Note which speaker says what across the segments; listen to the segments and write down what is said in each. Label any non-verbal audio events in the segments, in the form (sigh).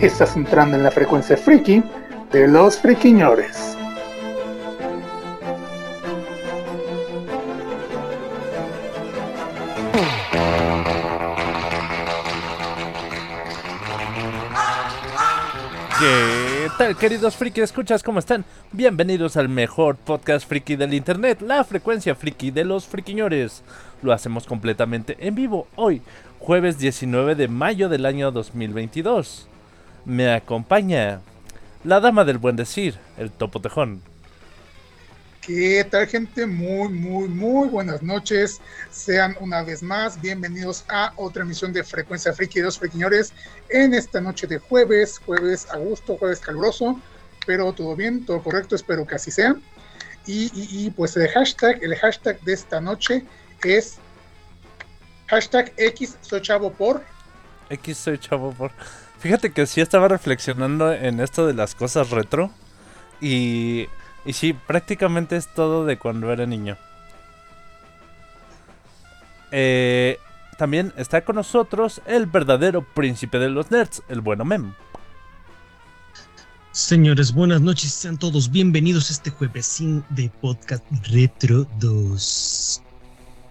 Speaker 1: Estás entrando en la frecuencia friki de los friquiñores.
Speaker 2: ¿Qué tal, queridos friki escuchas? ¿Cómo están? Bienvenidos al mejor podcast friki del internet, la frecuencia friki de los friquiñores. Lo hacemos completamente en vivo hoy, jueves 19 de mayo del año 2022. Me acompaña la dama del buen decir, el topo tejón.
Speaker 1: ¿Qué tal gente? Muy, muy, muy buenas noches. Sean una vez más bienvenidos a otra emisión de Frecuencia Friki de los Friquiñores en esta noche de jueves, jueves a gusto, jueves caluroso, pero todo bien, todo correcto, espero que así sea. Y, y- y, pues el hashtag, el hashtag de esta noche es hashtag X soy chavo por
Speaker 2: X soy chavo por. Fíjate que sí estaba reflexionando en esto de las cosas retro. Y. Y sí, prácticamente es todo de cuando era niño. Eh, también está con nosotros el verdadero príncipe de los nerds, el bueno Mem.
Speaker 3: Señores, buenas noches, sean todos bienvenidos a este juevesín de podcast Retro 2.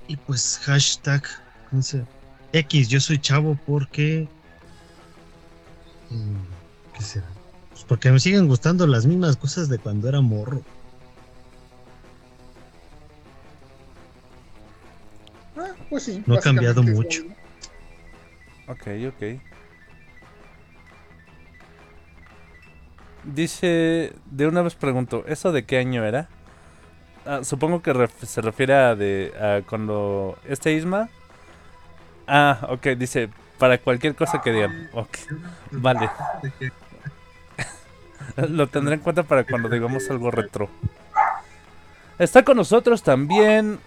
Speaker 3: Y pues hashtag ¿cómo se- X, yo soy chavo porque... mm, ¿Qué será? Pues porque me siguen gustando las mismas cosas de cuando era morro.
Speaker 1: Ah, pues sí.
Speaker 3: No ha cambiado
Speaker 1: básicamente es
Speaker 3: mucho.
Speaker 1: lo mismo.
Speaker 2: Ok, ok. Dice, de una vez pregunto, ¿eso de qué año era? Ah, supongo que ref- se refiere a, de, a cuando este Isma... Ah, ok, dice, para cualquier cosa que digan. Ok, vale. (laughs) Lo tendré en cuenta para cuando digamos algo retro. Está con nosotros también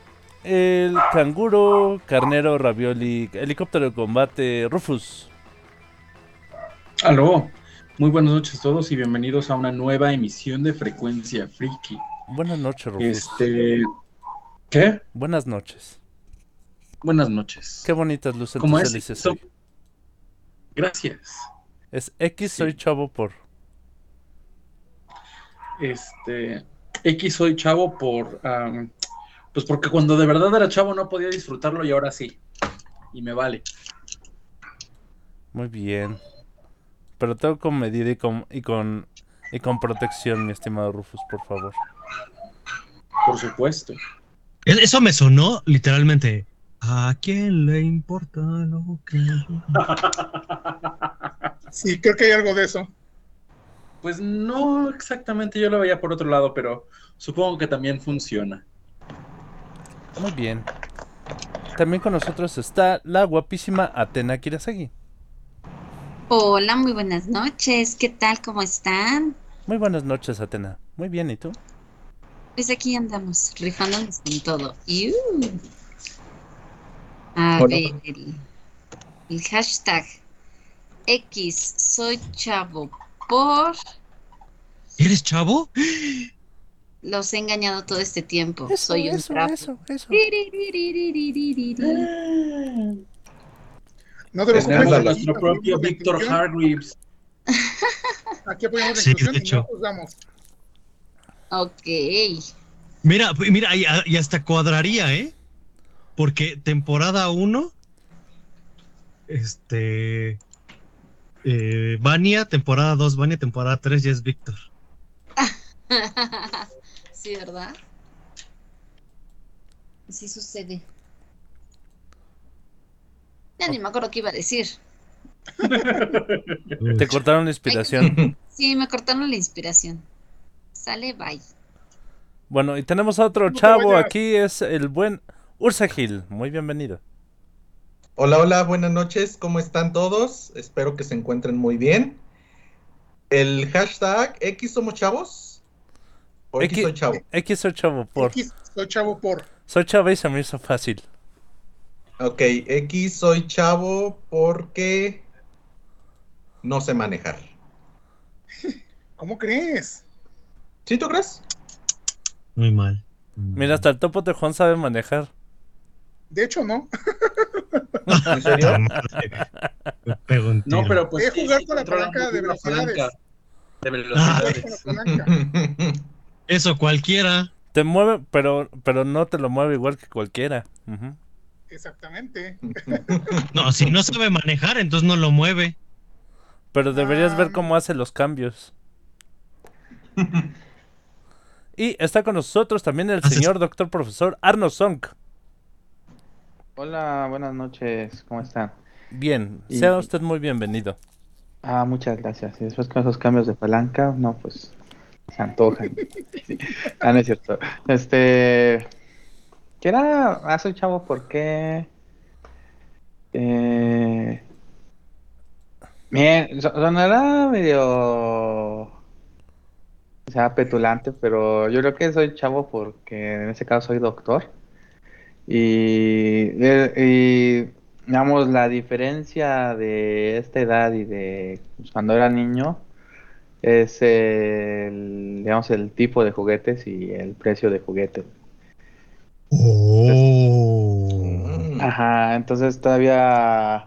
Speaker 2: el canguro, carnero, ravioli, helicóptero de combate, Rufus.
Speaker 4: Aló, muy buenas noches a todos y bienvenidos a una nueva emisión de Frecuencia Friki.
Speaker 2: Buenas noches, Rufus.
Speaker 4: Este, ¿qué?
Speaker 2: Buenas noches.
Speaker 4: Buenas noches.
Speaker 2: Qué bonitas luces
Speaker 4: ¿Cómo
Speaker 2: tus
Speaker 4: es?
Speaker 2: hélices
Speaker 4: So-
Speaker 2: hoy.
Speaker 4: Gracias.
Speaker 2: Es X soy chavo por.
Speaker 4: Este, X soy chavo por, am, pues porque cuando de verdad era chavo no podía disfrutarlo y ahora sí. Y me vale.
Speaker 2: Muy bien. Pero todo con medida y con y con y con protección, mi estimado Rufus, por favor.
Speaker 4: Por supuesto.
Speaker 3: E- Eso me sonó literalmente. ¿A quién le importa lo que... yo-?"
Speaker 1: Sí, creo que hay algo de eso.
Speaker 4: Pues no exactamente, yo lo veía por otro lado, pero supongo que también funciona.
Speaker 2: Muy bien. También con nosotros está la guapísima Atena Kirasagi.
Speaker 5: Hola, muy buenas noches. ¿Qué tal? ¿Cómo están?
Speaker 2: Muy buenas noches, Atena. Muy bien, ¿y tú?
Speaker 5: Pues aquí andamos, rifándonos con todo. ¡Iu! A
Speaker 4: Hola.
Speaker 5: ver, el, el hashtag X soy chavo por
Speaker 3: (laughs) ¿Eres chavo?
Speaker 5: los he engañado todo este tiempo. soy un
Speaker 2: eso,
Speaker 5: trapo.
Speaker 2: eso, eso.
Speaker 5: Tiriririririririri.
Speaker 1: No te
Speaker 4: Tenemos a
Speaker 1: preocupes,
Speaker 4: nuestro
Speaker 1: aquí
Speaker 4: propio
Speaker 1: apoyamos la
Speaker 4: Víctor
Speaker 1: inclusión,
Speaker 4: Hargreaves.
Speaker 1: Aquí apoyamos la
Speaker 3: Sí, de
Speaker 1: inclusión y
Speaker 3: hecho.
Speaker 1: no juzgamos.
Speaker 5: Ok.
Speaker 3: Mira, pues, mira, y, a- y hasta cuadraría, ¿eh? Porque temporada 1, este... eh, Vania, temporada 2, Vania, temporada 3, ya es Víctor.
Speaker 5: (laughs) Sí, ¿verdad? Sí sucede. Ya ni me acuerdo qué iba a decir.
Speaker 2: Te cortaron la inspiración.
Speaker 3: (laughs)
Speaker 5: Sí, me cortaron la inspiración. Sale, bye.
Speaker 2: Bueno, y tenemos a otro
Speaker 1: No te
Speaker 2: chavo
Speaker 1: vayas.
Speaker 2: aquí, es el buen Ursa Gil. Muy bienvenido.
Speaker 6: Hola, hola, buenas noches, ¿cómo están todos? Espero que se encuentren muy bien. el hashtag X somos chavos. O X,
Speaker 2: X-
Speaker 6: soy chavo.
Speaker 2: X soy chavo por.
Speaker 1: X soy chavo por.
Speaker 2: Soy chavo y se me hizo fácil.
Speaker 6: Ok, X soy chavo porque no sé manejar.
Speaker 1: ¿Cómo crees?
Speaker 6: ¿Sí tú crees?
Speaker 3: Muy mal.
Speaker 2: Mira, hasta el topo tejón sabe manejar.
Speaker 1: De hecho, no.
Speaker 6: ¿En serio?
Speaker 3: (laughs) Puta madre. Me pego un
Speaker 4: No,
Speaker 3: tiro.
Speaker 4: pero pues.
Speaker 1: Es
Speaker 4: sí,
Speaker 1: jugar
Speaker 4: sí,
Speaker 1: con la
Speaker 4: controlan
Speaker 1: palanca de
Speaker 4: muy bien la
Speaker 1: velocidades.
Speaker 4: palanca De
Speaker 3: Ah.
Speaker 1: Jugar
Speaker 4: velocidades.
Speaker 1: con la palanca.
Speaker 2: (laughs)
Speaker 3: Eso cualquiera.
Speaker 2: Te mueve, pero, pero no te lo mueve igual que cualquiera. Ujú.
Speaker 1: Exactamente.
Speaker 3: No, si no sabe manejar, entonces no lo mueve.
Speaker 2: Pero deberías ver
Speaker 1: Ah.
Speaker 2: cómo hace los
Speaker 7: (laughs)
Speaker 2: cambios. Y está con nosotros también el
Speaker 3: Haces-
Speaker 2: señor doctor profesor Arno Sonk.
Speaker 7: Hola, buenas noches, ¿cómo están?
Speaker 2: Bien,
Speaker 7: Y-
Speaker 2: sea usted muy bienvenido.
Speaker 7: Ah, muchas gracias. Y después con esos cambios de palanca, no, pues se antojan. ah, no es cierto. Este. ¿Qué era? Ah, soy chavo, ¿por qué? Eh. Bien, so- sonará medio. O sea, petulante, pero yo creo que soy chavo porque en ese caso soy doctor. Y, eh, y, digamos, la diferencia de esta edad y de pues, cuando era niño es el, digamos, el tipo de juguetes y el precio de juguetes.
Speaker 3: Oh.
Speaker 7: Ajá, entonces todavía,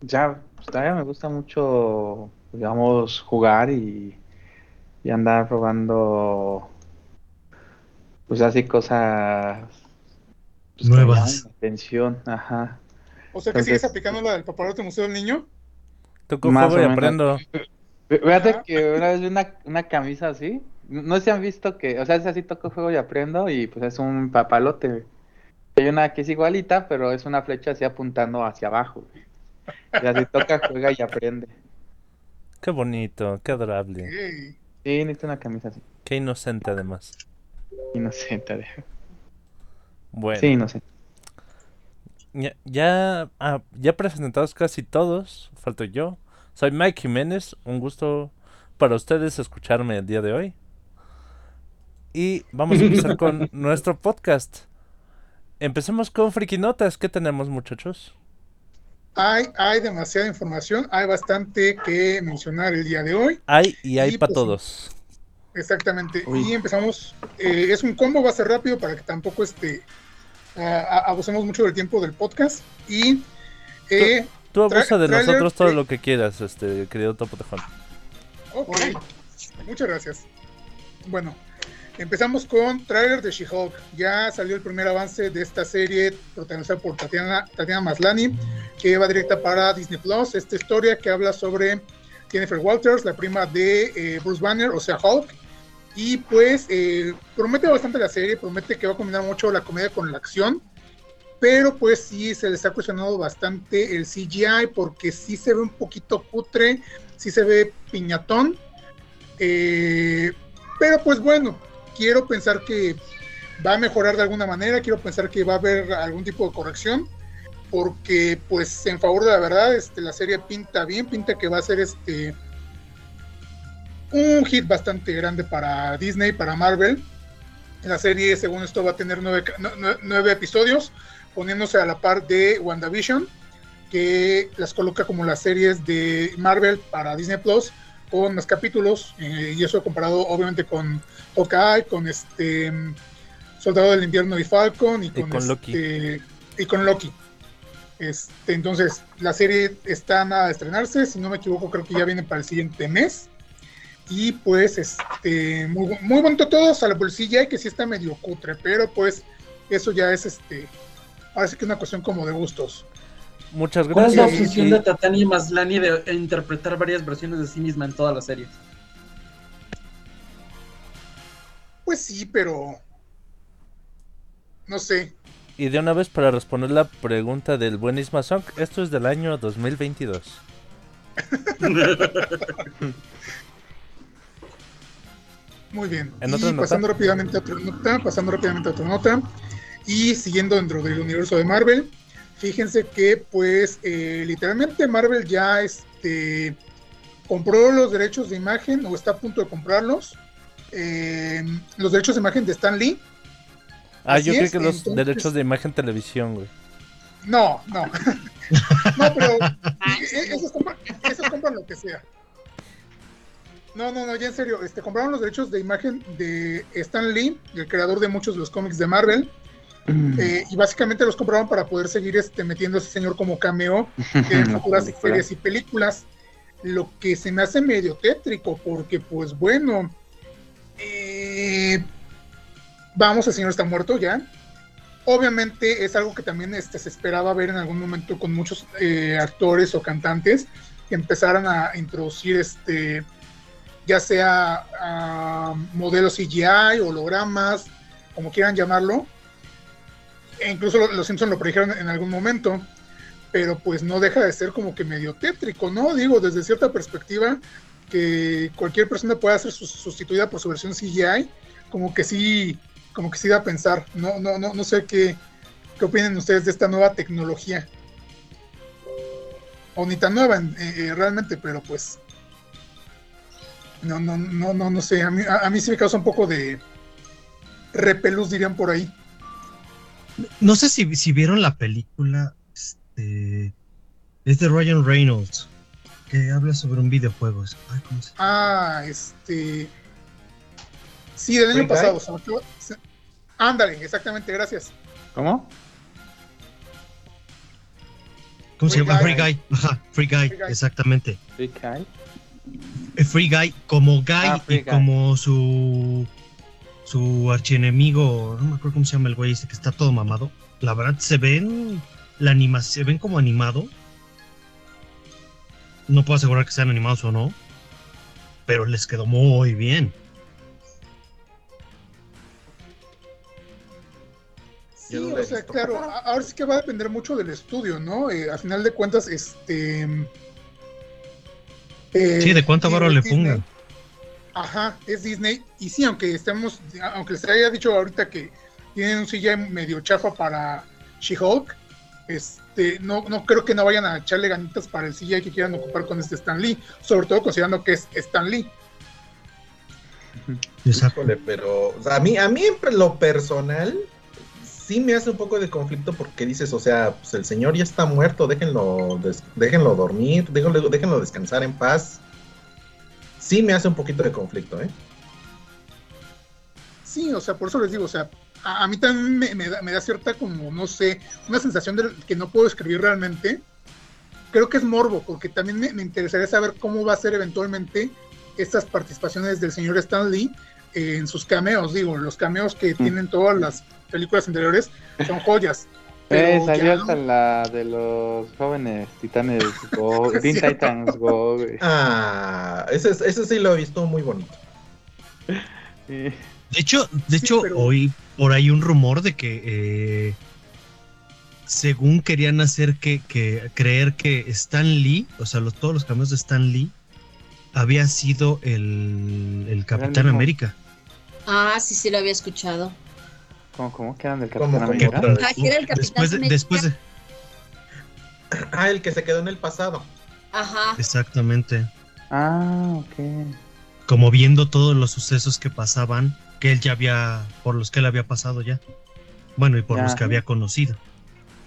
Speaker 7: ya, pues, todavía me gusta mucho, digamos, jugar y, y andar probando, pues así cosas pues, que me
Speaker 3: Nuevas.
Speaker 7: llaman la Atención, ajá.
Speaker 1: O sea que
Speaker 7: Entonces-
Speaker 1: sigues aplicando la del paparote museo del niño.
Speaker 2: Toco
Speaker 7: Más
Speaker 2: juego y
Speaker 7: o menos.
Speaker 2: aprendo.
Speaker 7: Fí- Fíjate
Speaker 1: Ajá.
Speaker 7: que una vez vi una, una camisa así. No se han visto que, o sea, es así toco juego y aprendo y pues es un papalote. Hay una que es igualita, pero es una flecha así apuntando hacia abajo. Y así toca, juega y aprende.
Speaker 2: Qué bonito, qué adorable.
Speaker 1: Ey.
Speaker 7: Sí, necesito una camisa así.
Speaker 2: Qué inocente además.
Speaker 7: Inocente. de-
Speaker 2: Bueno,
Speaker 7: Sí, inocente.
Speaker 2: ya, ya, ah, ya presentados casi todos, falto yo. Soy Mike Jiménez, un gusto para ustedes escucharme el día de hoy. Y vamos a
Speaker 1: (laughs)
Speaker 2: empezar con nuestro podcast. Empecemos con Friki Notas. ¿Qué tenemos, muchachos?
Speaker 1: Hay, hay demasiada información, hay bastante que mencionar el día de hoy.
Speaker 2: Hay y hay
Speaker 1: Y,
Speaker 2: para
Speaker 1: pues,
Speaker 2: todos.
Speaker 1: Exactamente.
Speaker 7: Uy.
Speaker 1: Y empezamos. eh, es un combo, va a ser rápido para que tampoco este, ah, ah, abusemos mucho del tiempo del podcast. Y eh,
Speaker 2: Tú
Speaker 1: tra-
Speaker 2: abusa de
Speaker 1: trailer
Speaker 2: nosotros todo
Speaker 1: de-
Speaker 2: lo que quieras, este querido Topo Tejón.
Speaker 1: Ok. Muchas gracias. Bueno, empezamos con trailer de She-Hulk. Ya salió el primer avance de esta serie protagonizada por Tatiana, Tatiana Maslany, que va directa para Disney Plus. Esta historia que habla sobre Jennifer Walters, la prima de eh, Bruce Banner, o sea, Hulk. Y pues eh, promete bastante la serie, promete que va a combinar mucho la comedia con la acción. Pero pues sí, se les ha cuestionado bastante el CGI porque sí se ve un poquito cutre sí se ve piñatón. eh, pero pues bueno, quiero pensar que va a mejorar de alguna manera, quiero pensar que va a haber algún tipo de corrección, porque pues en favor de la verdad, este, la serie pinta bien, pinta que va a ser este un hit bastante grande para Disney, para Marvel. La serie, según esto, va a tener nueve, ca- nue- nue- nueve episodios, poniéndose a la par de WandaVision que las coloca como las series de Marvel para Disney Plus con más capítulos eh, y eso comparado obviamente con Hawkeye, con este mm, Soldado del Invierno y Falcon y con,
Speaker 2: con Loki.
Speaker 1: este- y con Loki. Este, entonces la serie está a nada de estrenarse, si no me equivoco creo que ya viene para el siguiente mes y pues este muy, bu- muy bonito todo, salvo el CGI que sí está medio cutre, pero pues eso ya es este ahora sí que es una cuestión como de gustos.
Speaker 2: Muchas
Speaker 4: ¿Cuál
Speaker 2: gracias.
Speaker 4: es la
Speaker 1: Gracias.
Speaker 4: obsesión
Speaker 2: Y-
Speaker 4: de Tatani Maslani de interpretar varias versiones de sí misma en todas las series?
Speaker 1: Pues sí, pero. No sé.
Speaker 2: Y de una vez para responder la pregunta del buen Isma Song, esto es del año 2022.
Speaker 1: Muy bien.
Speaker 2: ¿En
Speaker 1: y
Speaker 2: otra nota?
Speaker 1: pasando rápidamente a otra nota, pasando rápidamente a otra nota. Y siguiendo dentro del universo de Marvel, fíjense que pues eh, literalmente Marvel ya este compró los derechos de imagen o está a punto de comprarlos. eh, los derechos de imagen de Stan Lee.
Speaker 8: Ah, yo
Speaker 1: Así
Speaker 8: creo
Speaker 1: es,
Speaker 8: que los
Speaker 1: entonces-
Speaker 8: derechos de imagen televisión, güey.
Speaker 1: No, no. (laughs) no, pero e- esos compran, esos compran lo que sea. No, no, no, ya en serio. Este, compraron los derechos de imagen de Stan Lee, el creador de muchos de los cómics de Marvel. eh, y básicamente los compraron para poder seguir este, metiendo a ese señor como cameo en futuras
Speaker 7: película.
Speaker 1: series y películas. Lo que se me hace medio tétrico, porque, pues bueno. eh, vamos, el señor está muerto ya. Obviamente es algo que también este, se esperaba ver en algún momento con muchos eh, actores o cantantes que empezaran a introducir este ya sea ah, modelos CGI, hologramas, como quieran llamarlo. E incluso lo- los Simpsons lo predijeron en algún momento, pero pues no deja de ser como que medio tétrico, ¿no? Digo, desde cierta perspectiva, que cualquier persona pueda ser sus- sustituida por su versión CGI, como que sí, como que sí da a pensar. No, no, no, no sé qué, qué opinan ustedes de esta nueva tecnología. O ni tan nueva en- eh, eh, realmente, pero pues. No, no, no, no, no sé. A mí, a- a mí sí me causa un poco de repelús, dirían por ahí.
Speaker 3: No sé si, si vieron la película. Este, es de Ryan Reynolds. Que habla sobre un videojuego. Ay, ¿cómo se
Speaker 1: Ah, este. Sí, del año
Speaker 6: Free Guy.
Speaker 1: pasado. se me acaba- se- Ándale, exactamente, gracias.
Speaker 7: ¿Cómo?
Speaker 3: ¿Cómo se
Speaker 1: Free
Speaker 3: llama?
Speaker 1: Guy.
Speaker 3: Free Guy. Ajá, Free Guy,
Speaker 1: Free Guy.
Speaker 3: exactamente.
Speaker 7: Free Guy.
Speaker 3: Eh, Free Guy como Guy
Speaker 7: Ah, Free
Speaker 3: y
Speaker 7: Guy.
Speaker 3: como su su archienemigo, no me acuerdo cómo se llama el güey ese que está todo mamado. La verdad se ven la anima, se ven como animado. No puedo asegurar que sean animados o no, pero les quedó muy bien.
Speaker 1: Sí,
Speaker 6: Yo no
Speaker 1: o
Speaker 6: la he
Speaker 1: sea,
Speaker 6: visto.
Speaker 1: claro, a- ahora sí que va a depender mucho del estudio, ¿no? Eh, a final de cuentas, este. eh,
Speaker 3: Sí, de cuánto
Speaker 1: digo,
Speaker 3: varo le
Speaker 1: Disney-
Speaker 3: pongan.
Speaker 1: Ajá, es Disney. Y sí, aunque estemos, aunque les haya dicho ahorita que tienen un CGI medio chafa para She-Hulk, este, no, no creo que no vayan a echarle ganitas para el CGI que quieran ocupar con este Stan Lee, sobre todo considerando que es Stan Lee.
Speaker 3: Exacto.
Speaker 6: Híjole, pero o sea, a mí, a mí en lo personal sí me hace un poco de conflicto porque dices, o sea, pues el señor ya está muerto, déjenlo, des- déjenlo dormir, déjenlo, déjenlo descansar en paz. Sí me hace un poquito de conflicto, ¿eh?
Speaker 1: Sí, o sea, por eso les digo, o sea, a, a mí también me, me da, me da cierta como, no sé, una sensación de que no puedo escribir realmente. Creo que es morbo, porque también me, me interesaría saber cómo va a ser eventualmente estas participaciones del señor Stan Lee eh, en sus cameos. Digo, los cameos que
Speaker 7: Mm.
Speaker 1: tienen todas las películas anteriores son joyas.
Speaker 7: (laughs) Eh,
Speaker 1: Pero
Speaker 7: salió
Speaker 1: ya-
Speaker 7: hasta la de los jóvenes
Speaker 1: (laughs)
Speaker 7: titanes Go,
Speaker 1: Es
Speaker 7: Teen
Speaker 1: cierto.
Speaker 7: Titans Go, güey.
Speaker 6: Ah, ese, es- ese sí lo he visto muy bonito.
Speaker 7: Sí.
Speaker 3: De hecho, de
Speaker 1: Sí,
Speaker 3: hecho
Speaker 1: pero-
Speaker 3: hoy por ahí un rumor de que eh, según querían hacer que, que- creer que Stan Lee, o sea, los- todos los cambios de Stan Lee había sido el, el Capitán
Speaker 7: mismo.
Speaker 3: América.
Speaker 5: Ah, sí, sí, lo había escuchado.
Speaker 7: ¿Cómo, cómo que eran del
Speaker 6: ¿Cómo,
Speaker 7: Capitán
Speaker 6: cómo?
Speaker 7: América?
Speaker 6: Otra vez.
Speaker 5: Ah, que era el Capitán
Speaker 3: después de,
Speaker 5: América.
Speaker 3: después de-
Speaker 6: Ah, el que se quedó en el pasado.
Speaker 5: Ajá.
Speaker 3: exactamente,
Speaker 7: Ah, ok.
Speaker 3: como viendo todos los sucesos que pasaban, que él ya había por los que él había pasado ya. Bueno, y por
Speaker 7: Ya.
Speaker 3: los que había conocido.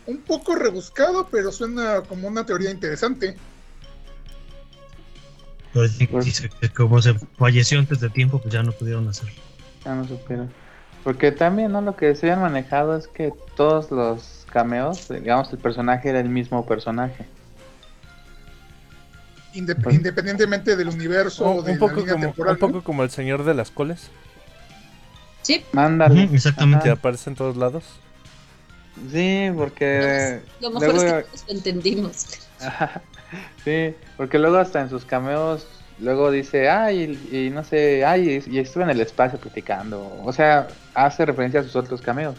Speaker 1: Un poco rebuscado, pero suena como una teoría interesante.
Speaker 3: Pero dice-
Speaker 7: Por-
Speaker 3: dice que como se falleció antes de tiempo, pues ya no pudieron hacerlo.
Speaker 7: Ya no supieron. Porque también, ¿no? Lo que se habían manejado es que todos los cameos, digamos, el personaje era el mismo personaje.
Speaker 1: Inde-
Speaker 7: Pues-
Speaker 1: independientemente del universo o de
Speaker 8: Un
Speaker 1: la
Speaker 8: poco,
Speaker 1: línea
Speaker 8: como,
Speaker 1: temporal.
Speaker 8: un poco como el señor de las coles,
Speaker 5: Sí,
Speaker 7: Mándale.
Speaker 3: Ujú, exactamente.
Speaker 8: que
Speaker 7: Ajá.
Speaker 8: aparece en todos lados.
Speaker 7: Sí, porque.
Speaker 5: lo mejor
Speaker 7: luego-
Speaker 5: es que todos lo entendimos. (laughs)
Speaker 7: (laughs) Ajá. Sí, porque luego hasta en sus cameos, luego dice, ay, y, y no sé, ay, y, y estuve en el espacio platicando. O sea, hace referencia a sus otros cameos.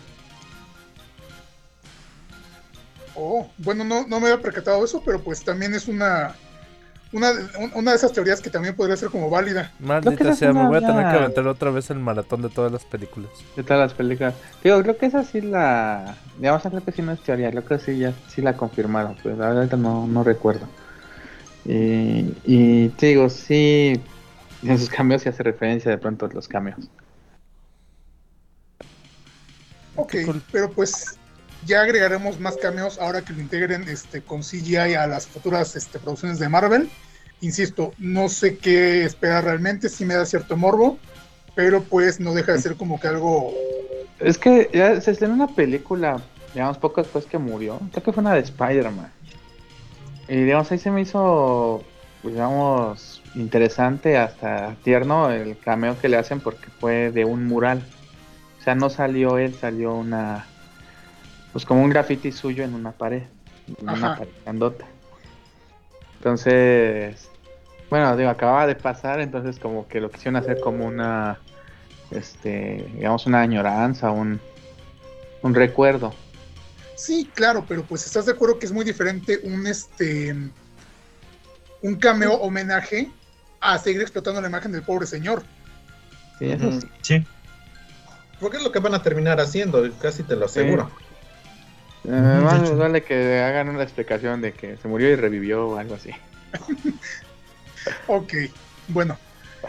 Speaker 1: Oh, bueno, no, no me había percatado eso, pero pues también es una, una, un- una de esas teorías que también podría ser como válida.
Speaker 8: Maldita
Speaker 7: esa
Speaker 8: sea,
Speaker 7: sí
Speaker 8: me
Speaker 7: la
Speaker 8: voy a tener que
Speaker 7: había-
Speaker 8: aventar otra vez el maratón de todas las películas.
Speaker 7: De todas las películas. Digo, creo que esa sí la. Digamos, creo que sí no es teoría, creo que sí ya sí la confirmaron, pero la verdad no, no recuerdo. Y, y te digo, sí, en sus cameos se hace referencia de pronto a los cameos.
Speaker 1: Ok, pero pues ya agregaremos más cameos ahora que lo integren este, con CGI a las futuras este, producciones de Marvel. Insisto, no sé qué esperar realmente, sí me da cierto morbo, pero pues no deja de ser como que algo...
Speaker 7: Es que ya se estrenó una película, digamos, poco después que murió. Creo que fue una de Spider-Man. Y digamos, ahí se me hizo, pues, digamos, interesante hasta tierno el cameo que le hacen porque fue de un mural. O sea, no salió él, salió una. Pues como un graffiti suyo en una pared. En
Speaker 1: Ajá.
Speaker 7: una pared grandota. Entonces. Bueno, digo, acababa de pasar, entonces como que lo quisieron hacer como una. Este. Digamos, una añoranza, un. Un recuerdo.
Speaker 1: Sí, claro, pero pues estás de acuerdo que es muy diferente un, este, un cameo homenaje a seguir explotando la imagen del pobre señor.
Speaker 7: Sí,
Speaker 6: eso
Speaker 1: Ujú.
Speaker 3: Sí.
Speaker 6: Porque es lo que van a terminar haciendo, casi te lo aseguro.
Speaker 7: Eh,
Speaker 6: de
Speaker 7: más
Speaker 6: hecho.
Speaker 7: me duele que hagan una explicación de que se murió y revivió o algo así.
Speaker 1: Ok, bueno,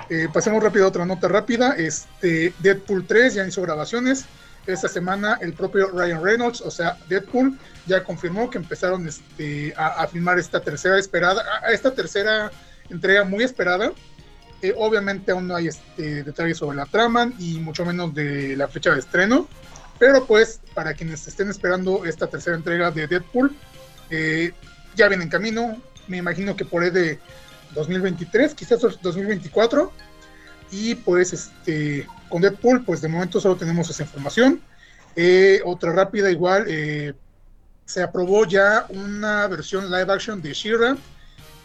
Speaker 1: eh, pasemos rápido a otra nota rápida. Este, Deadpool 3 ya hizo grabaciones. Esta semana el propio Ryan Reynolds, o sea, Deadpool, ya confirmó que empezaron este, a, a filmar esta tercera esperada, a- a esta tercera entrega muy esperada. Eh, obviamente aún no hay este, detalles sobre la trama y mucho menos de la fecha de estreno. Pero pues, para quienes estén esperando esta tercera entrega de Deadpool, eh, ya viene en camino. Me imagino que por ahí de 2023, quizás 2024. Y pues este con Deadpool, pues de momento solo tenemos esa información. Eh, otra rápida, igual, eh, se aprobó ya una versión live action de She-Ra,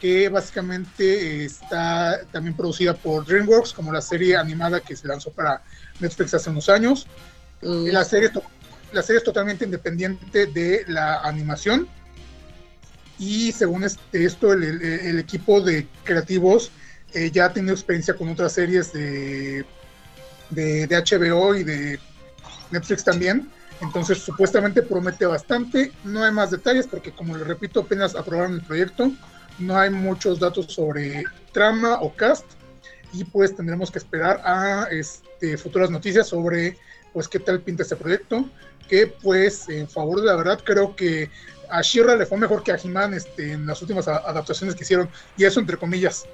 Speaker 1: que básicamente eh, está también producida por DreamWorks, como la serie animada que se lanzó para Netflix hace unos años. La, serie es to- la serie es totalmente independiente de la animación y según este, esto el, el- el equipo de creativos eh, ya ha tenido experiencia con otras series de, de, de HBO y de Netflix también, entonces supuestamente promete bastante, no hay más detalles porque como les repito apenas aprobaron el proyecto, no hay muchos datos sobre trama o cast y pues tendremos que esperar a este, futuras noticias sobre pues qué tal pinta este proyecto, que pues en favor de la verdad creo que a Shira le fue mejor que a He-Man este, en las últimas a- adaptaciones que hicieron, y eso entre comillas.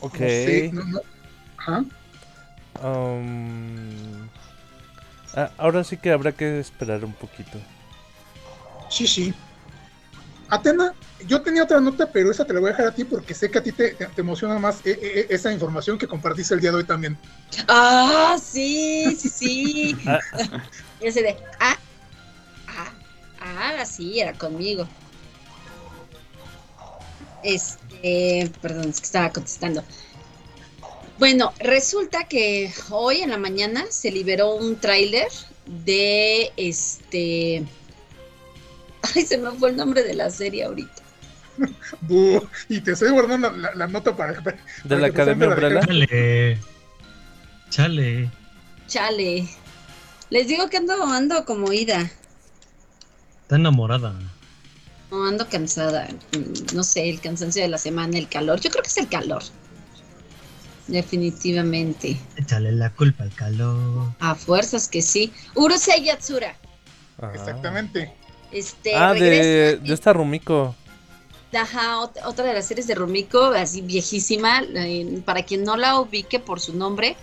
Speaker 8: Ok.
Speaker 1: No sé, Oh, no- no- Ajá.
Speaker 8: Um, ah, ahora sí que habrá que esperar un poquito.
Speaker 1: Sí, sí. Atena, yo tenía otra nota, pero esa te la voy a dejar a ti porque sé que a ti te, te- te emociona más eh, eh, eh, esa información que compartiste el día de hoy también.
Speaker 5: Ah, sí, sí, sí.
Speaker 8: Ah.
Speaker 5: Y así de, ah, ah, ahora sí, era conmigo. Este, perdón, es que estaba contestando. Bueno, resulta que hoy en la mañana se liberó un tráiler de este. (laughs) Ay, se me fue el nombre de la serie ahorita.
Speaker 1: (laughs) Bu, y te estoy guardando la, la- la nota para, para-
Speaker 8: ¿De la Academia Umbrella?
Speaker 3: Chale. Chale.
Speaker 5: Chale. Les digo que ando, ando como ida.
Speaker 3: Está enamorada.
Speaker 5: No, ando cansada. Mm, No sé, el cansancio de la semana, el calor. Yo creo que es el calor. Definitivamente.
Speaker 3: Échale la culpa al calor.
Speaker 5: A fuerzas que sí. Urusei Yatsura.
Speaker 8: Ah.
Speaker 1: Exactamente.
Speaker 5: Este,
Speaker 8: Ah,
Speaker 5: regresa.
Speaker 8: de, de esta Rumiko.
Speaker 5: Ajá, ot- otra de las series de Rumiko, así viejísima. eh, Para quien no la ubique por su nombre,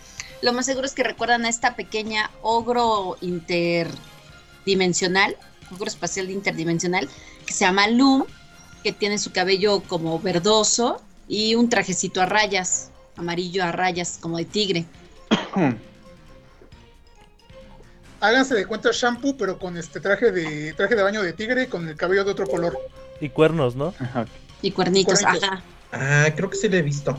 Speaker 5: lo más seguro es que recuerdan a esta pequeña ogro interdimensional, ogro espacial interdimensional, que se llama Loom, que tiene su cabello como verdoso y un trajecito a rayas, amarillo a rayas, como de tigre.
Speaker 1: Háganse de cuenta shampoo, pero con este traje de traje de baño de tigre y con el cabello de otro color.
Speaker 8: Y cuernos, ¿no?
Speaker 5: Y cuernitos,
Speaker 1: Cuernitos.
Speaker 5: ajá.
Speaker 6: Ah, creo que sí le he visto.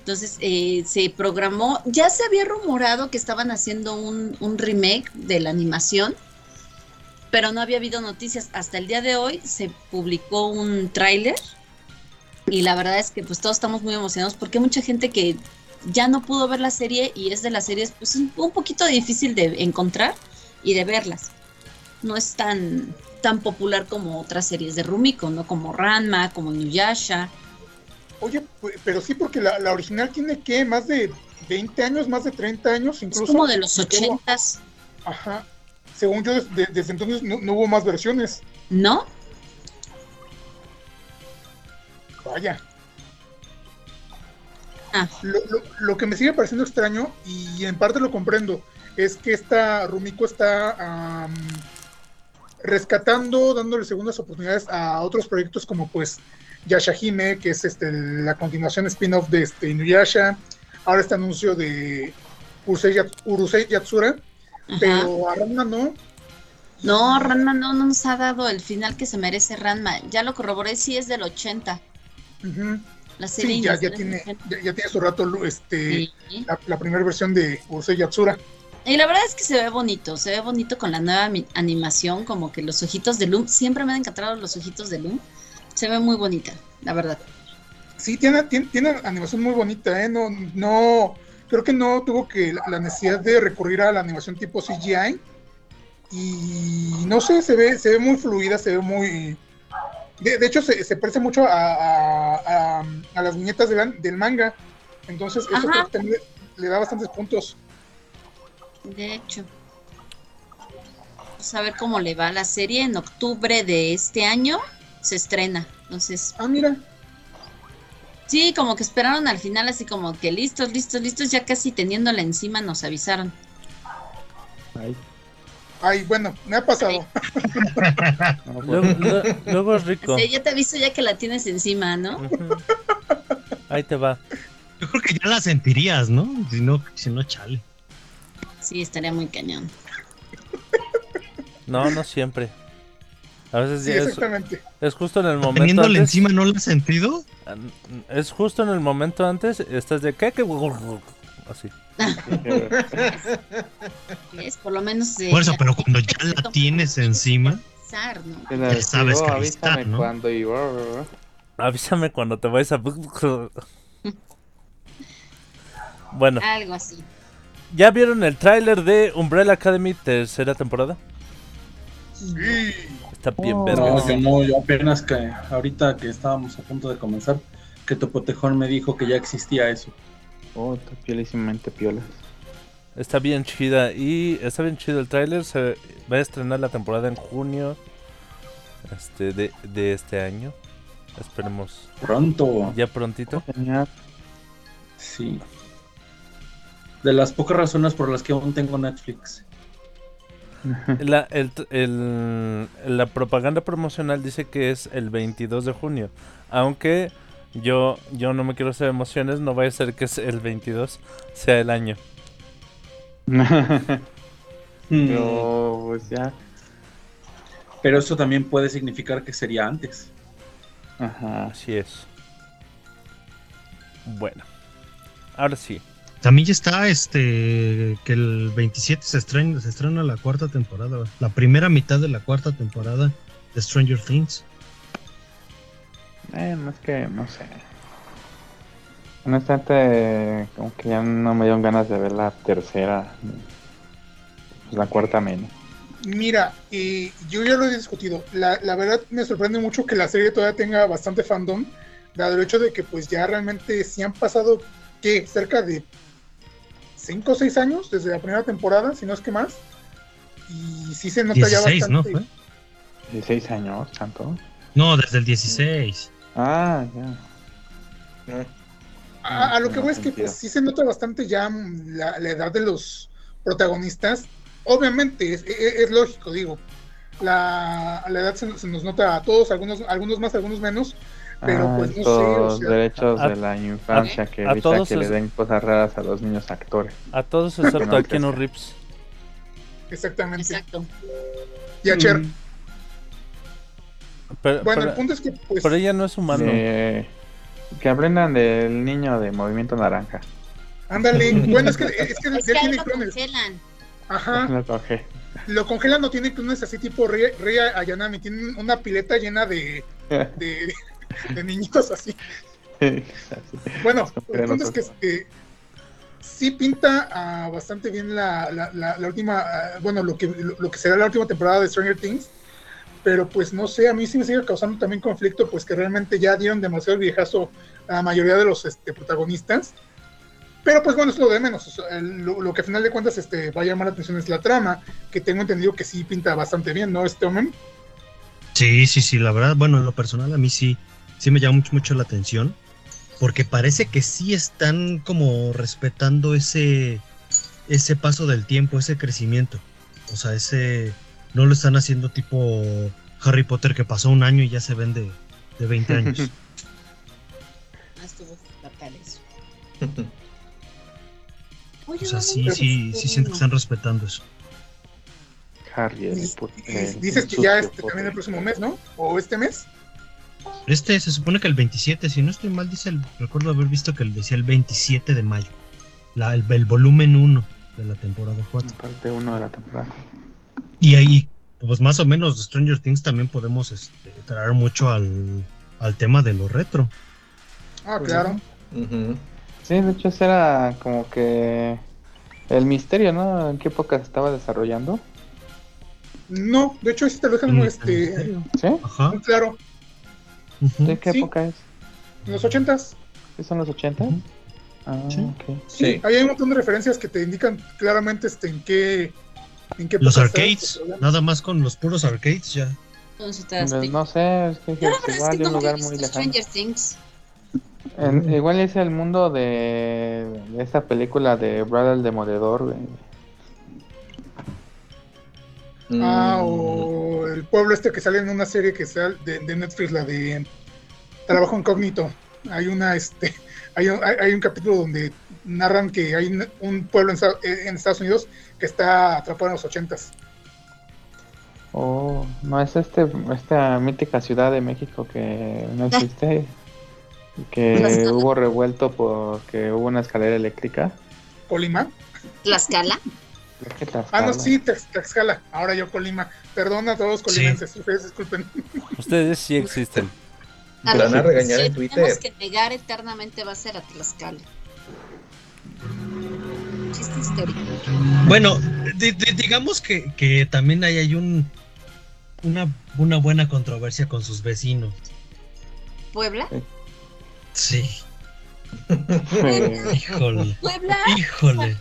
Speaker 5: Entonces eh, se programó, ya se había rumorado que estaban haciendo un, un remake de la animación, pero no había habido noticias. Hasta el día de hoy se publicó un tráiler y la verdad es que pues todos estamos muy emocionados porque hay mucha gente que ya no pudo ver la serie y es de las series pues un, un poquito difícil de encontrar. y de verlas. No es tan, tan popular como otras series de Rumiko, ¿no? Como Ranma, como Nuyasha.
Speaker 1: Oye, pe- pero sí, porque la, la original tiene que más de 20 años, más de 30 años, incluso.
Speaker 5: como de los
Speaker 1: Hubo-
Speaker 5: 80s.
Speaker 1: Ajá. Según yo, des- de- desde entonces no, no hubo más versiones.
Speaker 5: ¿No?
Speaker 1: Vaya.
Speaker 5: Ah.
Speaker 1: Lo, lo- lo que me sigue pareciendo extraño, y en parte lo comprendo, es que esta Rumiko está am, rescatando, dándole segundas oportunidades a otros proyectos como pues Yashahime, que es este la continuación spin-off de este Inuyasha. Ahora este anuncio de Urusei, Yat- Urusei Yatsura,
Speaker 5: Ajá.
Speaker 1: pero a Ranma no.
Speaker 5: No, Ranma no, no nos ha dado el final que se merece Ranma. Ya lo corroboré, sí es del 80.
Speaker 1: Ujú.
Speaker 5: La serie
Speaker 1: Sí, ya, ya
Speaker 5: inicial es
Speaker 1: tiene,
Speaker 5: del 80.
Speaker 1: ya, ya tiene su rato lo- este,
Speaker 5: Sí.
Speaker 1: la, la primera versión de Urusei Yatsura.
Speaker 5: Y la verdad es que se ve bonito, se ve bonito con la nueva mi- animación, como que los ojitos de Loom, siempre me han encantado los ojitos de Loom, se ve muy bonita, la verdad.
Speaker 1: Sí, tiene, tiene, tiene animación muy bonita, ¿eh? No, no, creo que no tuvo que la, la necesidad de recurrir a la animación tipo CGI. Y no sé, se ve, se ve muy fluida, se ve muy... De, de hecho, se, se parece mucho a, a- a- a las viñetas del an- del manga. Entonces, eso
Speaker 5: Ajá.
Speaker 1: creo que también le, le da bastantes puntos.
Speaker 5: De hecho, vamos a ver cómo le va a la serie. En octubre de este año se estrena. Entonces,
Speaker 1: ah, mira.
Speaker 5: Sí, como que esperaron al final, así como que listos, listos, listos, ya casi teniéndola encima nos avisaron.
Speaker 1: Ay. bueno, me ha pasado. Ah,
Speaker 2: Luego,
Speaker 1: pues.
Speaker 2: lue- luego es rico.
Speaker 5: Sí, ya te aviso ya que la tienes encima, ¿no?
Speaker 2: Ahí te va.
Speaker 3: Yo creo que ya la sentirías, ¿no? Si no, si no chale.
Speaker 5: Sí, estaría muy cañón.
Speaker 2: No, no siempre. A veces
Speaker 1: Sí,
Speaker 2: ya es,
Speaker 1: exactamente.
Speaker 2: es justo en el momento
Speaker 3: Teniéndole
Speaker 2: antes.
Speaker 3: encima, ¿no la has sentido?
Speaker 2: Es justo en el momento antes. Estás de qué que así.
Speaker 5: Es por lo menos eh, de
Speaker 3: Por eso, pero cuando ya la tienes encima,
Speaker 5: pensar, ¿no?
Speaker 7: Se la
Speaker 3: Ya sabes
Speaker 7: digo,
Speaker 3: que ahí está,
Speaker 7: avísame
Speaker 3: ¿no?
Speaker 7: cuando y...
Speaker 2: Avísame cuando te vayas a.
Speaker 3: (laughs)
Speaker 2: Bueno,
Speaker 5: Algo así.
Speaker 2: ¿ya vieron el tráiler de Umbrella Academy tercera temporada?
Speaker 1: Sí.
Speaker 2: Está bien
Speaker 4: Oh. No,
Speaker 2: vergas.
Speaker 4: yo no, yo apenas que ahorita que estábamos a punto de comenzar, que Topotejón me dijo que ya existía eso.
Speaker 7: Oh, está piolísimamente piola.
Speaker 2: Está bien chida y está bien chido el tráiler. Se va a estrenar la temporada en junio este, de, de este año. Esperemos.
Speaker 4: Pronto.
Speaker 2: Ya prontito.
Speaker 4: Sí. De las pocas razones por las que aún tengo Netflix.
Speaker 2: (laughs) La, el t- el- la propaganda promocional dice que es el 22 de junio. Aunque yo, yo no me quiero hacer emociones, no vaya a ser que es el 22 sea el año.
Speaker 4: Mm.
Speaker 7: Pero, pues ya.
Speaker 4: Pero eso también puede significar que sería antes.
Speaker 7: Ajá.
Speaker 2: Así es. Bueno. Ahora sí.
Speaker 3: también ya está este que el 27 se estrena, se estrena la cuarta temporada, la primera mitad de la cuarta temporada de Stranger Things.
Speaker 7: (laughs) Eh, más que, no sé. Honestamente, como que ya no me dieron ganas de ver la tercera. Pues la cuarta menos.
Speaker 1: Mira, eh, yo ya lo he discutido. La, la verdad me sorprende mucho que la serie todavía tenga bastante fandom, dado el hecho de que pues ya realmente sí han pasado, ¿qué? Cerca de 5 o 6 años desde la primera temporada, si no es que más. Y sí se nota
Speaker 3: 16,
Speaker 1: ya
Speaker 3: ¿no?
Speaker 1: bastante.
Speaker 3: fue?
Speaker 7: 16 años, tanto.
Speaker 3: No, desde el 16.
Speaker 7: Ah, ya.
Speaker 1: A, a lo que
Speaker 7: No,
Speaker 1: voy es que
Speaker 7: Ah, sentido.
Speaker 1: pues, sí se nota bastante ya mm, la, la edad de los protagonistas. Obviamente, es, e- es lógico, digo. La, la edad se, nos- se nos nota a todos, algunos, algunos más, algunos menos. Pero
Speaker 7: Ah,
Speaker 1: pues no sé, o
Speaker 7: estos
Speaker 1: sea,
Speaker 7: derechos
Speaker 2: a-
Speaker 7: de la infancia que
Speaker 2: a
Speaker 7: evita
Speaker 2: todos
Speaker 7: que le
Speaker 2: es-
Speaker 7: den cosas raras a los niños actores.
Speaker 2: A todos excepto a
Speaker 7: No, pues,
Speaker 2: Keanu Rips.
Speaker 1: Exactamente.
Speaker 5: Exacto.
Speaker 1: Y a Cher.
Speaker 4: Mm.
Speaker 2: Pero,
Speaker 1: Bueno,
Speaker 2: pero-
Speaker 1: el punto es que pues,
Speaker 2: pero ella no es humano.
Speaker 7: Eh, que aprendan del niño de Movimiento Naranja.
Speaker 1: ándale, bueno, es
Speaker 7: (laughs)
Speaker 1: que, es que
Speaker 5: Es que
Speaker 1: ya
Speaker 5: ahí
Speaker 1: tiene
Speaker 5: lo
Speaker 1: clones.
Speaker 5: congelan. Ah.
Speaker 1: Ajá,
Speaker 7: Lo cogí.
Speaker 1: lo congelan, no tiene clones así tipo Rey, Rey Ayanami, tienen una pileta llena de, de, (laughs) de niñitos así.
Speaker 7: Así.
Speaker 1: Bueno,
Speaker 7: Son (laughs)
Speaker 1: el punto es que
Speaker 7: peligrosos.
Speaker 1: este, sí pinta ah, bastante bien la, la- la- la última, ah, bueno, lo que, lo, lo que será la última temporada de Stranger Things, pero pues no sé, a mí sí me sigue causando también conflicto, pues que realmente ya dieron demasiado viejazo a la mayoría de los este, protagonistas, pero pues bueno, es lo de menos, o sea, el- lo, lo que a final de cuentas este, va a llamar la atención es la trama, que tengo entendido que sí pinta bastante bien, ¿no, este hombre?
Speaker 3: Sí, sí, sí, la verdad, bueno, en lo personal a mí sí, sí me llama mucho, mucho la atención, porque parece que sí están como respetando ese, ese paso del tiempo, ese crecimiento. O sea, ese, no lo están haciendo tipo Harry Potter que pasó un año y ya se ven de, de 20 años.
Speaker 5: Ah, estuvo fatal (laughs) eso.
Speaker 3: O sea, sí, sí, sí siento que están respetando eso.
Speaker 7: Harry, el puto-
Speaker 1: Dices-
Speaker 7: el
Speaker 1: Dices que
Speaker 7: sucio
Speaker 1: ya este,
Speaker 7: puto.
Speaker 1: también el próximo mes, ¿no? ¿O este mes?
Speaker 3: Este se supone que el 27, si no estoy mal, dice el, recuerdo haber visto que decía el 27 de mayo, la- el, el volumen 1 de la temporada 4.
Speaker 7: Parte 1 de la temporada.
Speaker 3: Y ahí, pues más o menos, de Stranger Things también podemos este, traer mucho al, al tema de lo retro.
Speaker 1: Ah, claro.
Speaker 7: Sí, de hecho, ese era como que el misterio, ¿no? ¿En qué época se estaba desarrollando?
Speaker 1: No, de hecho, este lo dejan
Speaker 7: Mm,
Speaker 1: este,
Speaker 7: ¿Sí?
Speaker 3: Ajá.
Speaker 1: muy claro.
Speaker 7: ¿De qué
Speaker 1: Sí.
Speaker 7: época es?
Speaker 1: ¿En los ochentas?
Speaker 7: ¿Sí ¿Son los 80? Ah, ok.
Speaker 1: Sí. Ahí hay un montón de referencias que te indican claramente este, en qué. En qué
Speaker 3: Los
Speaker 1: época
Speaker 3: arcades,
Speaker 1: está este programa.
Speaker 3: nada más con los puros arcades ya.
Speaker 7: Pues no sé, es que
Speaker 5: Yo la verdad
Speaker 7: es
Speaker 5: es
Speaker 7: igual
Speaker 5: que
Speaker 7: de un
Speaker 5: nunca he
Speaker 7: lugar
Speaker 5: visto
Speaker 7: muy lejano.
Speaker 5: Stranger Things.
Speaker 7: En- igual es el mundo de, de esta película de Brad el Demoledor, güey.
Speaker 1: Ah, o el pueblo este que sale en una serie que sale de, de Netflix, la de Trabajo Incógnito. Hay una, este, (laughs) hay un, hay- hay un capítulo donde narran que hay un- un pueblo en, Estados- en Estados Unidos que está atrapado en los ochentas.
Speaker 7: Oh, no es este esta mítica ciudad de México que
Speaker 5: Ah.
Speaker 7: no existe, que
Speaker 5: Tlaxcala.
Speaker 7: hubo revuelto porque hubo una escalera eléctrica.
Speaker 1: ¿Colima?
Speaker 5: Tlaxcala.
Speaker 7: Creo que
Speaker 1: Ah, no,
Speaker 7: Tlaxcala.
Speaker 1: sí, Tlax- Tlaxcala. Ahora yo Colima. Perdón a todos los colimenses, ustedes disculpen.
Speaker 8: Ustedes sí existen.
Speaker 5: A
Speaker 6: Te
Speaker 5: lo
Speaker 6: van a
Speaker 5: que
Speaker 6: regañar
Speaker 5: sí
Speaker 6: en
Speaker 5: Tenemos
Speaker 6: Twitter.
Speaker 5: que negar eternamente va a ser a Tlaxcala. Chiste histórico.
Speaker 3: Bueno, di- di- digamos que, que también ahí hay un una, una buena controversia con sus vecinos.
Speaker 5: ¿Puebla?
Speaker 6: Eh.
Speaker 3: Sí.
Speaker 7: Sí.
Speaker 3: Híjole,
Speaker 5: Puebla,
Speaker 3: (laughs) híjole.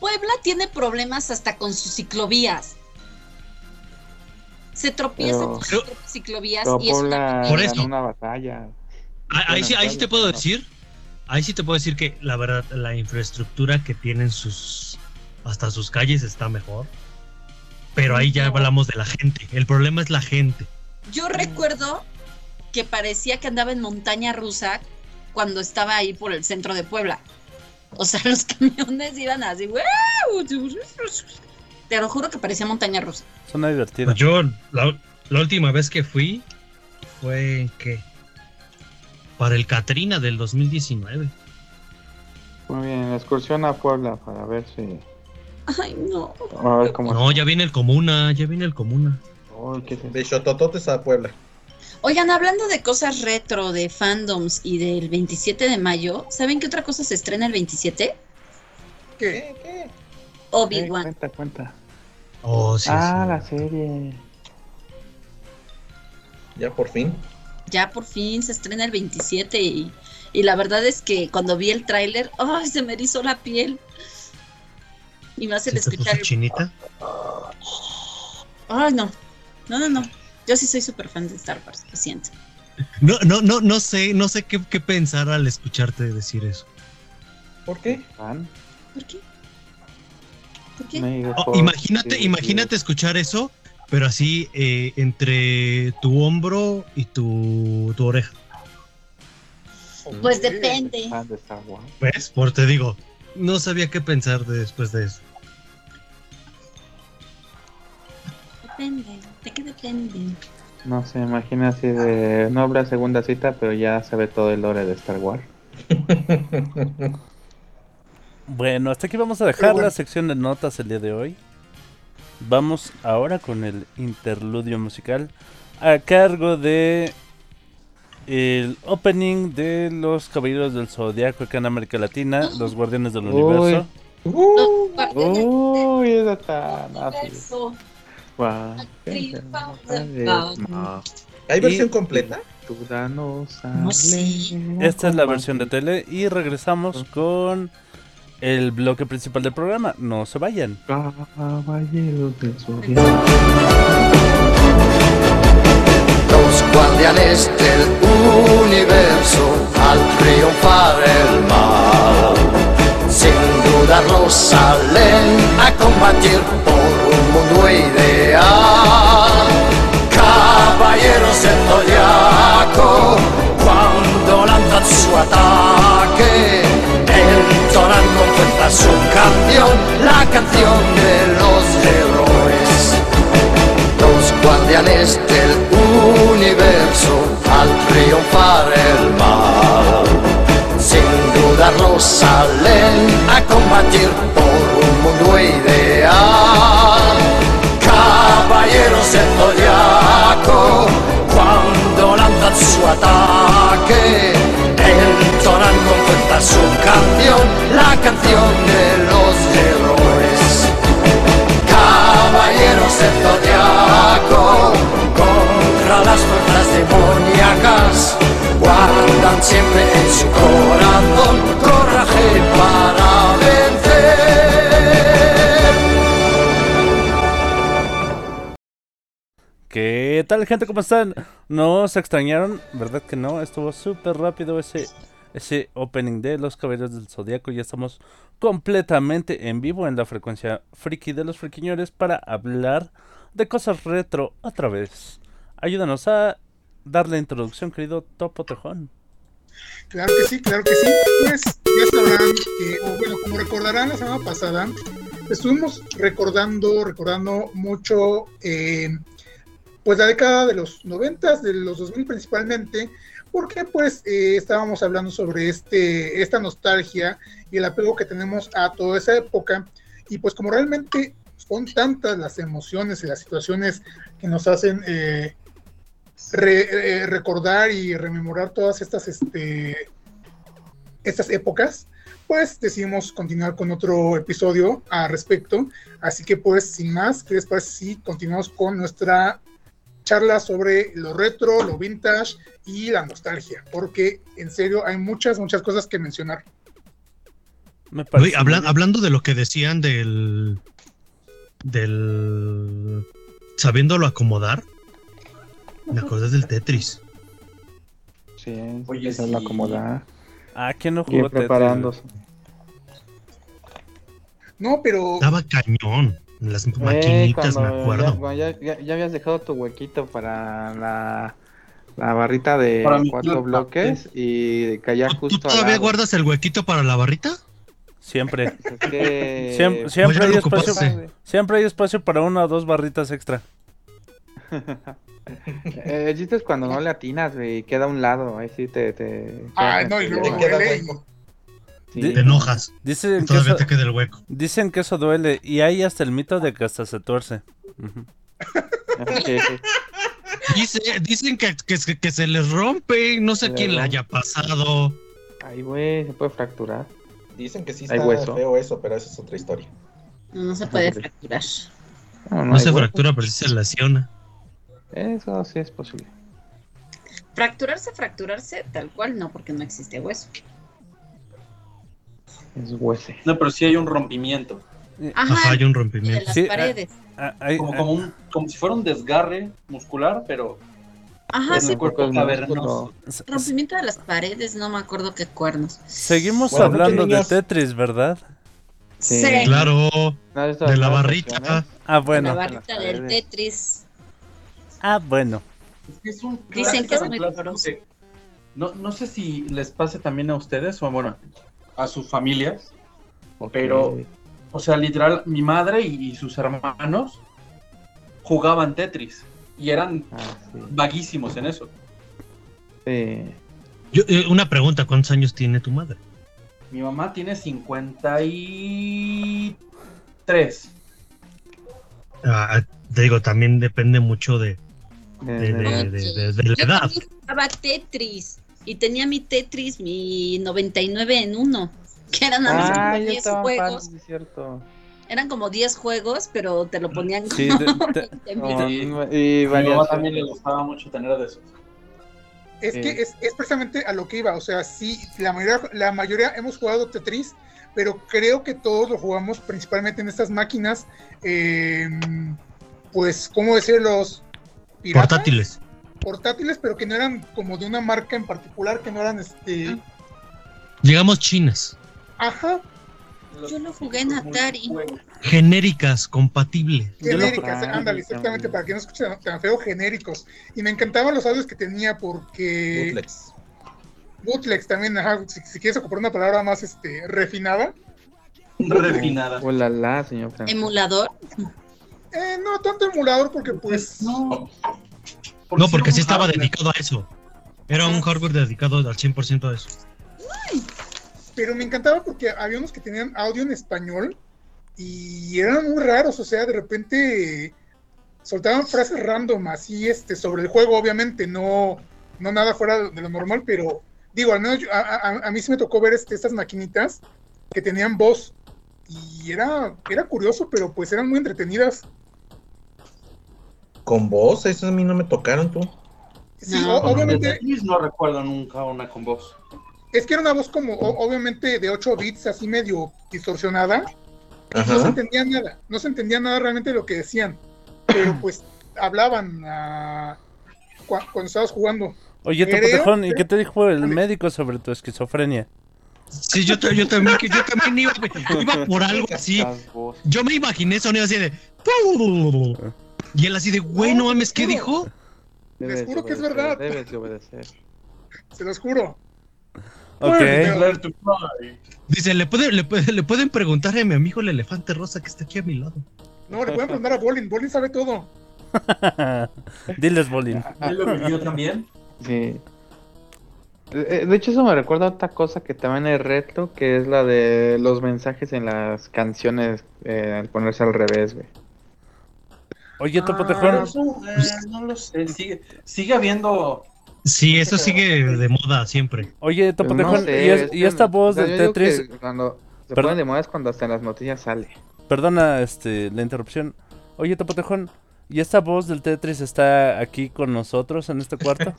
Speaker 5: Puebla tiene problemas hasta con sus ciclovías. Se tropieza
Speaker 7: Pero-
Speaker 5: con sus propias ciclovías
Speaker 7: Pero
Speaker 5: y es una
Speaker 7: Puebla
Speaker 3: Por
Speaker 7: ganó
Speaker 3: eso.
Speaker 7: una batalla.
Speaker 3: Ah, Ahí, sí,
Speaker 7: Bueno,
Speaker 3: ahí sí
Speaker 7: entonces,
Speaker 3: te puedo
Speaker 7: no.
Speaker 3: decir, ahí sí te puedo decir que la verdad la infraestructura que tienen sus, hasta sus calles está mejor. Pero ahí ya hablamos de la gente. El problema es la gente.
Speaker 5: Yo recuerdo que parecía que andaba en montaña rusa cuando estaba ahí por el centro de Puebla. O sea, (laughs) los camiones iban así, ¡guau! te lo juro que parecía montaña rusa.
Speaker 8: Suena divertido.
Speaker 3: Pues Yo la, la última vez que fui fue en qué? Para el Katrina del 2019.
Speaker 7: Muy bien, excursión a Puebla para ver si.
Speaker 5: Ay, no.
Speaker 7: A ver cómo.
Speaker 3: No, ya viene el comuna, ya viene el comuna.
Speaker 7: Ah, Ay, qué
Speaker 6: De Xotototes a Puebla.
Speaker 5: Oigan, hablando de cosas retro, de fandoms y del 27 de mayo, ¿saben qué otra cosa se estrena el 27?
Speaker 1: ¿Qué?
Speaker 7: Sí,
Speaker 5: Obi-Wan.
Speaker 7: cuenta, cuenta.
Speaker 3: Oh, sí,
Speaker 7: ah,
Speaker 3: sí.
Speaker 7: la serie.
Speaker 6: Ya por fin.
Speaker 5: Ya por fin se estrena el 27 y, y la verdad es que cuando vi el tráiler, ¡ay! Se me erizó la piel. Y más el
Speaker 3: ¿Sí te
Speaker 5: escuchar
Speaker 3: puso
Speaker 5: el
Speaker 3: chinita?
Speaker 5: Ay, no. No, no, no. Yo sí soy súper fan de Star Wars, lo siento.
Speaker 3: No, no, no, no sé, no sé qué, qué pensar al escucharte decir eso.
Speaker 6: ¿Por qué?
Speaker 8: Ah,
Speaker 7: Fan.
Speaker 5: ¿Por qué? ¿Por qué?
Speaker 7: Mega
Speaker 3: Oh,
Speaker 7: Fox,
Speaker 3: imagínate,
Speaker 7: sí,
Speaker 3: imagínate escuchar eso, pero así eh, entre tu hombro y tu, tu oreja.
Speaker 5: Pues
Speaker 1: Ok.
Speaker 5: depende.
Speaker 7: Fan de Star Wars.
Speaker 3: ¿Ves? Por te digo, no sabía qué pensar de- después de eso.
Speaker 5: Depende. ¿De qué depende?
Speaker 7: No se imagina así de. No habrá segunda cita, pero ya sabe todo el lore de Star Wars.
Speaker 8: Bueno, hasta aquí vamos a
Speaker 1: Pero
Speaker 8: dejar
Speaker 1: bueno.
Speaker 8: la sección de notas el día de hoy. Vamos ahora con el interludio musical a cargo de
Speaker 2: el opening de los Caballeros del Zodiaco acá en América Latina, los Guardianes del
Speaker 7: Uy.
Speaker 2: Universo.
Speaker 5: Uh,
Speaker 7: Uy, esa está. no, pues,
Speaker 5: Ah,
Speaker 7: guau.
Speaker 8: ¿Hay
Speaker 2: Y-
Speaker 8: versión completa?
Speaker 7: No
Speaker 2: Esta es la versión de tele y regresamos con el bloque principal del programa. No se vayan.
Speaker 9: Los guardianes del universo al triunfar el mal. Sin dudarlo salen a combatir por un mundo ideal. Caballeros del zodiaco, cuando lanzan su ataque, entonan con fuerza su canción, la canción de los héroes. Los guardianes del universo al triunfar el mal. Sin dudarlo salen a combatir por un mundo ideal. Caballeros del zodiaco, cuando lanzan su ataque, entonan con fuerza su canción, la canción de los héroes. Caballeros del Zodiaco contra las fuerzas demoníacas guardan siempre en su corazón coraje para vencer.
Speaker 2: ¿Qué tal, gente? ¿Cómo están? ¿No se extrañaron? ¿Verdad que no? Estuvo súper rápido ese, ese opening de Los Caballeros del Zodiaco. Ya estamos completamente en vivo en la frecuencia friki de los friquiñores para hablar de cosas retro otra vez. Ayúdanos a dar la introducción, querido Topo Tejón.
Speaker 1: Claro que sí, claro que sí. Pues ya sabrán que, o bueno, como recordarán la semana pasada, estuvimos recordando, recordando mucho, eh, pues la década de los 90, de los 2000 principalmente, porque pues eh, estábamos hablando sobre este, esta nostalgia y el apego que tenemos a toda esa época. Y pues como realmente son tantas las emociones y las situaciones que nos hacen... eh, re- eh, recordar y rememorar todas estas, este, estas épocas, pues decidimos continuar con otro episodio al respecto. Así que pues sin más, ¿qué les parece si continuamos con nuestra charla sobre lo retro, lo vintage y la nostalgia? Porque en serio hay muchas, muchas cosas que mencionar.
Speaker 2: Me
Speaker 3: Oye,
Speaker 2: parece
Speaker 3: habla-
Speaker 2: muy bien.
Speaker 3: hablando de lo que decían del. del. sabiéndolo acomodar, me acordé del Tetris.
Speaker 7: Sí,
Speaker 4: Oye,
Speaker 7: esa es la
Speaker 4: sí.
Speaker 7: acomodada.
Speaker 2: Ah, ¿quién no
Speaker 7: Y
Speaker 2: jugó Tetris?
Speaker 7: preparándose.
Speaker 1: No, pero
Speaker 3: Estaba cañón. Las
Speaker 7: Eh,
Speaker 3: maquinitas, me
Speaker 7: cuando ya-
Speaker 3: acuerdo.
Speaker 7: cuando Ya, ya- ya habías dejado tu huequito para la, la barrita de
Speaker 4: Para mi
Speaker 7: cuatro
Speaker 4: planta,
Speaker 7: bloques y caía
Speaker 3: Ah, ¿Tú
Speaker 7: justo al
Speaker 3: todavía
Speaker 7: lado.
Speaker 3: guardas el huequito para la barrita?
Speaker 2: Siempre.
Speaker 7: (laughs) Es que-
Speaker 2: Siem- Siempre,
Speaker 3: Pues ya
Speaker 2: hay
Speaker 3: lo
Speaker 2: espacio,
Speaker 3: ocupaste.
Speaker 2: siempre hay espacio para una o dos barritas extra.
Speaker 7: (laughs) Eh, el chiste es cuando no le atinas, güey, y queda a un lado, ahí sí te... te
Speaker 1: Ah, no, y
Speaker 8: Te
Speaker 1: luego
Speaker 8: queda
Speaker 1: duele y-
Speaker 8: hueco.
Speaker 7: Sí.
Speaker 2: Te
Speaker 3: Te enojas.
Speaker 2: Dicen
Speaker 3: Y
Speaker 2: que
Speaker 3: todavía
Speaker 2: eso-
Speaker 3: te queda el hueco.
Speaker 2: Dicen que eso duele y hay hasta el mito de que hasta se tuerce. Ujú.
Speaker 7: Sí, sí.
Speaker 3: Dice- dicen que, que- que se les rompe. No sé a quién le haya pasado.
Speaker 7: Ay, güey, se puede fracturar.
Speaker 8: Dicen que sí
Speaker 7: Hay
Speaker 8: está
Speaker 7: hueso.
Speaker 8: feo eso, pero esa es otra historia.
Speaker 5: No se puede fracturar.
Speaker 7: No, no
Speaker 3: No
Speaker 7: hay
Speaker 3: se
Speaker 7: hueco.
Speaker 3: fractura, pero sí se lesiona.
Speaker 7: Eso sí es posible.
Speaker 5: Fracturarse, fracturarse, tal cual no, porque no existe hueso.
Speaker 7: Es huese.
Speaker 4: No, pero sí hay un rompimiento.
Speaker 3: Eh, Ajá,
Speaker 5: Ajá,
Speaker 3: hay un
Speaker 5: y de
Speaker 3: rompimiento.
Speaker 5: las
Speaker 2: Sí, ah.
Speaker 5: paredes.
Speaker 2: Ah, hay-
Speaker 4: Como,
Speaker 2: ah,
Speaker 4: como, un, como si fuera un desgarre muscular, pero
Speaker 5: Ajá,
Speaker 4: en
Speaker 5: sí,
Speaker 4: el cuerpo cavernoso.
Speaker 2: se- se-
Speaker 5: rompimiento de las paredes, no me acuerdo qué cuernos.
Speaker 2: seguimos
Speaker 8: Bueno,
Speaker 2: hablando de
Speaker 8: niños.
Speaker 2: Tetris, ¿verdad?
Speaker 7: Sí.
Speaker 5: Sí,
Speaker 3: Claro, de la barrita.
Speaker 2: Ah,
Speaker 5: la
Speaker 2: bueno.
Speaker 5: barrita
Speaker 7: Las
Speaker 5: del
Speaker 7: paredes.
Speaker 5: Tetris.
Speaker 2: Ah, bueno.
Speaker 4: Es un
Speaker 5: Dicen que es muy
Speaker 4: clásico
Speaker 5: doloroso.
Speaker 4: de- No, no sé si les pase también a ustedes o bueno, a sus familias, pero, o sea, literal, mi madre y, y sus hermanos jugaban Tetris y eran
Speaker 7: Ah, sí.
Speaker 4: vaguísimos en eso.
Speaker 7: Sí.
Speaker 3: Yo, eh, una pregunta, ¿cuántos años tiene tu madre?
Speaker 4: Mi mamá tiene 53.
Speaker 3: Ah, te digo, también depende mucho de de, de- de- de- de la edad.
Speaker 5: Jugaba Tetris y tenía mi Tetris, mi 99 en uno, que eran nada más como
Speaker 7: Ah, yo
Speaker 5: 10
Speaker 7: estaba en
Speaker 5: juegos.
Speaker 7: Fantasy, cierto.
Speaker 5: Eran como 10 juegos, pero te lo ponían como
Speaker 7: Sí,
Speaker 5: (laughs)
Speaker 7: te- te-
Speaker 5: 20 mil.
Speaker 7: no,
Speaker 10: Y,
Speaker 7: Oh, y
Speaker 10: a mi
Speaker 7: variaciones.
Speaker 10: mamá también le gustaba mucho tener de esos.
Speaker 1: Es
Speaker 10: Sí.
Speaker 1: que es, es precisamente a lo que iba, o sea, sí, la mayoría, la mayoría hemos jugado Tetris, pero creo que todos lo jugamos principalmente en estas máquinas, eh, pues, ¿cómo decirlos? ¿Piratas?
Speaker 3: Portátiles.
Speaker 1: Portátiles, pero que no eran como de una marca en particular, que no eran este...
Speaker 3: Llegamos chinas,
Speaker 1: Ajá.
Speaker 5: Yo lo jugué en Atari.
Speaker 3: genéricas, compatibles.
Speaker 1: Genéricas, ándale, exactamente, para que no escuchen tan- tan feo, genéricos. Y me encantaban los audios que tenía porque...
Speaker 6: Bootlegs.
Speaker 1: Bootlegs también, ajá, si, si quieres ocupar una palabra más este, refinada.
Speaker 10: Refinada.
Speaker 7: Hola, la, señor. Franco.
Speaker 5: Emulador.
Speaker 1: Eh, no tanto emulador porque pues... No.
Speaker 3: no, porque sí estaba dedicado a eso. Era un hardware dedicado al 100%
Speaker 1: (laughs)
Speaker 3: a eso.
Speaker 1: Pero me encantaba porque había unos que tenían audio en español y eran muy raros, o sea, de repente eh, soltaban frases random así este, sobre el juego, obviamente, no, no nada fuera de lo normal, pero digo, al menos yo- a, a- a mí sí me tocó ver este, estas maquinitas que tenían voz y era, era curioso, pero pues eran muy entretenidas.
Speaker 6: Con vos, eso a mí no me tocaron tú.
Speaker 1: Sí, o- obviamente
Speaker 10: No recuerdo nunca una con voz.
Speaker 1: es que era una voz como, o- obviamente, de 8 bits, así medio distorsionada.
Speaker 6: Ajá.
Speaker 1: no se entendía nada, no se entendía nada realmente de lo que decían, pero pues hablaban ah, cua- cuando estabas jugando. eh,
Speaker 8: Oye,
Speaker 1: Creo
Speaker 8: Topotejón, ¿y
Speaker 1: que-
Speaker 8: qué te dijo el médico sobre tu esquizofrenia?
Speaker 3: Sí, yo, ta- yo también, que yo también iba, iba por algo así. Yo me imaginé sonido así de. Ah. Y él así de, güey, no mames, ¿qué dijo?
Speaker 7: Debes
Speaker 1: juro que es
Speaker 7: obedecer,
Speaker 1: verdad.
Speaker 7: Debes de obedecer.
Speaker 1: Se los juro.
Speaker 10: Learn to fly.
Speaker 3: Dice, ¿le, puede- le, puede- le pueden preguntar a mi amigo el elefante rosa que está aquí a mi lado.
Speaker 1: No, le pueden preguntar a Bolin, Bolin sabe todo.
Speaker 8: (laughs)
Speaker 10: (laughs)
Speaker 8: Diles, Bolín.
Speaker 10: Él lo vivió también.
Speaker 7: Sí. Eh, De hecho, eso me recuerda a otra cosa que también es reto, que es la de los mensajes en las canciones eh, al ponerse al revés, güey.
Speaker 8: Oye,
Speaker 10: Ah, eh, no lo sé. Sigue, sigue habiendo.
Speaker 3: Sí, eso sigue de moda siempre.
Speaker 8: Oye, Topotejón,
Speaker 7: Pues No sé,
Speaker 8: ¿y, es-
Speaker 7: es
Speaker 8: y
Speaker 7: que-
Speaker 8: esta voz
Speaker 7: o sea,
Speaker 8: del
Speaker 7: yo digo
Speaker 8: Tetris?
Speaker 7: que Cuando se
Speaker 8: Perdón.
Speaker 7: ponen de moda es cuando hasta en las noticias sale.
Speaker 8: Perdona este, la interrupción. Oye, Topotejón, ¿y esta voz del Tetris está aquí con nosotros en este cuarto?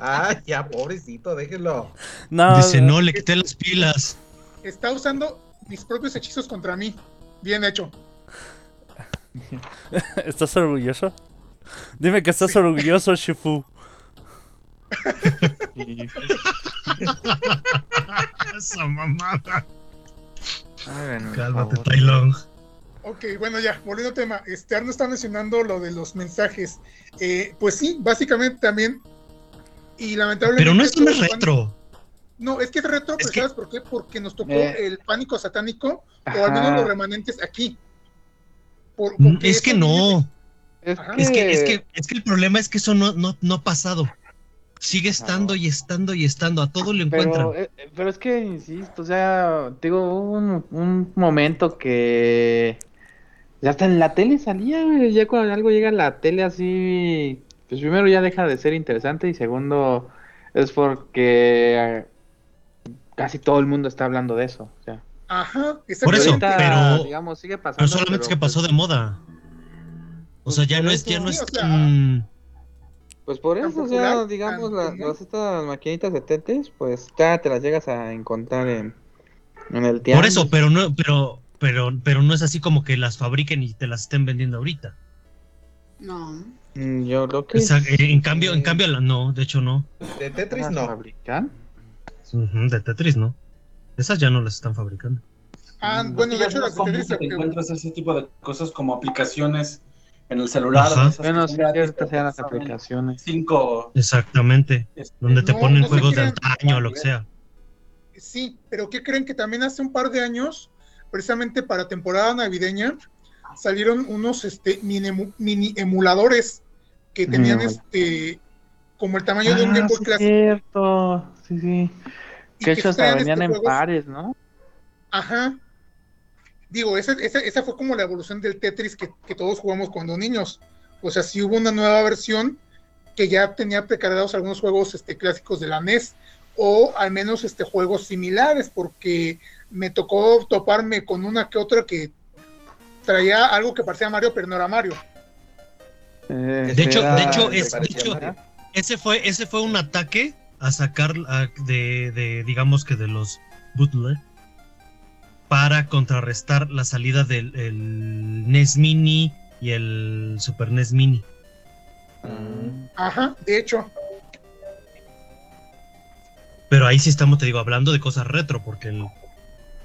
Speaker 6: Ah, ya, pobrecito, déjenlo.
Speaker 8: No,
Speaker 3: Dice, no, le quité las pilas.
Speaker 1: Está usando mis propios hechizos contra mí. Bien hecho.
Speaker 8: (laughs) ¿Estás orgulloso? Dime que estás orgulloso, Shifu.
Speaker 3: (laughs) Esa mamada.
Speaker 7: Háganme el
Speaker 3: Cálmate,
Speaker 7: favor.
Speaker 3: Tailón.
Speaker 1: Ok, bueno, ya, volviendo al tema, este Arno está mencionando lo de los mensajes. Eh, pues sí, básicamente también. Y lamentablemente.
Speaker 3: Pero no es un
Speaker 1: todos los
Speaker 3: retro.
Speaker 1: No, es que es retro, pero ¿sabes por qué? Porque nos tocó
Speaker 7: Eh.
Speaker 1: el pánico satánico, o
Speaker 7: Ajá.
Speaker 1: al menos los remanentes aquí. Por-
Speaker 3: Mm,
Speaker 1: porque
Speaker 3: Es que
Speaker 1: eso
Speaker 3: no.
Speaker 7: Es
Speaker 1: Ajá.
Speaker 3: Es que, es que, es que el problema es que eso no, no, no ha pasado. Sigue estando y estando y estando. A todo lo encuentran.
Speaker 7: Pero, eh, eh, pero es que, insisto, o sea, digo, hubo un, un momento que ya hasta en la tele salía, güey, ya cuando algo llega a la tele así, pues primero ya deja de ser interesante y segundo es porque eh, casi todo el mundo está hablando de eso. O sea,
Speaker 1: viene- Ajá,
Speaker 3: Por eso,
Speaker 1: exactamente.
Speaker 3: pero-
Speaker 7: digamos, sigue pasando.
Speaker 3: Pero solamente es que
Speaker 7: pero,
Speaker 3: pasó de moda. O sea,
Speaker 1: Pues
Speaker 3: ya no es, ya no es
Speaker 1: Sí, o sea,
Speaker 3: tan.
Speaker 7: Pues por
Speaker 1: Tan
Speaker 7: eso, o
Speaker 1: popular,
Speaker 7: sea,
Speaker 1: tan
Speaker 7: digamos, la-
Speaker 1: popular.
Speaker 7: las, estas maquinitas de tetes, pues ya te las llegas a encontrar en, en el tianguis.
Speaker 3: Por eso, pero no, pero, pero, pero no es así como que las fabriquen y te las estén vendiendo ahorita.
Speaker 5: No.
Speaker 7: Mm, Yo creo que...
Speaker 3: O sea, eh, en cambio, en cambio, la- no, de hecho no.
Speaker 6: De Tetris
Speaker 7: ¿Las
Speaker 6: no.
Speaker 7: fabrican?
Speaker 3: Ujú, De Tetris no. Esas ya no las están fabricando.
Speaker 1: Ah, bueno, de
Speaker 10: Mm, Ya
Speaker 1: hecho,
Speaker 10: no
Speaker 1: la
Speaker 10: es común
Speaker 1: competencia.
Speaker 10: que te encuentras ese tipo de cosas como aplicaciones en el celular.
Speaker 3: Ajá.
Speaker 10: esas que
Speaker 7: Bueno,
Speaker 10: son
Speaker 7: sí,
Speaker 10: gratis,
Speaker 7: ciertas
Speaker 10: pero
Speaker 7: sean las
Speaker 10: son
Speaker 7: aplicaciones.
Speaker 10: Cinco.
Speaker 3: Exactamente.
Speaker 10: este,
Speaker 3: Donde te
Speaker 1: No,
Speaker 3: ponen
Speaker 1: no se
Speaker 3: juegos de
Speaker 1: crean.
Speaker 3: antaño o lo que sea.
Speaker 1: Sí, pero ¿qué creen que también hace un par de años, precisamente para temporada navideña, salieron unos este, mini, emu- mini emuladores que tenían
Speaker 7: Mm.
Speaker 1: este como el tamaño de un
Speaker 7: Ah,
Speaker 1: Game Boy
Speaker 7: sí,
Speaker 1: Classic.
Speaker 7: cierto. Sí, sí.
Speaker 1: y
Speaker 7: Que
Speaker 1: traían,
Speaker 7: ellos hasta
Speaker 1: este,
Speaker 7: venían en
Speaker 1: juegos-
Speaker 7: pares, ¿no?
Speaker 1: Ajá. Digo, esa, esa, esa fue como la evolución del Tetris que, que todos jugamos cuando niños. O sea, sí hubo una nueva versión que ya tenía precargados algunos juegos este, clásicos de la NES o al menos este, juegos similares, porque me tocó toparme con una que otra que traía algo que parecía Mario, pero no era Mario.
Speaker 7: Eh,
Speaker 3: De hecho, de
Speaker 6: Ah,
Speaker 3: hecho, es, de hecho, ese fue, ese fue un ataque a sacar a- de, de, digamos que de los bootleg para contrarrestar la salida del el NES Mini y el Super NES Mini.
Speaker 1: Ah. Ajá, de hecho,
Speaker 3: Pero ahí sí estamos, te digo, hablando de cosas retro, porque el-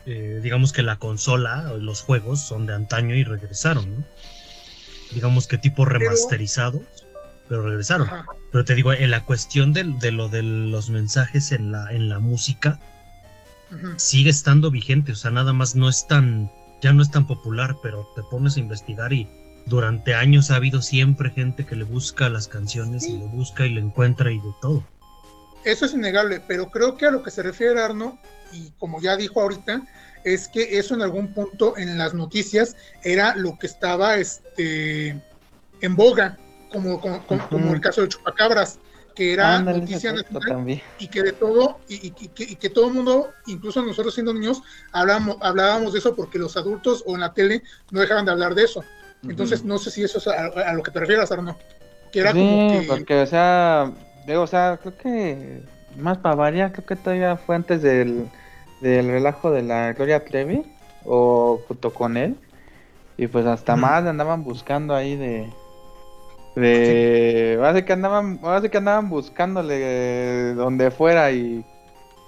Speaker 3: eh, digamos que la consola, o los juegos son de antaño y regresaron, ¿no? Digamos que tipo remasterizados, pero regresaron. Pero te digo, en la cuestión del- de, lo de los mensajes en la, en la música, sigue estando vigente, o sea, nada más no es tan, ya no es tan popular, pero te pones a investigar y durante años ha habido siempre gente que le busca las canciones y le busca y le encuentra y de todo.
Speaker 1: eso es innegable, pero creo que a lo que se refiere Arno, y como ya dijo ahorita, es que eso en algún punto en las noticias era lo que estaba este, en boga, como, como, como- como el caso de Chupacabras, que era
Speaker 7: Ándale,
Speaker 1: noticia
Speaker 7: exacto,
Speaker 1: nacional
Speaker 7: también.
Speaker 1: y que de todo, y, y- y que, y que todo el mundo, incluso nosotros siendo niños, hablamos, hablábamos de eso porque los adultos o en la tele no dejaban de hablar de eso. Entonces, no sé si eso es a, a lo que te refieres, Arno. Que era
Speaker 7: sí, pues,
Speaker 1: como que.
Speaker 7: porque, o sea, digo, o sea, creo que más Bavaria, creo que todavía fue antes del, del relajo de la Gloria Trevi, o junto con él, y pues hasta más andaban buscando ahí de... De... Ahora sí que andaban, ahora sí que andaban buscándole eh, donde fuera y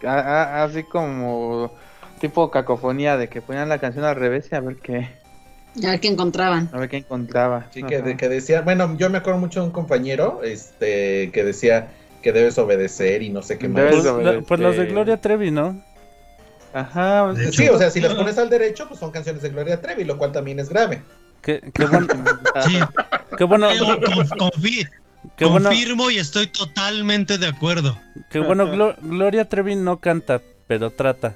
Speaker 7: a- a- así como tipo cacofonía de que ponían la canción al revés y a ver qué,
Speaker 5: A ver qué encontraban.
Speaker 7: a ver qué encontraba.
Speaker 6: Sí, que,
Speaker 7: Ajá.
Speaker 6: de- que decía, bueno, yo me acuerdo mucho de un compañero este, que decía que debes obedecer y no sé qué más.
Speaker 2: Pues, la- pues las de Gloria Trevi, ¿no?
Speaker 7: este, Ajá. pues,
Speaker 6: Sí, o sea, si las pones al derecho, pues son canciones de Gloria Trevi, lo cual también es grave.
Speaker 2: Qué, qué bueno. Qué bueno.
Speaker 3: Pero conf- confi-
Speaker 2: Qué bueno.
Speaker 3: confirmo y estoy totalmente de acuerdo.
Speaker 2: Qué bueno, Glo- Gloria Trevi no canta, pero trata.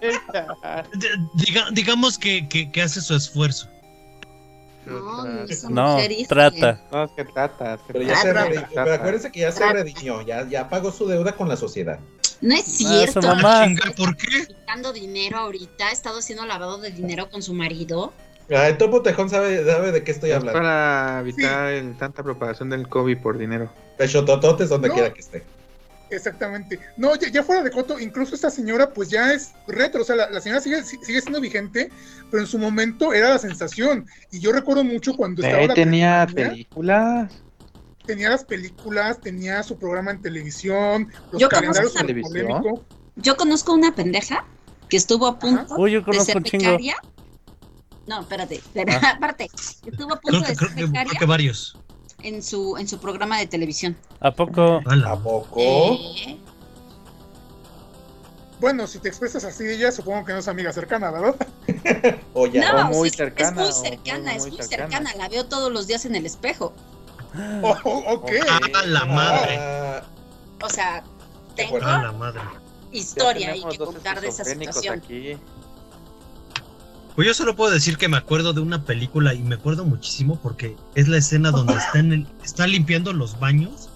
Speaker 3: D- diga- digamos que, que- que hace su esfuerzo.
Speaker 5: No, esa
Speaker 2: Ah, No,
Speaker 5: mujer, híjole.
Speaker 2: trata.
Speaker 7: No, es que trata. Es que
Speaker 6: Pero, ya se
Speaker 7: trata.
Speaker 6: redi- pero acuérdense que ya se redimió, ya, ya pagó su deuda con la sociedad.
Speaker 5: No es
Speaker 6: Ah,
Speaker 5: cierto.
Speaker 6: su mamá. Chinga,
Speaker 5: ¿Por qué? Quitando dinero ahorita, ha estado haciendo lavado de dinero con su marido.
Speaker 6: Ah, el topo tejón sabe, sabe de qué estoy
Speaker 7: Es
Speaker 6: hablando.
Speaker 7: para evitar el- tanta propagación del COVID por dinero.
Speaker 6: Pechotototes donde
Speaker 1: No.
Speaker 6: quiera que esté.
Speaker 1: Exactamente. No, ya, ya fuera de coto, incluso esta señora pues ya es retro, o sea, la, la señora sigue, si- sigue siendo vigente, pero en su momento era la sensación. Y yo recuerdo mucho cuando estaba...
Speaker 7: Eh,
Speaker 1: la
Speaker 7: tenía
Speaker 1: telefonía,
Speaker 7: películas.
Speaker 1: tenía las películas, tenía su programa en televisión, los
Speaker 5: Yo conozco
Speaker 1: calendarios
Speaker 5: una-
Speaker 1: súper polémico.
Speaker 5: Yo conozco una pendeja que estuvo a punto
Speaker 2: Uy, yo
Speaker 5: de
Speaker 2: conozco
Speaker 5: ser
Speaker 2: un chingo.
Speaker 5: becaria. No, espérate, espera,
Speaker 2: Ah.
Speaker 5: (laughs) aparte, estuvo a punto de ser becaria
Speaker 3: Ah, varios.
Speaker 5: en su, en su programa de televisión. ¿Eh?
Speaker 2: ¿A poco?
Speaker 3: ¿A
Speaker 6: poco?
Speaker 1: Bueno, si te expresas así de ella, supongo que no es amiga cercana, ¿verdad?
Speaker 6: O
Speaker 5: ya- No,
Speaker 1: no,
Speaker 5: o muy Es
Speaker 1: cercana.
Speaker 5: muy cercana, es muy cercana, la veo todos los días en el
Speaker 2: (gasps)
Speaker 5: espejo.
Speaker 7: Oh,
Speaker 1: ok.
Speaker 3: A Ah, la madre.
Speaker 5: O sea, tengo
Speaker 3: A la madre.
Speaker 5: historia
Speaker 7: Ya
Speaker 5: ahí que
Speaker 7: tenemos dos
Speaker 5: contar de esa
Speaker 7: esquizofrénicos
Speaker 5: situación.
Speaker 7: aquí.
Speaker 3: Pues yo solo puedo decir que me acuerdo de una película y me acuerdo muchísimo porque es la escena donde está, en el- está limpiando los baños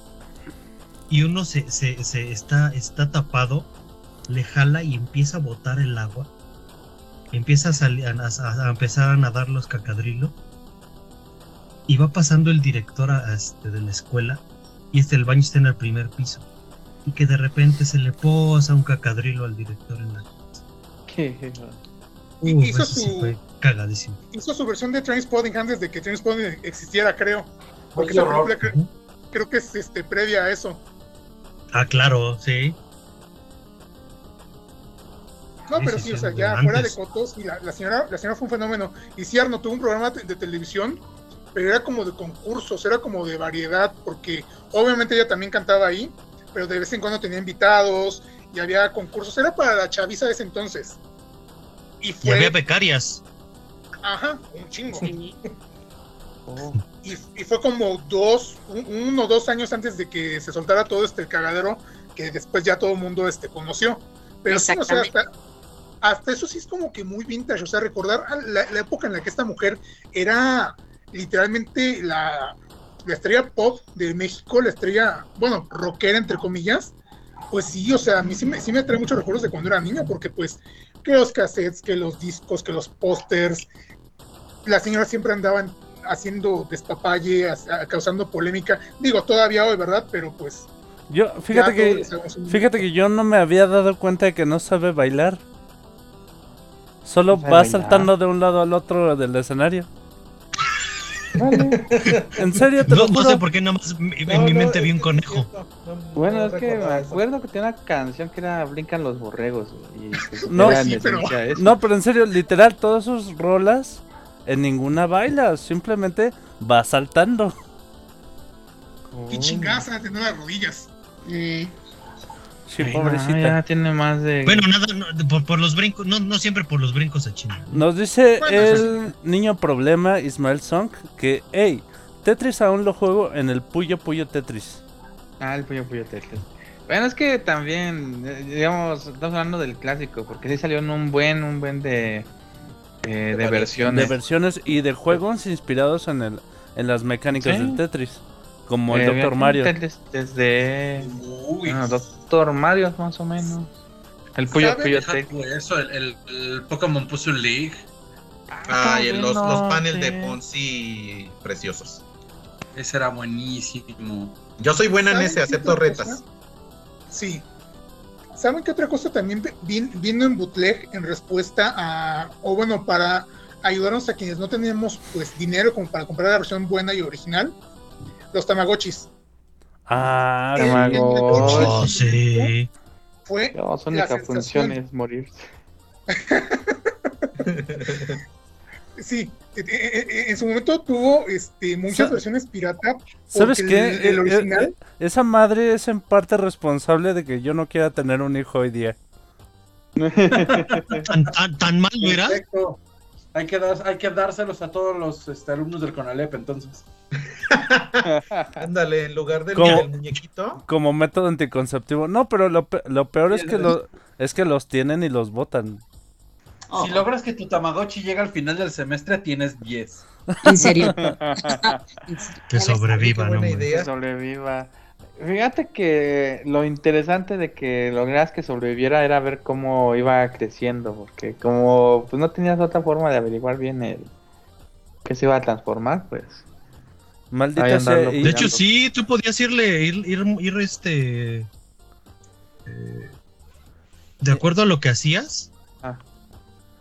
Speaker 3: y uno se, se- se está, está tapado, le jala y empieza a botar el agua. Empieza a, salir, a, a- a empezar a nadar los cacadrilos. Y va pasando el director a- a este, de la escuela y este el baño está en el primer piso. Y que de repente se le posa un cacadrilo al director en la
Speaker 1: Y-
Speaker 3: Uh,
Speaker 1: hizo
Speaker 3: eso sí
Speaker 1: su-
Speaker 3: fue cagadísimo.
Speaker 1: Hizo su versión de Trainspotting antes de que Trainspotting existiera, creo. Porque
Speaker 3: Oye,
Speaker 1: esa
Speaker 3: horror.
Speaker 1: película cre- creo que es este, previa a eso.
Speaker 3: Ah, claro, sí.
Speaker 1: No,
Speaker 3: Sí,
Speaker 1: pero
Speaker 3: sí,
Speaker 1: sí,
Speaker 3: sí,
Speaker 1: o sea,
Speaker 3: lo
Speaker 1: ya
Speaker 3: antes.
Speaker 1: fuera de Cotos, y la, la señora, la señora fue un fenómeno. Y sí, Arno tuvo un programa te- de, televisión, pero era como de concursos, era como de variedad, porque obviamente ella también cantaba ahí, pero de vez en cuando tenía invitados y había concursos. Era para la chaviza de ese entonces. Y
Speaker 3: Y había
Speaker 1: fue,
Speaker 3: becarias.
Speaker 1: ajá, un chingo. Y, y fue como dos, un- uno o dos años antes de que se soltara todo este cagadero que después ya todo el mundo este, conoció. Pero sí, o sea, hasta, hasta eso sí es como que muy vintage, o sea, recordar a la, la época en la que esta mujer era literalmente la, la estrella pop de México, la estrella, bueno, rockera entre comillas, pues sí, o sea, a mí sí me, sí me trae muchos recuerdos de cuando era niño, porque pues que los cassettes, que los discos, que los pósters, las señoras siempre andaban haciendo despapalle, as- a- causando polémica, digo, todavía hoy, ¿verdad? Pero pues...
Speaker 2: Yo, fíjate
Speaker 1: Ya
Speaker 2: que,
Speaker 1: todos sabemos un-
Speaker 2: fíjate que yo no me había dado cuenta de que no sabe bailar. Solo
Speaker 8: No
Speaker 2: va
Speaker 8: sabe bailar.
Speaker 2: saltando de un lado al otro del escenario. (laughs) en serio, te
Speaker 3: No,
Speaker 2: lo
Speaker 3: no
Speaker 2: juro.
Speaker 3: sé por qué nada más mi- en mi mente vi un conejo.
Speaker 7: Bueno, es que me acuerdo que tenía una canción que era Brincan los borregos. Y pues,
Speaker 2: No,
Speaker 7: era en esencia eso. (laughs)
Speaker 2: no, pero en serio, literal, todas sus rolas en ninguna baila, simplemente va saltando. Oh.
Speaker 1: ¿Qué chingadas van a tener las rodillas?
Speaker 2: Sí,
Speaker 7: Ay, no,
Speaker 2: pobrecita.
Speaker 7: ya tiene más de.
Speaker 3: Bueno, nada, no, por, por los brincos, no, no siempre por los brincos a China.
Speaker 2: Nos dice
Speaker 3: Bueno,
Speaker 2: el niño problema Ismael Song que, hey, Tetris aún lo juego en el Puyo Puyo Tetris.
Speaker 7: Ah, el Puyo Puyo Tetris. Bueno, es que también, eh, digamos, estamos hablando del clásico, porque sí salió en un buen, un buen de, eh, de, versiones.
Speaker 2: De versiones y de juegos inspirados en, el, en las mecánicas
Speaker 7: Sí.
Speaker 2: del Tetris. Como el
Speaker 7: Eh,
Speaker 2: Dr.
Speaker 7: había
Speaker 2: Mario.
Speaker 7: Tetris Desde. bueno, Doctor Mario, más o menos. El Puyo Puyo Tetris.
Speaker 4: Ah, Eso, el, el, el Pokémon Puzzle League.
Speaker 6: Ah, y el- los, los paneles de
Speaker 4: Ponzi.
Speaker 6: Ponzi preciosos.
Speaker 4: Ese era buenísimo.
Speaker 6: Yo soy buena en
Speaker 1: ¿Saben
Speaker 6: ese,
Speaker 1: qué
Speaker 6: acepto
Speaker 1: otra
Speaker 6: retas.
Speaker 1: cosa? Sí. ¿Saben qué otra cosa también vi- vi- vino en bootleg en respuesta a, o bueno, para ayudarnos a quienes no teníamos pues dinero como para comprar la versión buena y original? Los Tamagotchis.
Speaker 2: Ah,
Speaker 1: El- Eh, el- el-
Speaker 3: Oh, sí.
Speaker 1: Fue
Speaker 7: No, su
Speaker 1: la
Speaker 7: única
Speaker 1: sensación.
Speaker 7: función es morirse.
Speaker 1: Sí, e- e- e- en su momento tuvo este, muchas versiones pirata.
Speaker 2: ¿Sabes
Speaker 1: porque
Speaker 2: qué?
Speaker 1: El, el
Speaker 2: Eh, eh,
Speaker 1: original.
Speaker 2: eh, esa madre es en parte responsable de que yo no quiera tener un hijo hoy día.
Speaker 3: ¿Tan, tan, tan mal no era?
Speaker 10: Perfecto. Hay que, dar- hay que dárselos a todos los este, alumnos del Conalep, entonces.
Speaker 6: (laughs) Ándale, en lugar del,
Speaker 2: Como-
Speaker 6: del muñequito.
Speaker 2: Como método anticonceptivo. No, pero lo, pe- lo peor es que, lo- es que los tienen y los botan.
Speaker 6: Oh.
Speaker 10: Si logras que tu Tamagotchi llegue al final del semestre, tienes 10.
Speaker 5: ¿En
Speaker 3: (laughs)
Speaker 5: serio? Ah,
Speaker 3: Que sobreviva, no, hombre.
Speaker 7: Que sobreviva. Fíjate que lo interesante de que lograras que sobreviviera era ver cómo iba creciendo, porque como pues no tenías otra forma de averiguar bien el que se iba a transformar, pues.
Speaker 2: Maldita
Speaker 7: ahí andarlo
Speaker 3: De hecho,
Speaker 7: cuidando.
Speaker 3: sí, tú podías irle, ir, ir, ir, este. eh, de acuerdo a lo que hacías
Speaker 7: Ah.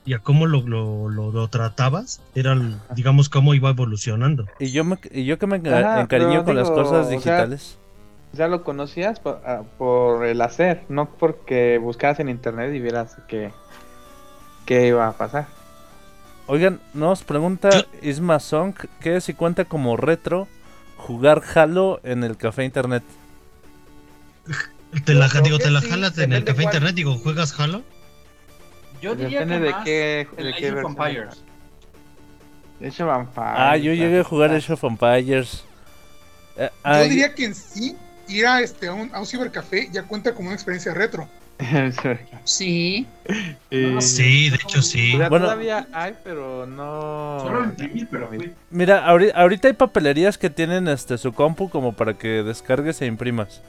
Speaker 3: y a cómo lo, lo, lo- lo tratabas, era, digamos, cómo iba evolucionando.
Speaker 2: Y yo, me, y yo que me enca-
Speaker 7: Ajá,
Speaker 2: encariño
Speaker 7: pero
Speaker 2: con las
Speaker 7: digo,
Speaker 2: cosas
Speaker 7: o sea,
Speaker 2: digitales.
Speaker 7: O sea, lo conocías por, ah, por el hacer, no porque buscaras en internet y vieras qué, qué iba a pasar.
Speaker 2: Oigan, nos pregunta Isma Song que si cuenta como retro jugar Halo en el café internet.
Speaker 3: Te la,
Speaker 2: creo
Speaker 3: digo,
Speaker 2: que
Speaker 3: te la
Speaker 2: sí,
Speaker 3: jalas en el
Speaker 2: depende
Speaker 3: café
Speaker 2: cuál.
Speaker 3: internet, digo, ¿juegas Halo?
Speaker 10: Yo
Speaker 7: Depende
Speaker 10: diría que
Speaker 7: de
Speaker 10: más
Speaker 7: qué-
Speaker 10: el
Speaker 7: de
Speaker 10: Age
Speaker 7: qué
Speaker 10: of
Speaker 7: versión.
Speaker 10: Empires.
Speaker 7: Age of Empires,
Speaker 2: Ah, yo llegué a jugar Age of Empires. Eh, ay,
Speaker 1: Yo
Speaker 7: (laughs)
Speaker 1: diría que en sí, ir a, este, a, un, a un cibercafé ya cuenta como una experiencia retro.
Speaker 5: Sí.
Speaker 3: Sí, de hecho sí.
Speaker 7: Eh, O sea,
Speaker 2: Bueno.
Speaker 7: todavía hay, pero no.
Speaker 10: Solo imprimir, pero güey.
Speaker 2: Mira, ahori- ahorita hay papelerías que tienen este su compu como para que descargues e imprimas.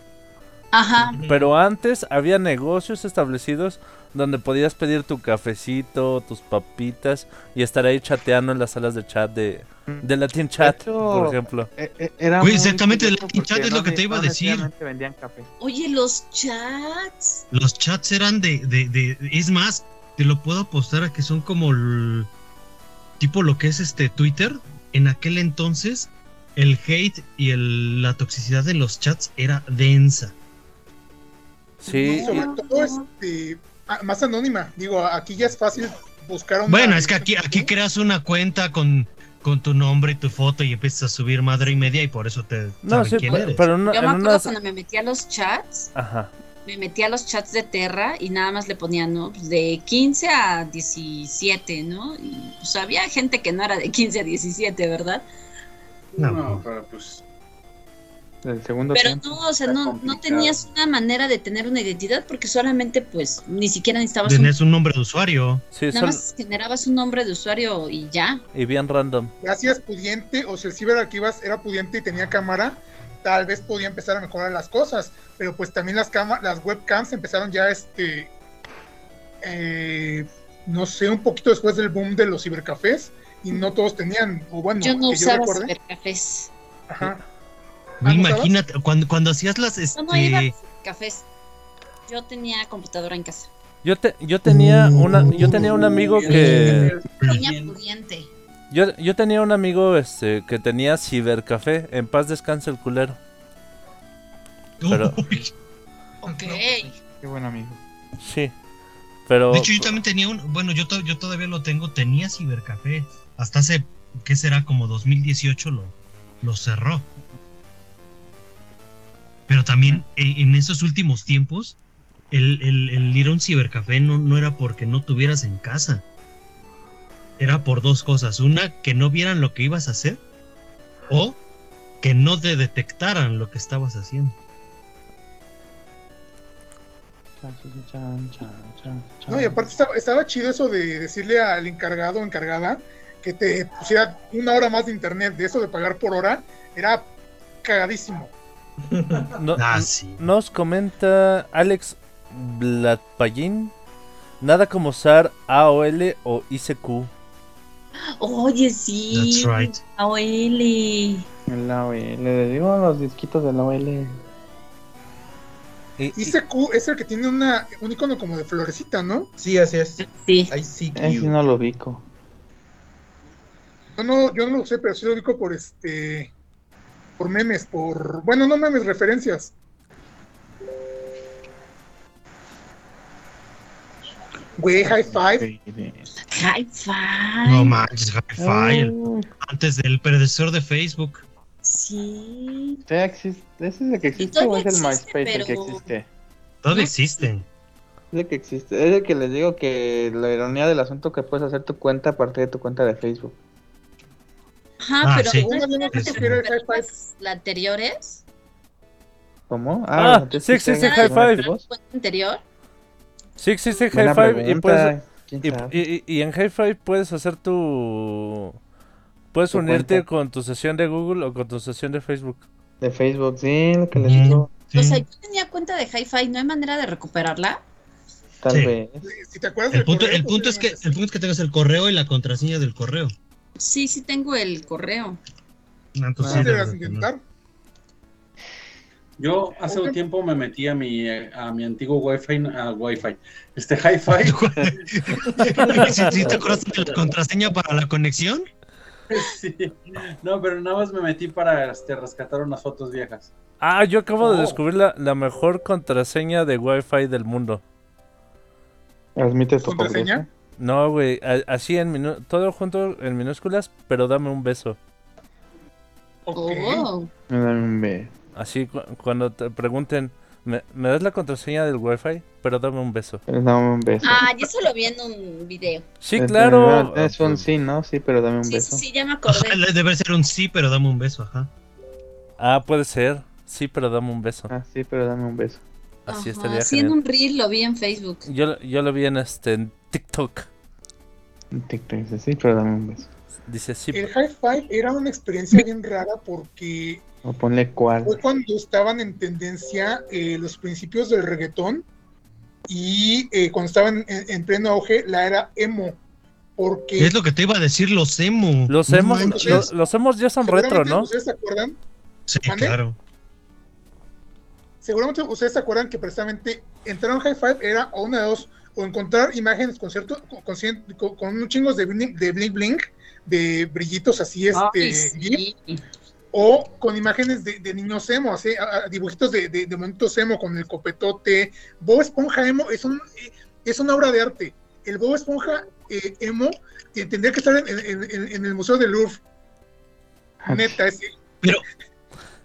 Speaker 5: Ajá.
Speaker 2: Pero antes había negocios establecidos donde podías pedir tu cafecito, tus papitas y estar ahí chateando en las salas de chat de, de Latin Chat,
Speaker 7: Mm. hecho,
Speaker 2: por ejemplo.
Speaker 7: Eh, eh, era
Speaker 3: Güey,
Speaker 7: muy
Speaker 3: exactamente, el
Speaker 7: curioso
Speaker 3: Latin Chat
Speaker 7: porque
Speaker 3: es lo que te iba a decir.
Speaker 7: necesariamente vendían café.
Speaker 5: Oye, los chats.
Speaker 3: Los chats eran de, de, de- Es más, te lo puedo apostar a que son como el- Tipo lo que es este Twitter. En aquel entonces, el hate y el- la toxicidad de los chats era densa.
Speaker 2: Sí,
Speaker 1: Y sobre todo este, a- más anónima. Digo, aquí ya es fácil buscar una.
Speaker 3: Bueno, es que aquí, aquí creas una cuenta con, con tu nombre y tu foto y empiezas a subir madre y media y por eso te
Speaker 2: No,
Speaker 3: saben
Speaker 2: sí,
Speaker 3: quién
Speaker 2: pe-
Speaker 3: eres.
Speaker 2: pero en una-
Speaker 5: Yo me
Speaker 2: en
Speaker 5: acuerdo
Speaker 2: unas-
Speaker 5: cuando me metí a los chats,
Speaker 2: Ajá.
Speaker 5: me metí a los chats de Terra y nada más le ponían, ¿no? Pues de 15 a 17, ¿no? Y pues había gente que no era de 15 a 17, ¿verdad?
Speaker 3: No.
Speaker 10: pero pues.
Speaker 7: del segundo
Speaker 5: Pero
Speaker 7: tiempo.
Speaker 5: no, o sea, no, no tenías una manera de tener una identidad porque solamente, pues, ni siquiera necesitabas un-
Speaker 3: Tenés un nombre de usuario.
Speaker 2: Sí,
Speaker 5: Nada
Speaker 2: solo-
Speaker 5: más generabas un nombre de usuario y ya.
Speaker 2: y bien random.
Speaker 1: Gracias, pudiente, o si el ciberarquivas era pudiente y tenía cámara, tal vez podía empezar a mejorar las cosas, pero pues también las cama- las webcams empezaron ya este eh, no sé, un poquito después del boom de los cibercafés y no todos tenían, o bueno,
Speaker 5: yo no
Speaker 1: que
Speaker 5: usaba
Speaker 1: recuerde.
Speaker 5: cibercafés.
Speaker 1: Ajá.
Speaker 3: No,
Speaker 1: ¿Ah, no
Speaker 3: imagínate, cuando, cuando hacías las.
Speaker 5: Yo
Speaker 3: Este,
Speaker 5: no iba a cibercafés. Yo tenía computadora en casa.
Speaker 2: Yo, te, yo tenía una, yo tenía un amigo que
Speaker 5: Tenía pudiente.
Speaker 2: Yo, yo tenía un amigo este que tenía cibercafé. En paz descanse el
Speaker 3: (laughs)
Speaker 2: culero. Pero
Speaker 5: Ok.
Speaker 7: Qué buen amigo.
Speaker 2: sí. Pero
Speaker 3: De hecho, yo también tenía un. Bueno, yo, to- yo todavía lo tengo. Tenía Cibercafé. Hasta hace. ¿Qué será? Como 2018 lo, lo cerró. Pero también e- en esos últimos tiempos. El, el- el ir a un cibercafé no, no era porque no tuvieras en casa. Era por dos cosas. Una, que no vieran lo que ibas a hacer. O que no te detectaran lo que estabas haciendo.
Speaker 1: No, y aparte estaba, estaba chido eso de decirle al encargado o encargada que te pusiera una hora más de internet, de eso de pagar por hora, era cagadísimo.
Speaker 2: no-
Speaker 3: Ah, sí.
Speaker 2: nos comenta Alex Blatpayin. Nada como usar AOL o ICQ.
Speaker 5: Oye, sí.
Speaker 3: That's right.
Speaker 5: AOL.
Speaker 7: El AOL, le digo los disquitos del AOL.
Speaker 2: Y- y-
Speaker 1: ICQ es el que tiene una, un icono como de florecita, ¿no?
Speaker 6: Sí, así es.
Speaker 5: Sí.
Speaker 6: Ahí sí.
Speaker 7: Ese no lo ubico.
Speaker 1: Yo no, yo no lo sé, pero sí lo ubico por este. por memes, por. Bueno, no memes, referencias. Güey, high five.
Speaker 5: Hi-Fi.
Speaker 3: No manches, Hi-Fi. el- Antes del predecesor de Facebook.
Speaker 5: Sí.
Speaker 7: ¿Todavía existe? ¿Ese es el que existe o
Speaker 5: todavía
Speaker 7: es el
Speaker 5: existe,
Speaker 7: MySpace el que
Speaker 5: pero-
Speaker 7: existe?
Speaker 3: Todavía existen.
Speaker 7: Es el que existe. Es el que les digo que la ironía del asunto que puedes hacer tu cuenta a partir de tu cuenta de Facebook.
Speaker 5: Ajá,
Speaker 3: Ah,
Speaker 5: pero
Speaker 3: sí.
Speaker 5: no
Speaker 1: Bueno, yo no
Speaker 5: es que
Speaker 1: prefiero el
Speaker 5: pero
Speaker 1: hi-fi.
Speaker 5: las- las anteriores.
Speaker 7: ¿Cómo?
Speaker 2: Ah,
Speaker 7: ¿no te
Speaker 2: sí
Speaker 7: existe
Speaker 2: existe
Speaker 7: en
Speaker 2: Hi-Fi.
Speaker 7: algunos
Speaker 5: ¿La
Speaker 7: tipos?
Speaker 5: cuenta anterior?
Speaker 2: Sí existe
Speaker 7: Buena
Speaker 2: Hi-Fi y
Speaker 7: pregunta,
Speaker 2: puedes
Speaker 7: ¿quién
Speaker 2: y,
Speaker 7: sabe?
Speaker 2: y- y- y en Hi-Fi puedes hacer tu puedes
Speaker 7: Tu
Speaker 2: unirte
Speaker 7: cuenta.
Speaker 2: con tu sesión de Google o con tu sesión de Facebook.
Speaker 7: De Facebook, sí, lo que les
Speaker 3: Sí.
Speaker 7: digo.
Speaker 3: Sí.
Speaker 5: O sea, yo tenía cuenta de Hi-Fi, ¿no hay manera de recuperarla?
Speaker 7: Tal
Speaker 3: Sí.
Speaker 7: vez.
Speaker 1: Si te acuerdas
Speaker 3: El
Speaker 1: del
Speaker 3: punto,
Speaker 1: correo, pues,
Speaker 3: el punto es que el punto es que tengas el correo y la contraseña del correo.
Speaker 5: Sí, sí tengo el correo.
Speaker 3: No,
Speaker 1: posiblemente
Speaker 7: Ah,
Speaker 3: entonces sí
Speaker 1: sí
Speaker 3: debes
Speaker 1: Ah, deberías
Speaker 3: de
Speaker 1: intentar.
Speaker 10: Yo hace un tiempo me metí a mi, eh, a mi antiguo Wi-Fi, a Wi-Fi, este
Speaker 3: (laughs)
Speaker 10: Hi-Fi.
Speaker 3: tener. (laughs) ¿Sí, sí te acuerdas de la contraseña para la conexión?
Speaker 4: (laughs)
Speaker 10: Sí. No, pero nada más me metí para este, rescatar unas fotos viejas.
Speaker 2: Ah, yo acabo
Speaker 10: Oh.
Speaker 2: de descubrir la, la mejor contraseña de Wi-Fi del mundo.
Speaker 7: Admites tu
Speaker 1: ¿Contraseña?
Speaker 7: pobreza.
Speaker 2: No, güey, a- así en minu- todo junto en minúsculas, pero dame un beso.
Speaker 1: Ok.
Speaker 5: Oh.
Speaker 7: Dame
Speaker 2: Así cu- cuando te pregunten, ¿me, me das la contraseña del Wi-Fi? Pero dame un beso.
Speaker 7: un- dame un beso.
Speaker 5: Ah, y eso lo vi en un video.
Speaker 2: Sí,
Speaker 7: Eh,
Speaker 2: claro.
Speaker 7: no, Es un sí, ¿no? Sí, pero dame un
Speaker 5: Sí, sí,
Speaker 7: beso.
Speaker 5: sí, ya me acordé.
Speaker 3: Ajá, debe ser un sí, pero dame un beso, ajá.
Speaker 2: Ah, puede ser. Sí, pero dame un beso.
Speaker 7: Ah, sí, pero dame un beso.
Speaker 5: Ajá,
Speaker 2: Así estaría
Speaker 5: sí, en
Speaker 2: genial.
Speaker 5: un reel lo vi en Facebook.
Speaker 2: Yo, lo- yo lo vi en este en TikTok.
Speaker 7: Un TikTok dice, sí, pero dame un beso.
Speaker 2: Dice sí.
Speaker 1: El high five era una experiencia bien rara porque
Speaker 7: O ponle cuál.
Speaker 1: fue cuando estaban en tendencia eh, los principios del reggaetón y eh, cuando estaban en, en pleno auge la era emo. Porque
Speaker 3: Es lo que te iba a decir, los emo.
Speaker 2: Los
Speaker 3: No
Speaker 2: hemos,
Speaker 3: manches.
Speaker 2: los, los hemos ya son retro,
Speaker 1: seguramente
Speaker 2: ¿no?
Speaker 1: ¿Ustedes se acuerdan?
Speaker 3: Sí,
Speaker 1: ¿Mande?
Speaker 3: claro.
Speaker 1: Seguramente ustedes se acuerdan que precisamente entrar a un high five era o una de dos, o encontrar imágenes con cierto, con, con cien- con- con unos chingos de blink, de blink blink, de brillitos así, este,
Speaker 5: Ay,
Speaker 1: GIF,
Speaker 5: sí.
Speaker 1: o con imágenes de, de niños emo, así, a- a- dibujitos de, de, de monitos emo con el copetote. Bob Esponja emo es, un, eh, es una obra de arte. El Bob Esponja eh, emo eh, tendría que estar en, en- en- en el Museo del Louvre. Neta, es,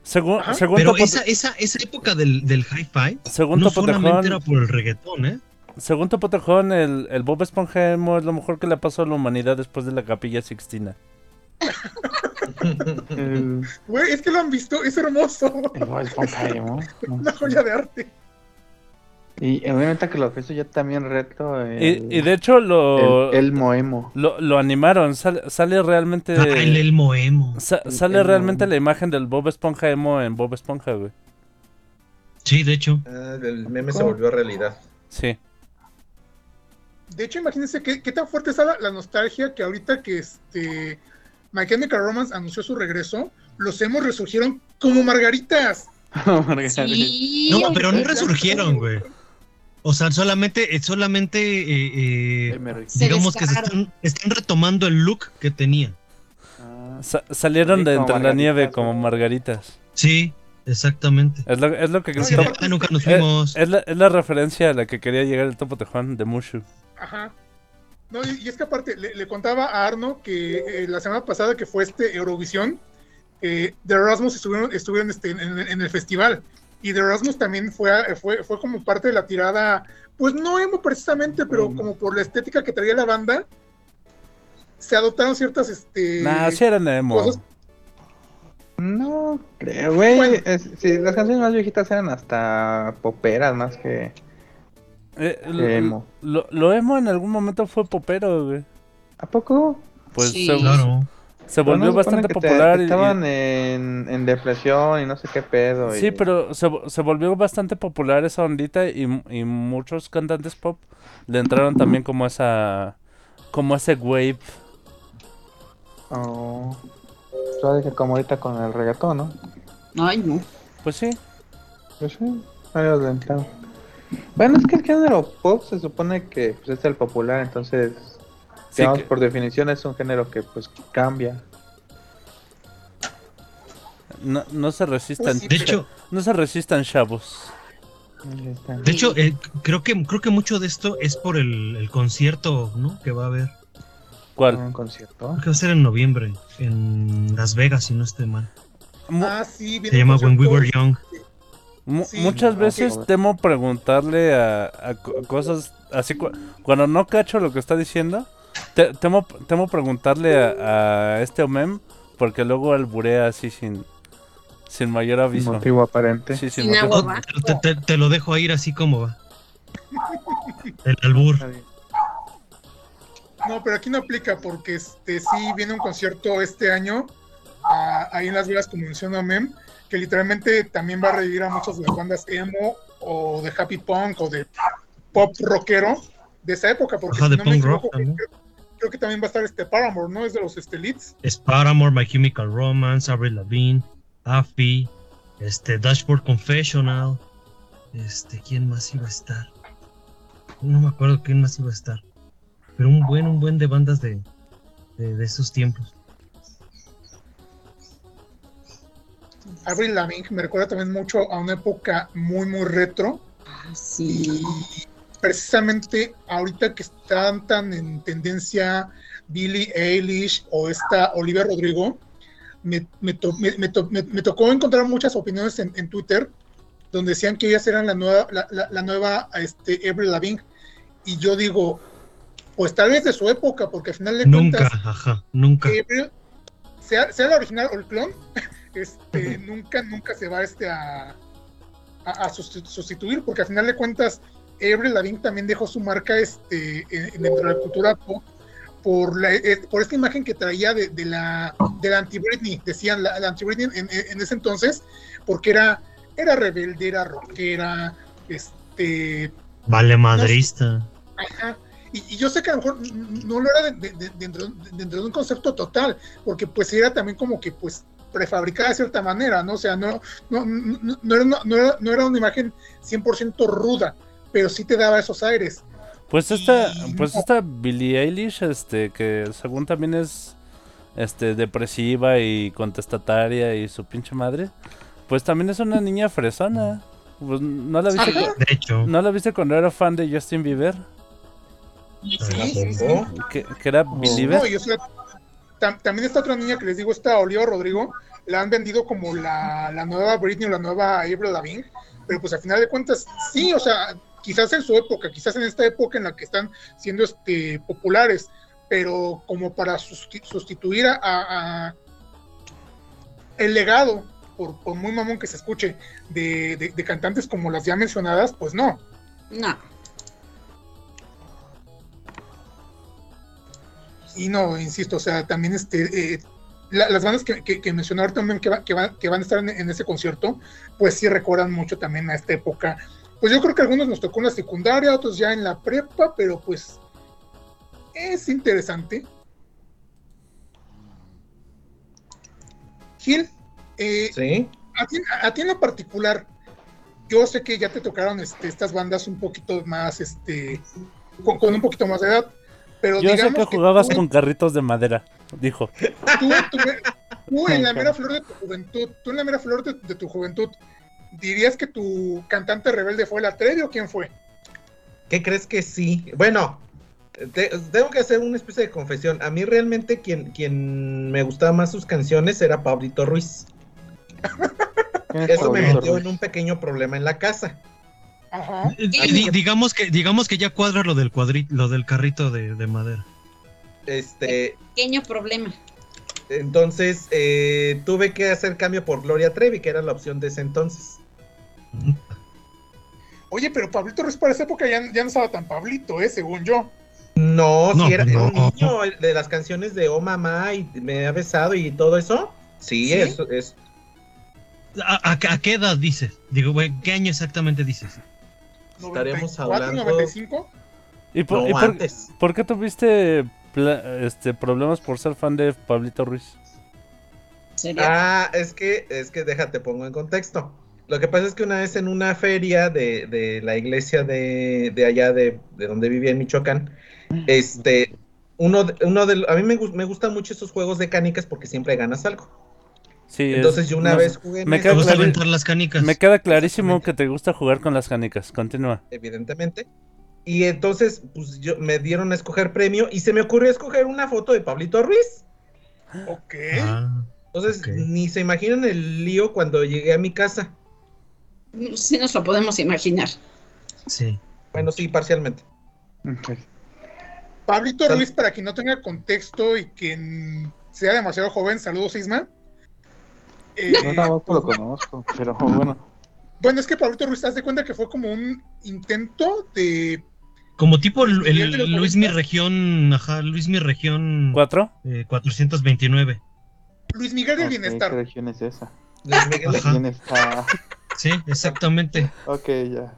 Speaker 2: Según,
Speaker 1: Ajá.
Speaker 2: según,
Speaker 3: Pero
Speaker 2: Topo-
Speaker 3: esa, esa, esa época del, del hi-fi
Speaker 2: según
Speaker 3: no solamente era
Speaker 2: Topotejón,
Speaker 3: por el (laughs) reggaetón, ¿eh?
Speaker 2: según Topotejón, el, el
Speaker 7: (laughs)
Speaker 2: Bob Esponja emo es lo mejor que le ha pasado a la humanidad después de la Capilla Sixtina.
Speaker 1: Güey, es que lo han visto, es hermoso.
Speaker 7: Bob Esponja, ¿no?
Speaker 1: (laughs) Una joya de arte.
Speaker 7: Y obviamente que lo ofrezco yo también reto. eh,
Speaker 2: Y, y de hecho lo...
Speaker 7: El, el Moemo.
Speaker 2: Lo, lo animaron, sal- sale realmente...
Speaker 3: Ah, el, el Moemo.
Speaker 2: sa- sale
Speaker 7: el
Speaker 2: realmente
Speaker 7: Moemo.
Speaker 2: la imagen del Bob Esponja emo en Bob Esponja, güey.
Speaker 3: Sí, de hecho.
Speaker 6: Ah, el meme se volvió realidad.
Speaker 2: Sí.
Speaker 1: De hecho, imagínense qué, qué tan fuerte está la, la nostalgia que ahorita que este My Chemical Romance anunció su regreso, los hemos resurgieron como margaritas.
Speaker 5: Sí,
Speaker 3: No, pero no
Speaker 5: ahorita
Speaker 3: resurgieron, güey. O sea, solamente, eh, solamente eh, eh,
Speaker 5: Se
Speaker 3: digamos que se
Speaker 5: descararon.
Speaker 3: están, están retomando el look que tenían.
Speaker 2: Sa- salieron
Speaker 7: Ah. Sí,
Speaker 2: de
Speaker 7: como
Speaker 2: entre la nieve
Speaker 7: margaritas,
Speaker 2: como margaritas.
Speaker 3: Sí, exactamente.
Speaker 2: Es lo, es lo que...
Speaker 3: Así de,
Speaker 2: Topo-
Speaker 3: "Ah, nunca nos
Speaker 2: eh,
Speaker 3: fuimos.
Speaker 2: es, la, es la referencia a la que quería llegar el Topo Tejón de Mushu.
Speaker 1: Ajá. No, y, y es que aparte, le, le contaba a Arno que eh, la semana pasada que fue este Eurovisión, eh, The Erasmus estuvieron, estuvieron este, en, en- en el festival. Y The Erasmus también fue, a- fue, fue como parte de la tirada, pues no emo precisamente, pero como por la estética que traía la banda, se adoptaron ciertas este,
Speaker 2: Nah, sí eran emo.
Speaker 1: cosas.
Speaker 7: No creo, güey.
Speaker 1: Bueno.
Speaker 7: Es- sí, las canciones más viejitas eran hasta poperas más que
Speaker 2: Eh, lo-
Speaker 7: que emo.
Speaker 2: Lo, lo emo en algún momento fue popero, güey.
Speaker 7: ¿A poco?
Speaker 2: Pues
Speaker 5: Sí.
Speaker 2: se,
Speaker 3: Claro.
Speaker 2: se
Speaker 7: Pero
Speaker 2: volvió
Speaker 7: no se supone
Speaker 2: bastante
Speaker 7: que te-
Speaker 2: popular.
Speaker 7: que
Speaker 2: y-
Speaker 7: estaban en, en depresión y no sé qué pedo.
Speaker 2: Sí,
Speaker 7: y-
Speaker 2: pero se, vo- se volvió bastante popular esa ondita y, y muchos cantantes pop le entraron también como esa como ese wave.
Speaker 7: Oh. Suave que como ahorita con el reggaetón, ¿no?
Speaker 5: Ay, no.
Speaker 2: Pues sí,
Speaker 7: Pues sí, varios adelantado. Bueno, es que el género pop se supone que pues, es el popular, entonces,
Speaker 2: Sí,
Speaker 7: digamos,
Speaker 2: que-
Speaker 7: por definición es un género que pues cambia.
Speaker 2: no, no se resistan.
Speaker 1: Pues sí,
Speaker 3: De hecho,
Speaker 2: No se resistan, chavos.
Speaker 7: Ahí está.
Speaker 3: de hecho, eh, creo que creo que mucho de esto es por el, el concierto, ¿no? Que va a haber.
Speaker 2: ¿Cuál?
Speaker 7: Un concierto.
Speaker 3: Creo que va a ser en noviembre, en Las Vegas, si no estoy mal.
Speaker 2: Mu-
Speaker 1: Ah, sí, viene
Speaker 3: Se llama
Speaker 1: con
Speaker 3: When We
Speaker 1: ciertos-
Speaker 3: Were Young.
Speaker 2: mu-
Speaker 1: sí,
Speaker 2: muchas
Speaker 7: no,
Speaker 2: veces
Speaker 7: sí.
Speaker 2: temo preguntarle a, a co- cosas así cu- cuando no cacho lo que está diciendo. te- temo, temo preguntarle a, a este Omem porque luego alburea así sin sin mayor aviso.
Speaker 7: Motivo aparente.
Speaker 2: Sí, sin
Speaker 5: Sin
Speaker 2: motivo.
Speaker 5: agua va.
Speaker 3: Te, te- te lo dejo ir así como va. El albur.
Speaker 7: Está bien.
Speaker 1: No, pero aquí no aplica porque este sí viene un concierto este año a- ahí en Las Vegas, como menciona Mem, que literalmente también va a revivir a muchas de las bandas emo o de happy punk o de pop rockero de esa época, porque
Speaker 3: Ajá,
Speaker 1: si
Speaker 3: de
Speaker 1: no me
Speaker 3: punk rock
Speaker 1: equivoco,
Speaker 3: también.
Speaker 1: creo, creo que también va a estar este Paramore, ¿no? Es de los este, leads.
Speaker 3: Es Paramore, My Chemical Romance, Avril Lavigne, Afi, este, Dashboard Confessional. Este, ¿quién más iba a estar? No me acuerdo quién más iba a estar. Pero un buen, un buen de bandas de, de, de esos tiempos.
Speaker 1: Avril Lavigne me recuerda también mucho a una época muy, muy retro.
Speaker 5: Ah, sí.
Speaker 1: Precisamente ahorita que están tan en tendencia Billie Eilish o esta Olivia Rodrigo, me, me to- me- me to- me- me tocó encontrar muchas opiniones en, en Twitter donde decían que ellas eran la nueva, la, la- la nueva este, Avril Lavigne. Y yo digo, pues tal vez de su época, porque al final de
Speaker 3: Nunca,
Speaker 1: cuentas,
Speaker 3: ajá,
Speaker 1: (laughs)
Speaker 3: nunca. (laughs)
Speaker 1: Avril, Eh, sea, sea la original o el clon, (laughs) este, nunca, nunca se va este a, a- a susti- sustituir, porque al final de cuentas, Avril Lavigne también dejó su marca este, en, en- dentro de la cultura pop por, la, eh, por esta imagen que traía de, de la, de la anti-Britney, decían la, la anti-Britney en, en- en ese entonces, porque era, era rebelde, era rockera, este,
Speaker 3: Vale madrista.
Speaker 1: Ajá. Y, y yo sé que a lo mejor n- no lo era de- de- de- dentro, de- dentro de un concepto total, porque pues era también como que pues prefabricada de cierta manera, ¿no? O sea, no, no, no, no era, una, no, era, no era una imagen 100% ruda, pero sí te daba esos aires.
Speaker 2: Pues esta,
Speaker 1: Y
Speaker 2: pues
Speaker 1: no.
Speaker 2: esta Billie Eilish, este, que según también es este depresiva y contestataria y su pinche madre, pues también es una niña fresona. Pues no la viste,
Speaker 1: Ajá.
Speaker 3: De hecho,
Speaker 2: no la viste cuando era fan de Justin Bieber,
Speaker 1: Sí, sí, sí.
Speaker 6: Oh,
Speaker 2: que, que era
Speaker 1: No,
Speaker 2: Believer.
Speaker 1: y es la- tam- también esta otra niña que les digo, esta Oliva Rodrigo, la han vendido como la, la nueva Britney o la nueva Avril Lavigne, pero pues al final de cuentas, sí, o sea, quizás en su época, quizás en esta época en la que están siendo este, populares, pero como para susti- sustituir a, a- a- el legado, por, por muy mamón que se escuche, de, de- de cantantes como las ya mencionadas, pues no.
Speaker 5: No.
Speaker 1: Y no, insisto, o sea, también este, eh, la- las bandas que, que, que mencionó ahorita también que, va- que, va- que van a estar en, en ese concierto, pues sí recuerdan mucho también a esta época. Pues yo creo que algunos nos tocó en la secundaria, otros ya en la prepa, pero pues es interesante. Gil, eh, a, ti, a ti en lo particular, yo sé que ya te tocaron este, estas bandas un poquito más, este, con, con un poquito más de edad, pero
Speaker 2: Yo sé
Speaker 1: digamos
Speaker 2: que
Speaker 1: que
Speaker 2: jugabas
Speaker 1: tú-
Speaker 2: con carritos de madera, dijo.
Speaker 1: tú, en tu me- tú en la mera flor de tu juventud, tú en la mera flor de, de tu juventud, ¿dirías que tu cantante rebelde fue la Trevi o quién fue?
Speaker 6: ¿Qué crees que sí? Bueno, te- tengo que hacer una especie de confesión. A mí realmente quien, quien me gustaba más sus canciones era Pablito
Speaker 5: (laughs)
Speaker 6: Ruiz. Eso me
Speaker 3: Pablito
Speaker 6: metió
Speaker 3: Ruiz?
Speaker 6: en un pequeño problema en la casa.
Speaker 3: Di- digamos que digamos que ya cuadra lo del cuadri- lo del carrito de, de madera.
Speaker 6: Este,
Speaker 5: Pequeño problema.
Speaker 6: entonces eh, tuve que hacer cambio por Gloria Trevi, que era la opción de ese entonces.
Speaker 1: Oye, pero Pablito Ruiz para esa época ya, ya no estaba tan Pablito, ¿eh? Según yo.
Speaker 6: No,
Speaker 1: No,
Speaker 6: si era, era un
Speaker 1: no.
Speaker 6: niño el de las canciones de Oh Mamá y me ha besado y todo eso. Sí,
Speaker 3: ¿Sí?
Speaker 6: eso es.
Speaker 3: ¿A, a- a qué edad dices? Digo, güey, ¿qué año exactamente dices?
Speaker 6: Estaremos hablando.
Speaker 1: 95?
Speaker 2: ¿Y por,
Speaker 6: No,
Speaker 2: y por-
Speaker 6: antes.
Speaker 2: por qué tuviste pla- este, problemas por ser fan de Pablito Ruiz?
Speaker 6: Ah, es que, es que déjate, pongo en contexto. Lo que pasa es que una vez en una feria de, de la iglesia de, de allá de, de donde vivía en Michoacán, este, uno, de- uno de, a mí me, gus- me gustan mucho esos juegos de canicas porque siempre ganas algo.
Speaker 2: Sí,
Speaker 6: Entonces yo una vez jugué en eso. Te gusta
Speaker 2: clari-
Speaker 6: aventar las canicas.
Speaker 2: me queda clarísimo que te gusta jugar con las canicas. Continúa.
Speaker 6: evidentemente. Y entonces, pues yo me dieron a escoger premio y se me ocurrió escoger una foto de Pablito Ruiz.
Speaker 1: Ok.
Speaker 6: Entonces, ni se imaginan el lío cuando llegué a mi casa.
Speaker 5: Sí nos lo podemos imaginar.
Speaker 3: Sí.
Speaker 6: Bueno,
Speaker 7: (laughs)
Speaker 6: sí, parcialmente.
Speaker 1: Pablito Ruiz, para quien no tenga contexto y quien sea demasiado joven, saludos Isma. Eh,
Speaker 7: Yo tampoco lo conozco, pero bueno.
Speaker 1: bueno, es que Pablito Ruiz, ¿te das de cuenta que fue como un intento de...
Speaker 3: Como tipo el, el-
Speaker 1: Yo te lo
Speaker 3: Luis Mi Región, ajá, Luis Mi Región
Speaker 2: ¿Cuatro?
Speaker 3: Eh, 429.
Speaker 1: Luis Miguel del
Speaker 7: Ok,
Speaker 1: Bienestar.
Speaker 7: eh, ¿Qué región es esa?
Speaker 6: Miguel
Speaker 3: Ajá.
Speaker 7: Bienestar.
Speaker 3: Sí, exactamente.
Speaker 7: Ok, ya.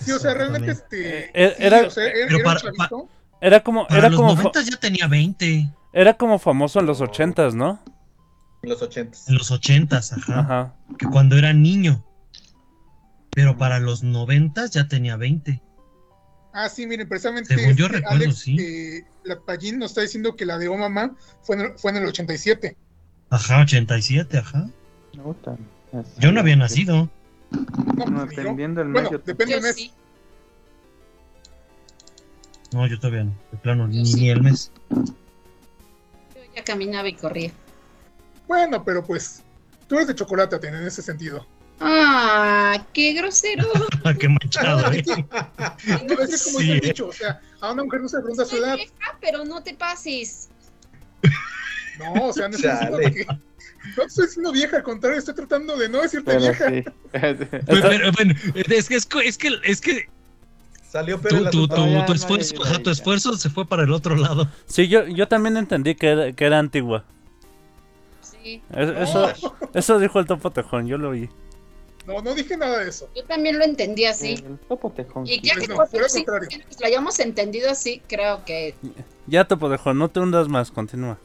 Speaker 1: Sí, o sea, realmente este...
Speaker 2: Eh,
Speaker 1: sí,
Speaker 2: era-
Speaker 1: o sea, era-
Speaker 2: Pero
Speaker 1: era un
Speaker 2: para-
Speaker 1: chavito.
Speaker 2: Era como.
Speaker 3: Para
Speaker 2: era
Speaker 3: los
Speaker 2: como fa-
Speaker 3: 90 ya tenía 20.
Speaker 2: Era como famoso en los ochentas, ¿no?
Speaker 6: En los ochentas.
Speaker 3: En los 80, ajá.
Speaker 2: Ajá.
Speaker 3: Que cuando era niño. Pero para los 90 ya tenía 20.
Speaker 1: Ah, sí, miren, precisamente
Speaker 3: Según yo
Speaker 1: este,
Speaker 3: recuerdo,
Speaker 1: Alex
Speaker 3: sí.
Speaker 1: eh, Lapallín nos está diciendo que la de Oh Mamá fue en el, fue en el 87.
Speaker 3: Ajá, 87, ajá.
Speaker 7: No, tan-
Speaker 3: Yo no había nacido.
Speaker 7: No, dependiendo del
Speaker 1: Bueno,
Speaker 7: medio.
Speaker 1: depende del mes.
Speaker 3: No, yo todavía no. De plano, ni, ni el mes.
Speaker 5: Ya caminaba y corría.
Speaker 1: Bueno, pero pues tú eres de chocolate, Aten, en ese sentido.
Speaker 5: ¡Ah! ¡Qué
Speaker 2: (laughs)
Speaker 5: grosero!
Speaker 3: Qué manchado, eh.
Speaker 1: Pero es que como
Speaker 3: Sí,
Speaker 1: dice el
Speaker 3: eh.
Speaker 1: dicho, o sea, a una mujer no se le pregunta su edad.
Speaker 5: Ah, pero no te pases.
Speaker 1: No, o sea, no estoy diciendo
Speaker 7: Chale.
Speaker 1: que- No te estoy diciendo vieja, al contrario, estoy tratando de no decirte
Speaker 7: Pero
Speaker 1: vieja.
Speaker 7: sí.
Speaker 3: (laughs) Pero, pero, bueno, es que es, que- es que es que
Speaker 6: Salió
Speaker 3: tu,
Speaker 6: pero
Speaker 3: tu, tu, tu esfuerzo, ajá, tu esfuerzo se fue para el otro lado.
Speaker 2: Sí, yo, yo también entendí que era, que era antigua.
Speaker 5: Sí.
Speaker 2: Es- Eso,
Speaker 6: Oh.
Speaker 2: eso dijo el topo tejón, yo lo oí.
Speaker 1: No, no dije nada de eso.
Speaker 5: Yo también lo entendí así.
Speaker 7: Topo tejón.
Speaker 5: Y ya
Speaker 1: Pues
Speaker 5: que
Speaker 1: no,
Speaker 5: por
Speaker 1: fue lo
Speaker 5: sí,
Speaker 1: contrario.
Speaker 5: que nos lo hayamos entendido así, creo que
Speaker 2: Ya topo tejón, no te hundas más, continúa.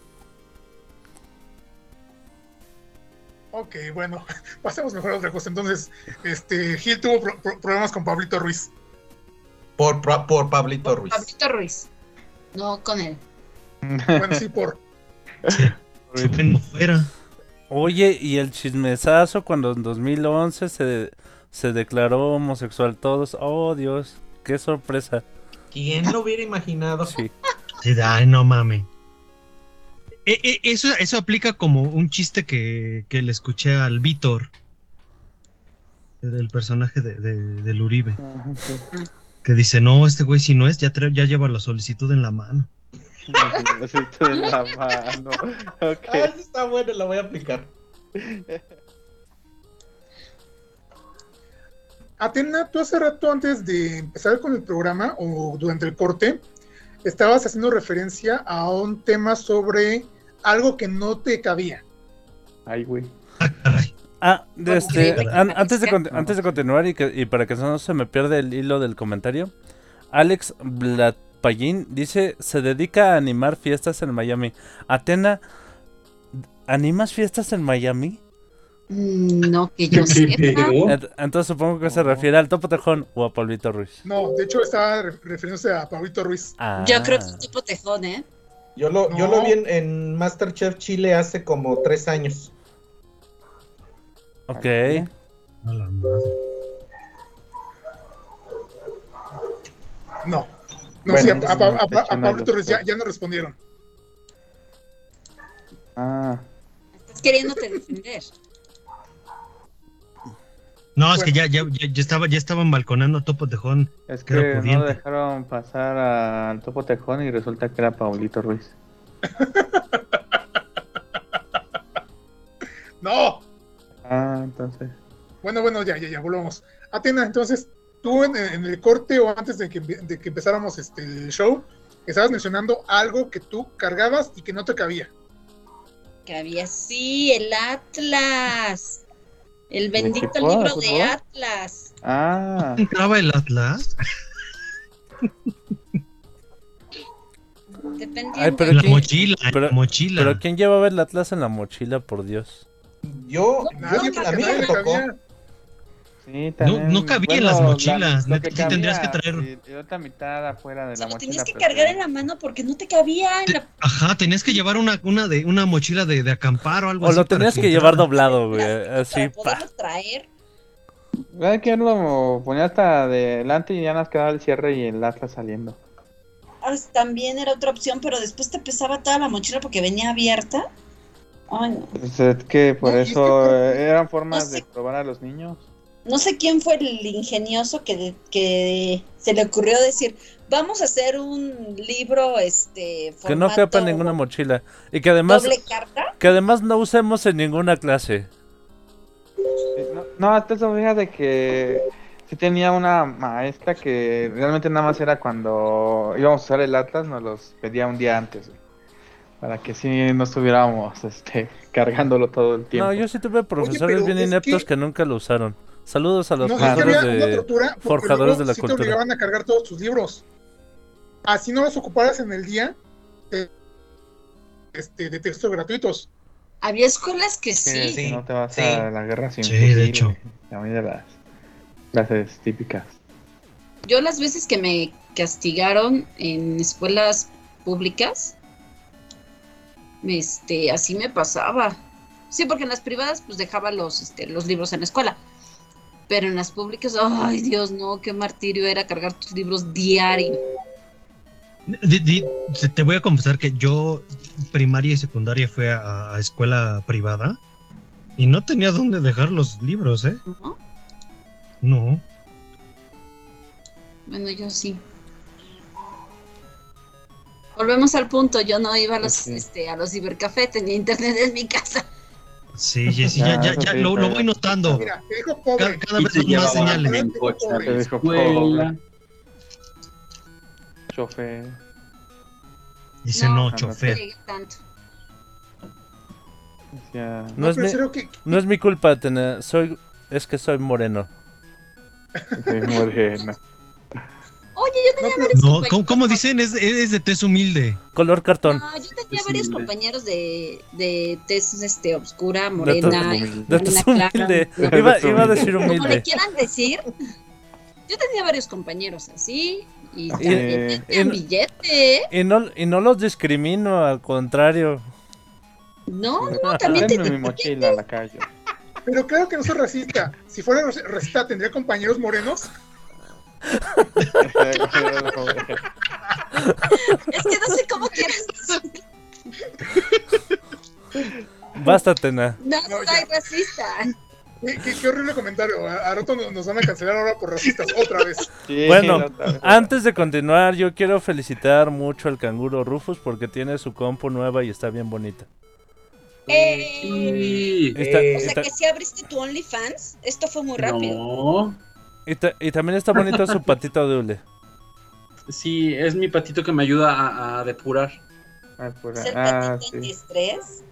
Speaker 1: Ok, bueno, (laughs) pasemos mejor a otra cosa. Entonces, este, Gil tuvo pro- pro- problemas con Pablito Ruiz.
Speaker 6: Por, Pra- por Pablito Ruiz.
Speaker 5: Pablito Ruiz. No con él.
Speaker 1: Bueno, sí, por.
Speaker 2: Oye, y el chismesazo cuando en 2011 se, se declaró homosexual todos. Oh, Dios, qué sorpresa.
Speaker 6: ¿Quién lo hubiera imaginado?
Speaker 2: Sí.
Speaker 3: Sí, ay, no mames. E- e- eso, eso aplica como un chiste que, que le escuché al Vítor, del personaje de- de- del Uribe, que dice, no, este güey si no es, ya, tra- ya lleva la solicitud en la mano.
Speaker 7: Osito de la mano. Ok.
Speaker 6: Ah, esa está bueno, la voy a aplicar.
Speaker 1: Atena, tú hace rato antes de empezar con el programa o durante el corte, estabas haciendo referencia a un tema sobre algo que no te cabía.
Speaker 7: Ay, güey.
Speaker 2: Ah, de
Speaker 1: Ok,
Speaker 2: este,
Speaker 1: güey.
Speaker 2: an- antes, de, con- antes de continuar y, que- y para que no se me pierda el hilo del comentario, Alex Blatpagin dice, se dedica a animar fiestas en Miami. Atena, ¿animas fiestas en
Speaker 7: (laughs)
Speaker 2: Miami?
Speaker 5: Mm, No, que yo sepa.
Speaker 2: Ent- Entonces supongo que se refiere al Topo Tejón o a Pablito Ruiz.
Speaker 1: No, de hecho estaba re- refiriéndose a Pablito Ruiz.
Speaker 2: Ah.
Speaker 5: Yo creo que es un tipo tejón, ¿eh?
Speaker 6: Yo lo, yo
Speaker 1: No.
Speaker 6: lo vi en, en Masterchef Chile hace como tres años.
Speaker 2: Ah, Ok.
Speaker 1: No. No,
Speaker 7: Bueno,
Speaker 1: sí, a,
Speaker 7: entonces
Speaker 1: a Pa-
Speaker 7: no,
Speaker 1: a Pa-
Speaker 7: de hecho,
Speaker 1: a
Speaker 7: no
Speaker 1: Pablito
Speaker 7: lo
Speaker 1: Ruiz ya, ya no respondieron.
Speaker 7: Ah.
Speaker 5: Estás queriéndote defender.
Speaker 3: No, es que ya, ya, ya, ya estaba, ya estaban balconando a Topo Tejón.
Speaker 7: Es
Speaker 3: que era
Speaker 7: que no
Speaker 3: pudiente.
Speaker 7: dejaron pasar al Topo Tejón y resulta que era Paulito Ruiz.
Speaker 1: ¡No!
Speaker 7: Ah, entonces.
Speaker 1: Bueno, bueno, ya, ya, ya, volvamos. Atena, entonces, tú en, en el corte o antes de que, de que empezáramos este, el show, estabas mencionando algo que tú cargabas y que no te cabía.
Speaker 5: Que había sí, el Atlas. El bendito
Speaker 3: equipo de
Speaker 5: libro de
Speaker 3: fútbol?
Speaker 5: Atlas.
Speaker 7: Ah.
Speaker 3: ¿Entraba el Atlas?
Speaker 5: Dependiendo.
Speaker 2: Ay, pero
Speaker 3: La
Speaker 2: ¿quién-
Speaker 3: mochila,
Speaker 2: pero-
Speaker 3: mochila.
Speaker 2: Pero ¿quién llevaba el Atlas en la mochila, por Dios?
Speaker 6: Yo,
Speaker 4: Ah.
Speaker 1: Nadie,
Speaker 6: a mí
Speaker 1: nadie
Speaker 6: me
Speaker 1: le
Speaker 6: tocó.
Speaker 1: cabía.
Speaker 7: Sí,
Speaker 3: No, no cabía en las mochilas.
Speaker 7: la- lo
Speaker 3: neta, sí tendrías que
Speaker 7: cabía,
Speaker 3: traer.
Speaker 7: Y, y otra mitad afuera de la
Speaker 5: Lo
Speaker 7: mochila.
Speaker 5: tenías que
Speaker 7: pero
Speaker 5: cargar en la mano porque no te cabía en la
Speaker 3: Ajá, tenías que llevar una, una, de, una mochila de, de acampar o algo
Speaker 2: O
Speaker 3: así.
Speaker 2: lo
Speaker 3: para
Speaker 2: tenías que
Speaker 3: juntar.
Speaker 2: llevar doblado, güey. Así, pa.
Speaker 5: podemos traer.
Speaker 7: Ay, que lo ponía hasta delante y ya nos quedaba el cierre y el Atlas saliendo.
Speaker 5: Ah, También era otra opción, pero después te pesaba toda la mochila porque venía abierta. Ay, no.
Speaker 7: Pues es que por
Speaker 5: No, y es que
Speaker 7: eso
Speaker 5: por-
Speaker 7: eh, eran formas
Speaker 5: no sé.
Speaker 7: de probar a los niños.
Speaker 5: No sé quién fue el ingenioso que, de- que se le ocurrió decir, vamos a hacer un libro, este,
Speaker 2: Que no
Speaker 5: formato
Speaker 2: quepa en ninguna mochila. Y que además,
Speaker 5: doble carta.
Speaker 2: que además no usemos en ninguna clase.
Speaker 7: No, hasta eso fíjate que sí tenía una maestra que realmente nada más era cuando íbamos a usar el Atlas, nos los pedía un día antes. güey, Para que sí no estuviéramos este, (laughs) cargándolo todo el tiempo.
Speaker 2: No, yo sí tuve profesores
Speaker 1: pero
Speaker 2: bien
Speaker 1: es
Speaker 2: ineptos
Speaker 1: que-
Speaker 2: que... nunca lo usaron. Saludos a los
Speaker 1: No, es que
Speaker 2: profesores
Speaker 1: había una
Speaker 2: de
Speaker 1: tortura porque
Speaker 2: forjadores
Speaker 1: luego
Speaker 2: de la
Speaker 1: sí te
Speaker 2: cultura.
Speaker 1: obligaban a cargar todos tus libros. Así no los ocuparas en el día eh, este, de texto gratuitos.
Speaker 5: Había escuelas que
Speaker 7: Que-
Speaker 5: sí.
Speaker 7: que No te vas
Speaker 1: sí.
Speaker 7: a la guerra sin
Speaker 3: Sí, de
Speaker 7: fusil,
Speaker 3: hecho.
Speaker 7: También de las clases típicas.
Speaker 5: Yo las veces que me castigaron en escuelas públicas, este, así me pasaba. Sí, porque en las privadas pues dejaba los, este, los libros en la escuela. Pero en las públicas, ay Dios, no, qué martirio era cargar tus libros diario.
Speaker 3: Di- di- te- te voy a confesar que yo primaria y secundaria fue a, a escuela privada y no tenía dónde dejar los libros, ¿eh? No.
Speaker 5: Bueno, yo sí. Volvemos al punto, yo no iba a los, este, a los cibercafé, tenía internet en mi casa.
Speaker 3: Sí, Jessy, ya, ya, ya, lo, lo voy notando.
Speaker 1: Mira, te dijo pobre.
Speaker 3: Ca- Cada, vez son más señales.
Speaker 7: Te dijo,
Speaker 3: Escuela.
Speaker 7: "Pobre Chofer.
Speaker 3: Dice no, chofer.
Speaker 5: llegué tanto.
Speaker 7: Ya.
Speaker 2: No, es mi, no es mi culpa, Atena. Soy, es que soy moreno.
Speaker 7: moreno.
Speaker 5: Oye, yo tenía varios
Speaker 3: No,
Speaker 5: compañeros-
Speaker 3: ¿cómo, cómo dicen? Es, es de tez humilde.
Speaker 2: Color cartón.
Speaker 5: No, yo tenía varios compañeros de, de tez este, obscura,
Speaker 2: De tu-
Speaker 5: morena, y
Speaker 2: de tu
Speaker 5: morena clara.
Speaker 2: humilde. Iba, iba a decir
Speaker 5: Como le
Speaker 2: humilde.
Speaker 5: quieran decir. Yo tenía varios compañeros así. Y
Speaker 2: Y-
Speaker 5: también
Speaker 1: Eh,
Speaker 2: y-
Speaker 5: tenían
Speaker 2: y-
Speaker 5: billete, ¿eh?
Speaker 2: Y no, y no los discrimino, al
Speaker 1: Oh,
Speaker 2: contrario.
Speaker 5: No,
Speaker 7: (laughs)
Speaker 5: no, también
Speaker 7: Denme
Speaker 5: te-
Speaker 7: mi mochila a la calle.
Speaker 1: Pero claro que no soy racista. Si fuera raci- racista, ¿tendría compañeros morenos? (laughs)
Speaker 5: (laughs) Es que no sé cómo quieres decir.
Speaker 2: Basta, Atena.
Speaker 5: No, soy racista.
Speaker 1: Qué, qué- qué horrible comentario. A, a rato nos, nos van a cancelar ahora por racistas otra vez.
Speaker 2: Bueno, antes de continuar, yo quiero felicitar mucho al canguro Rufus porque tiene su compu nueva y está bien bonita.
Speaker 5: ¡Ey!
Speaker 2: Está-
Speaker 5: o sea
Speaker 2: está-
Speaker 5: que si abriste tu OnlyFans, esto fue muy rápido.
Speaker 2: Y, ta- y también está bonito
Speaker 1: (laughs)
Speaker 2: su patito de hule.
Speaker 4: Sí, es mi patito que me ayuda a, a depurar.
Speaker 5: ¿Es el patito antiestrés?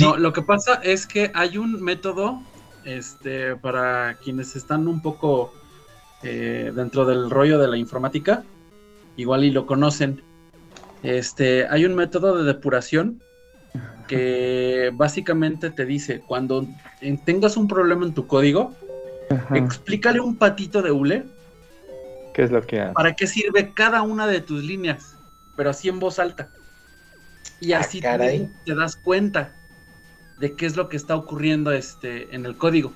Speaker 4: No, lo que pasa es que hay un método este, para quienes están un poco eh, dentro del rollo de la informática, igual y lo conocen. Este, hay un método de depuración que básicamente te dice, cuando en- tengas un problema en tu código,
Speaker 7: Ah.
Speaker 4: explícale un patito de hule
Speaker 7: (laughs) ¿Qué es lo que hace?
Speaker 4: para qué sirve cada una de tus líneas, pero así en voz alta.
Speaker 7: Ah,
Speaker 4: Y así tú
Speaker 6: caray.
Speaker 4: te das cuenta de qué es lo que está ocurriendo este, en el código.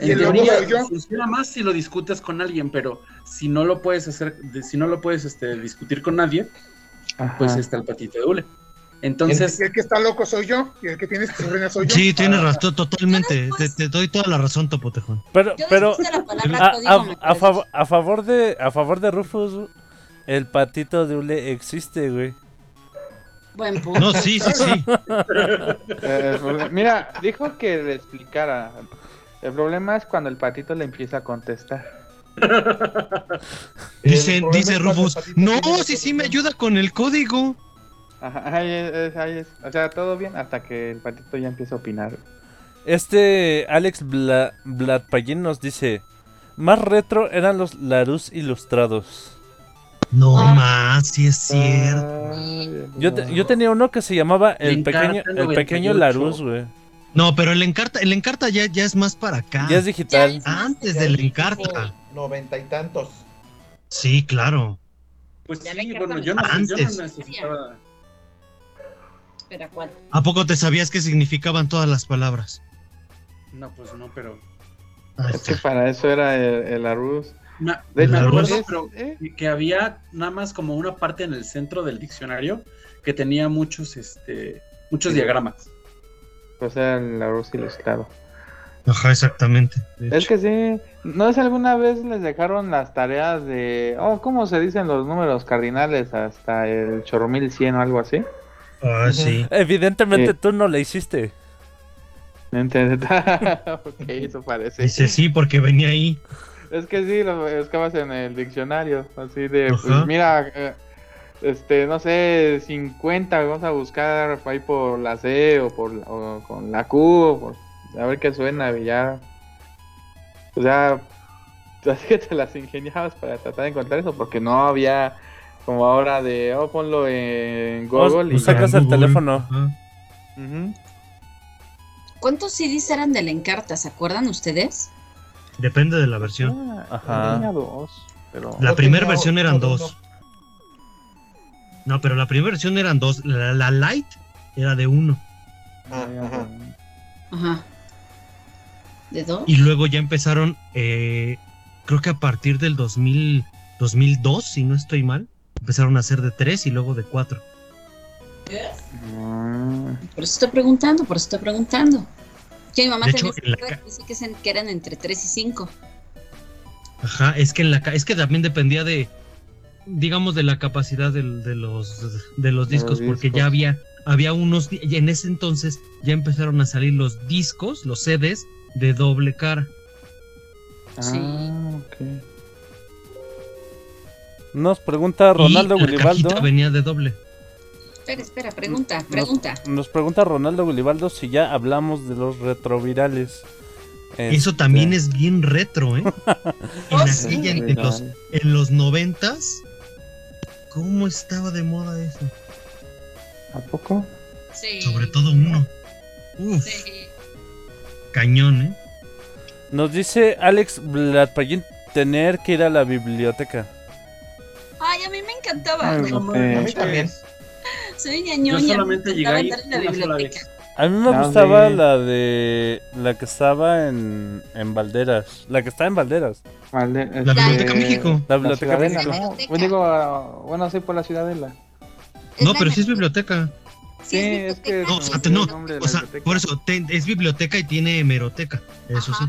Speaker 1: ¿Y el
Speaker 4: En
Speaker 1: logo
Speaker 4: teoría,
Speaker 1: soy yo?
Speaker 4: funciona más si lo discutes con alguien, pero si no lo puedes hacer, de- si no lo puedes este, discutir con nadie,
Speaker 2: ah.
Speaker 4: pues está el patito de hule. Entonces,
Speaker 1: el que está loco soy yo y el que tiene esquizofrenia soy yo.
Speaker 3: Sí, tienes
Speaker 1: Ah.
Speaker 3: razón, totalmente. Te, te doy toda la razón, Topotejón.
Speaker 2: Pero,
Speaker 1: Yo
Speaker 2: pero
Speaker 1: después de la palabra
Speaker 2: a,
Speaker 1: código
Speaker 2: a-
Speaker 1: me
Speaker 2: a fav- a favor de a favor de Rufus, el patito de hule existe, güey.
Speaker 5: Buen punto.
Speaker 2: No, sí, sí, sí.
Speaker 7: (laughs) Eh, pues, mira, dijo que le explicara. El problema es cuando el patito le empieza a contestar.
Speaker 3: Dice,
Speaker 7: problema
Speaker 3: dice
Speaker 7: es cuando
Speaker 3: Rufus,
Speaker 7: el patito
Speaker 3: no,
Speaker 7: tiene
Speaker 3: si sí me ayuda con el código.
Speaker 7: Ajá, ahí es, es- ahí es. O sea, todo bien hasta que el patito ya empieza a opinar.
Speaker 2: Este Alex Bla Blatpayin nos dice, más retro eran los Larus ilustrados.
Speaker 3: No
Speaker 2: Ah.
Speaker 3: más, Ah, sí es cierto.
Speaker 2: Yo, te- yo tenía uno que se llamaba el
Speaker 3: Encarta
Speaker 2: pequeño el
Speaker 3: 98.
Speaker 2: pequeño Larus, güey.
Speaker 3: No, pero el encarta, el encarta ya, ya es más para acá.
Speaker 2: Ya es digital.
Speaker 3: Antes del encarta.
Speaker 6: Noventa y tantos.
Speaker 3: Sí, claro.
Speaker 4: pues sí, bueno, yo no, yo
Speaker 3: Antes.
Speaker 4: no necesitaba.
Speaker 5: Espera, ¿cuál?
Speaker 3: ¿A poco te sabías qué significaban todas las palabras?
Speaker 4: No, pues no, pero.
Speaker 7: Es que para eso era el, el Arús.
Speaker 4: Me,
Speaker 7: De
Speaker 4: me
Speaker 7: hecho,
Speaker 4: acuerdo,
Speaker 7: es- eh.
Speaker 4: pero que había nada más como una parte en el centro del diccionario que tenía muchos, este, muchos
Speaker 7: Sí.
Speaker 4: diagramas.
Speaker 7: O sea, pues el Arús ilustrado.
Speaker 3: Ajá, exactamente.
Speaker 7: Es que sí, ¿no es alguna vez les dejaron las tareas de, oh, ¿cómo se dicen los números cardinales hasta el chorro 1100 o algo así?
Speaker 3: Ah, sí.
Speaker 2: Evidentemente
Speaker 7: Sí.
Speaker 2: tú no le hiciste.
Speaker 7: (laughs) ok, eso parece.
Speaker 3: Dice sí, porque venía ahí.
Speaker 7: Es que sí, lo buscabas en el diccionario, así de, pues,
Speaker 3: Ajá.
Speaker 7: mira, eh, este, no sé, 50, vamos a buscar ahí por la C o por la- o con la Q, o por- a ver qué suena, y ya. O sea, (laughs) así que te las ingeniabas para tratar de encontrar eso, porque no había como ahora de, oh, ponlo en
Speaker 2: O-
Speaker 7: Google y
Speaker 2: sacas
Speaker 7: ya.
Speaker 2: el teléfono.
Speaker 7: Ujú.
Speaker 5: ¿Cuántos CDs eran del Encarta? ¿Se acuerdan ustedes?
Speaker 3: Depende de la versión. Ah.
Speaker 7: Ajá. Tenía dos, pero...
Speaker 3: La
Speaker 7: Yo
Speaker 3: primera
Speaker 7: tenía
Speaker 3: versión eran
Speaker 7: uno,
Speaker 3: dos. No, pero la primera versión eran dos. La, la light era de uno.
Speaker 6: Ajá.
Speaker 5: Ajá. ¿De dos?
Speaker 3: Y luego ya empezaron, eh, creo que a partir del 2000, 2002, si no estoy mal, empezaron a hacer de tres y luego de cuatro.
Speaker 5: Ah. Por eso estoy preguntando, por eso estoy preguntando. Que mi mamá
Speaker 3: De
Speaker 5: tenía
Speaker 3: hecho,
Speaker 5: esa
Speaker 3: en la
Speaker 5: regla que dice que se- que eran entre 3 y 5.
Speaker 3: Ajá, es que en la ca- es que también dependía de digamos de la capacidad del- de, los de los
Speaker 7: De los
Speaker 3: discos porque
Speaker 7: discos.
Speaker 3: ya había había unos di- y en ese entonces ya empezaron a salir los discos, los CDs de doble cara.
Speaker 7: Sí. Ah, ok.
Speaker 2: Nos pregunta Ronaldo
Speaker 3: y la
Speaker 2: Gulibaldo.
Speaker 3: cajita venía de doble.
Speaker 5: Espera, espera, pregunta,
Speaker 2: Nos-
Speaker 5: pregunta.
Speaker 2: Nos pregunta Ronaldo Gulibaldo si ya hablamos de los retrovirales. Este,
Speaker 3: Eso también
Speaker 7: Este.
Speaker 3: es bien
Speaker 7: (laughs)
Speaker 3: retro, ¿eh?
Speaker 7: Ah,
Speaker 3: en, aquella- en los en los noventas ¿Cómo estaba de moda eso?
Speaker 7: ¿A poco?
Speaker 5: Sí.
Speaker 3: Sobre todo uno. Uf. Cañón, ¿eh?
Speaker 2: Nos dice Alex Blatpayin tener que ir a la biblioteca.
Speaker 5: Ay, a mí me encantaba.
Speaker 2: Ay,
Speaker 5: No,
Speaker 2: no sé. A mí
Speaker 6: también.
Speaker 5: Soy una ñoña.
Speaker 4: solamente
Speaker 5: me encantaba
Speaker 4: llegué
Speaker 5: andar
Speaker 4: ahí
Speaker 5: en la
Speaker 4: una sola
Speaker 5: biblioteca.
Speaker 2: A mí me
Speaker 5: Ah,
Speaker 2: gustaba
Speaker 5: sí.
Speaker 2: la de la que estaba en, en Valderas, la que está en Valderas.
Speaker 7: Valde-
Speaker 3: La
Speaker 7: este,
Speaker 3: Biblioteca México.
Speaker 2: La Biblioteca
Speaker 7: Ciudadela,
Speaker 2: México.
Speaker 7: ¿no? Yo digo, ah, bueno, sí, por la Ciudadela.
Speaker 3: No, pero sí es biblioteca.
Speaker 5: Sí, es
Speaker 7: que
Speaker 5: biblioteca.
Speaker 3: No, o sea, te- no, o sea, por eso te- es biblioteca y tiene hemeroteca. Eso sí.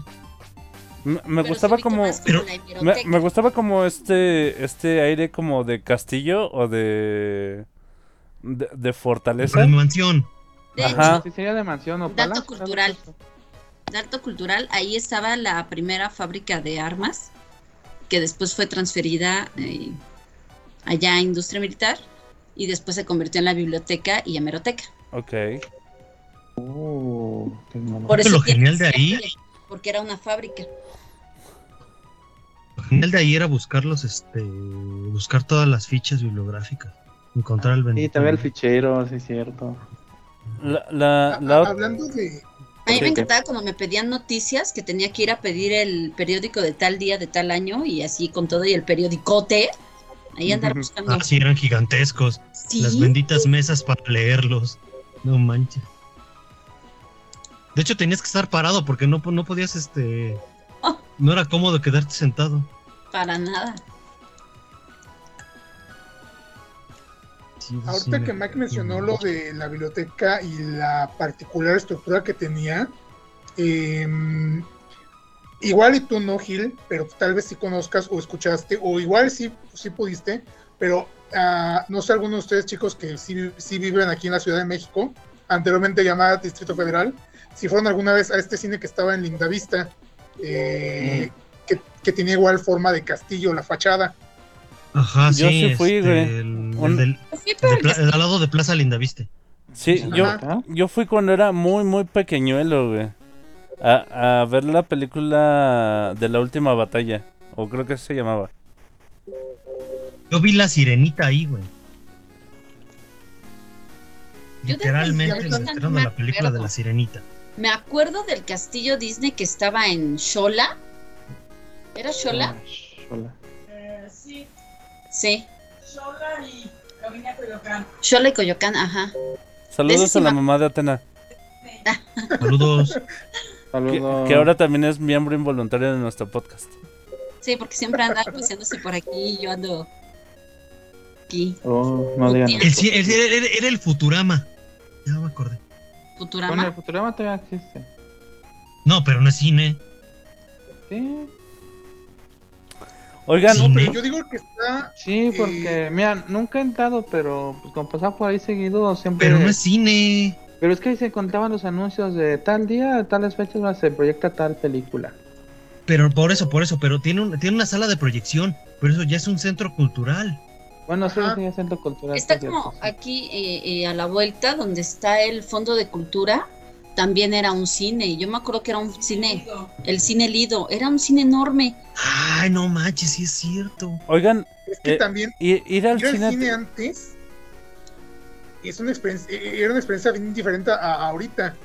Speaker 2: Me, me gustaba como. me, me gustaba como este. Este aire como de castillo o de. De, de fortaleza.
Speaker 3: De mansión.
Speaker 5: De
Speaker 2: Ajá.
Speaker 7: Sí, sería de mansión o
Speaker 5: Dato
Speaker 7: palacio.
Speaker 5: cultural. Dato cultural, ahí estaba la primera fábrica de armas, que después fue transferida eh, allá a industria militar y después se convirtió en la biblioteca y hemeroteca.
Speaker 2: Ok.
Speaker 5: Por eso
Speaker 3: lo
Speaker 5: tiene
Speaker 3: genial de ahí,
Speaker 5: siempre, Porque era una fábrica.
Speaker 3: lo genial de ahí era buscar los, este, buscar todas las fichas bibliográficas, encontrar el
Speaker 7: Sí,
Speaker 3: bendito
Speaker 7: también el
Speaker 3: libro.
Speaker 7: fichero, sí es cierto.
Speaker 2: La, la, la ot-
Speaker 1: Hablando de.
Speaker 5: A mí me
Speaker 2: Ok, ok.
Speaker 5: encantaba cuando me pedían noticias que tenía que ir a pedir el periódico de tal día, de tal año y así con todo y el periodicote. Ahí andar buscando.
Speaker 3: Ah, sí, eran gigantescos.
Speaker 5: Sí.
Speaker 3: Las benditas mesas para leerlos. No manches. De hecho, tenías que estar parado porque no, po- no podías, este.
Speaker 5: Ah.
Speaker 3: No era cómodo quedarte sentado.
Speaker 5: Para nada.
Speaker 3: Sí, eso sí
Speaker 1: Ahorita
Speaker 3: me-
Speaker 1: que Mike mencionó lo de la biblioteca y la particular estructura que tenía, em, igual y tú no, Gil, pero tal vez sí conozcas o escuchaste, o igual sí, sí pudiste, pero ah, no sé, algunos de ustedes chicos que sí, vi- sí viven aquí en la Ciudad de México, anteriormente llamada Distrito Federal, si fueron alguna vez a este cine que estaba en Lindavista, eh,
Speaker 2: Mm.
Speaker 1: que, que tenía igual forma de castillo, la fachada.
Speaker 3: Ajá,
Speaker 2: Yo sí fui,
Speaker 3: este,
Speaker 2: güey.
Speaker 3: el- el
Speaker 2: Un-
Speaker 3: del-
Speaker 5: Pues
Speaker 3: de pla- el al lado de Plaza Lindaviste.
Speaker 2: Sí, yo, yo fui cuando era muy, muy pequeñuelo, güey. A, a ver la película de la última batalla. O creo que así se llamaba.
Speaker 3: Yo vi la sirenita ahí, güey.
Speaker 5: Yo de
Speaker 3: Literalmente
Speaker 5: Sirenita
Speaker 3: me
Speaker 5: no
Speaker 3: entraron
Speaker 5: me
Speaker 3: de la película de
Speaker 5: acuerdo.
Speaker 3: la sirenita.
Speaker 5: Me acuerdo del castillo Disney que estaba en Shola. ¿Era Shola?
Speaker 11: Eh, sí,
Speaker 5: Sí.
Speaker 11: Shola y Camina Coyoacán.
Speaker 5: Shola y Coyoacán, ajá. Ese
Speaker 2: Saludos
Speaker 5: sí
Speaker 2: a la
Speaker 5: me-
Speaker 2: mamá de Atena.
Speaker 3: Saludos.
Speaker 2: Que, que ahora también es miembro involuntario de nuestro podcast.
Speaker 5: Sí, porque siempre anda paseándose por aquí y yo ando.
Speaker 7: Oh, no digan.
Speaker 3: El ci- el- era, era- era el Futurama. Ya me acordé.
Speaker 5: Futurama.
Speaker 7: Bueno, el Futurama todavía existe.
Speaker 3: No, pero no es cine.
Speaker 7: Sí.
Speaker 2: Oigan,
Speaker 3: No, pero
Speaker 1: Yo digo que está.
Speaker 7: Sí,
Speaker 3: eh,
Speaker 7: porque, mira, nunca he entrado, pero pues, como pasaba por ahí seguido, siempre.
Speaker 3: Pero no es cine.
Speaker 7: Pero es que ahí se encontraban los anuncios de tal día, a tales fechas va- se proyecta tal película.
Speaker 3: Pero por eso, por eso, pero tiene, un- tiene una sala de proyección. Pero eso ya es un centro cultural.
Speaker 7: Bueno, sí, sí, es centro cultural.
Speaker 5: Está
Speaker 7: sí, cierto.
Speaker 5: como aquí eh, eh, a la vuelta donde está el Fondo de Cultura, también era un cine. y Yo me acuerdo que era un cine, el cine Lido, era un cine enorme.
Speaker 3: Ay, no manches, sí es cierto.
Speaker 2: Oigan,
Speaker 1: que
Speaker 2: eh,
Speaker 1: también
Speaker 2: i- ir al
Speaker 1: ir al
Speaker 2: cine.
Speaker 1: cine antes es una experiencia, era una experiencia bien diferente a, a ahorita.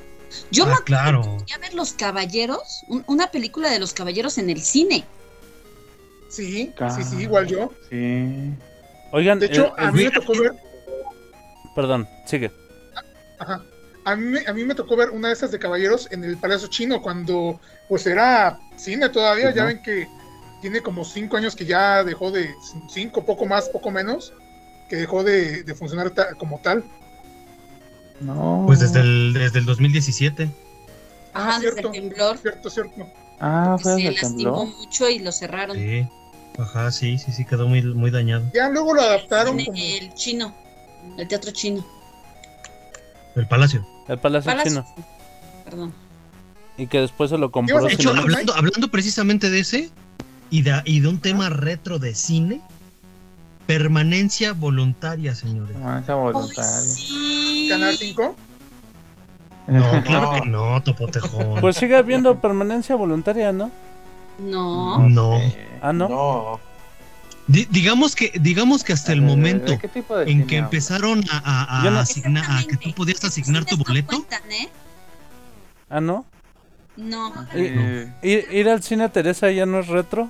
Speaker 5: Yo me
Speaker 3: Ah, claro.
Speaker 5: fui a ver Los Caballeros, un- una película de Los Caballeros en el cine.
Speaker 1: Sí,
Speaker 2: sí, sí,
Speaker 1: igual yo.
Speaker 7: Sí.
Speaker 2: Oigan,
Speaker 1: De hecho,
Speaker 2: el- el-
Speaker 1: a mí me tocó ver,
Speaker 2: perdón, sigue.
Speaker 1: ajá, a mí, me- a mí me tocó ver una de esas de caballeros en el Palacio Chino cuando pues era cine todavía, ya
Speaker 2: Ujú.
Speaker 1: ven que tiene como cinco años que ya dejó de cinco, poco más, poco menos, que dejó de, de funcionar ta- como tal.
Speaker 7: No.
Speaker 3: Pues desde el, desde el 2017.
Speaker 5: Ajá, desde el temblor.
Speaker 1: Ah, Cierto, cierto.
Speaker 7: Ah,
Speaker 5: fue Se lastimó mucho y lo cerraron.
Speaker 3: Sí. Ajá, sí, sí, sí, quedó muy, muy dañado.
Speaker 1: Ya luego lo adaptaron
Speaker 5: En el chino, el teatro chino,
Speaker 3: El palacio.
Speaker 2: El Palacio,
Speaker 5: Palacio.
Speaker 2: Chino.
Speaker 5: perdón.
Speaker 2: Y que después se lo compró.
Speaker 3: De hecho,
Speaker 2: Cinemex.
Speaker 3: hablando, hablando precisamente de ese y de, y de un tema retro de cine, permanencia voluntaria,
Speaker 7: (laughs)
Speaker 3: señores.
Speaker 7: Permanencia voluntaria.
Speaker 1: Canal 5. (laughs)
Speaker 3: No, claro que no, topotejón.
Speaker 2: Pues sigue habiendo permanencia voluntaria, ¿no?
Speaker 5: No.
Speaker 3: no.
Speaker 7: Este,
Speaker 2: Ah, no.
Speaker 3: Di- digamos que digamos que hasta el momento
Speaker 7: ¿qué tipo Eh, de
Speaker 3: en
Speaker 7: cine
Speaker 3: que
Speaker 7: hablas?
Speaker 3: empezaron a, a- a
Speaker 7: Yo no-
Speaker 3: asignar a Ah, que tú podías asignar tu boleto,
Speaker 5: ¿Tan, eh?
Speaker 2: Ah, no.
Speaker 5: No.
Speaker 2: I-
Speaker 1: Eh,
Speaker 2: ir, ir al cine Teresa ya no es retro.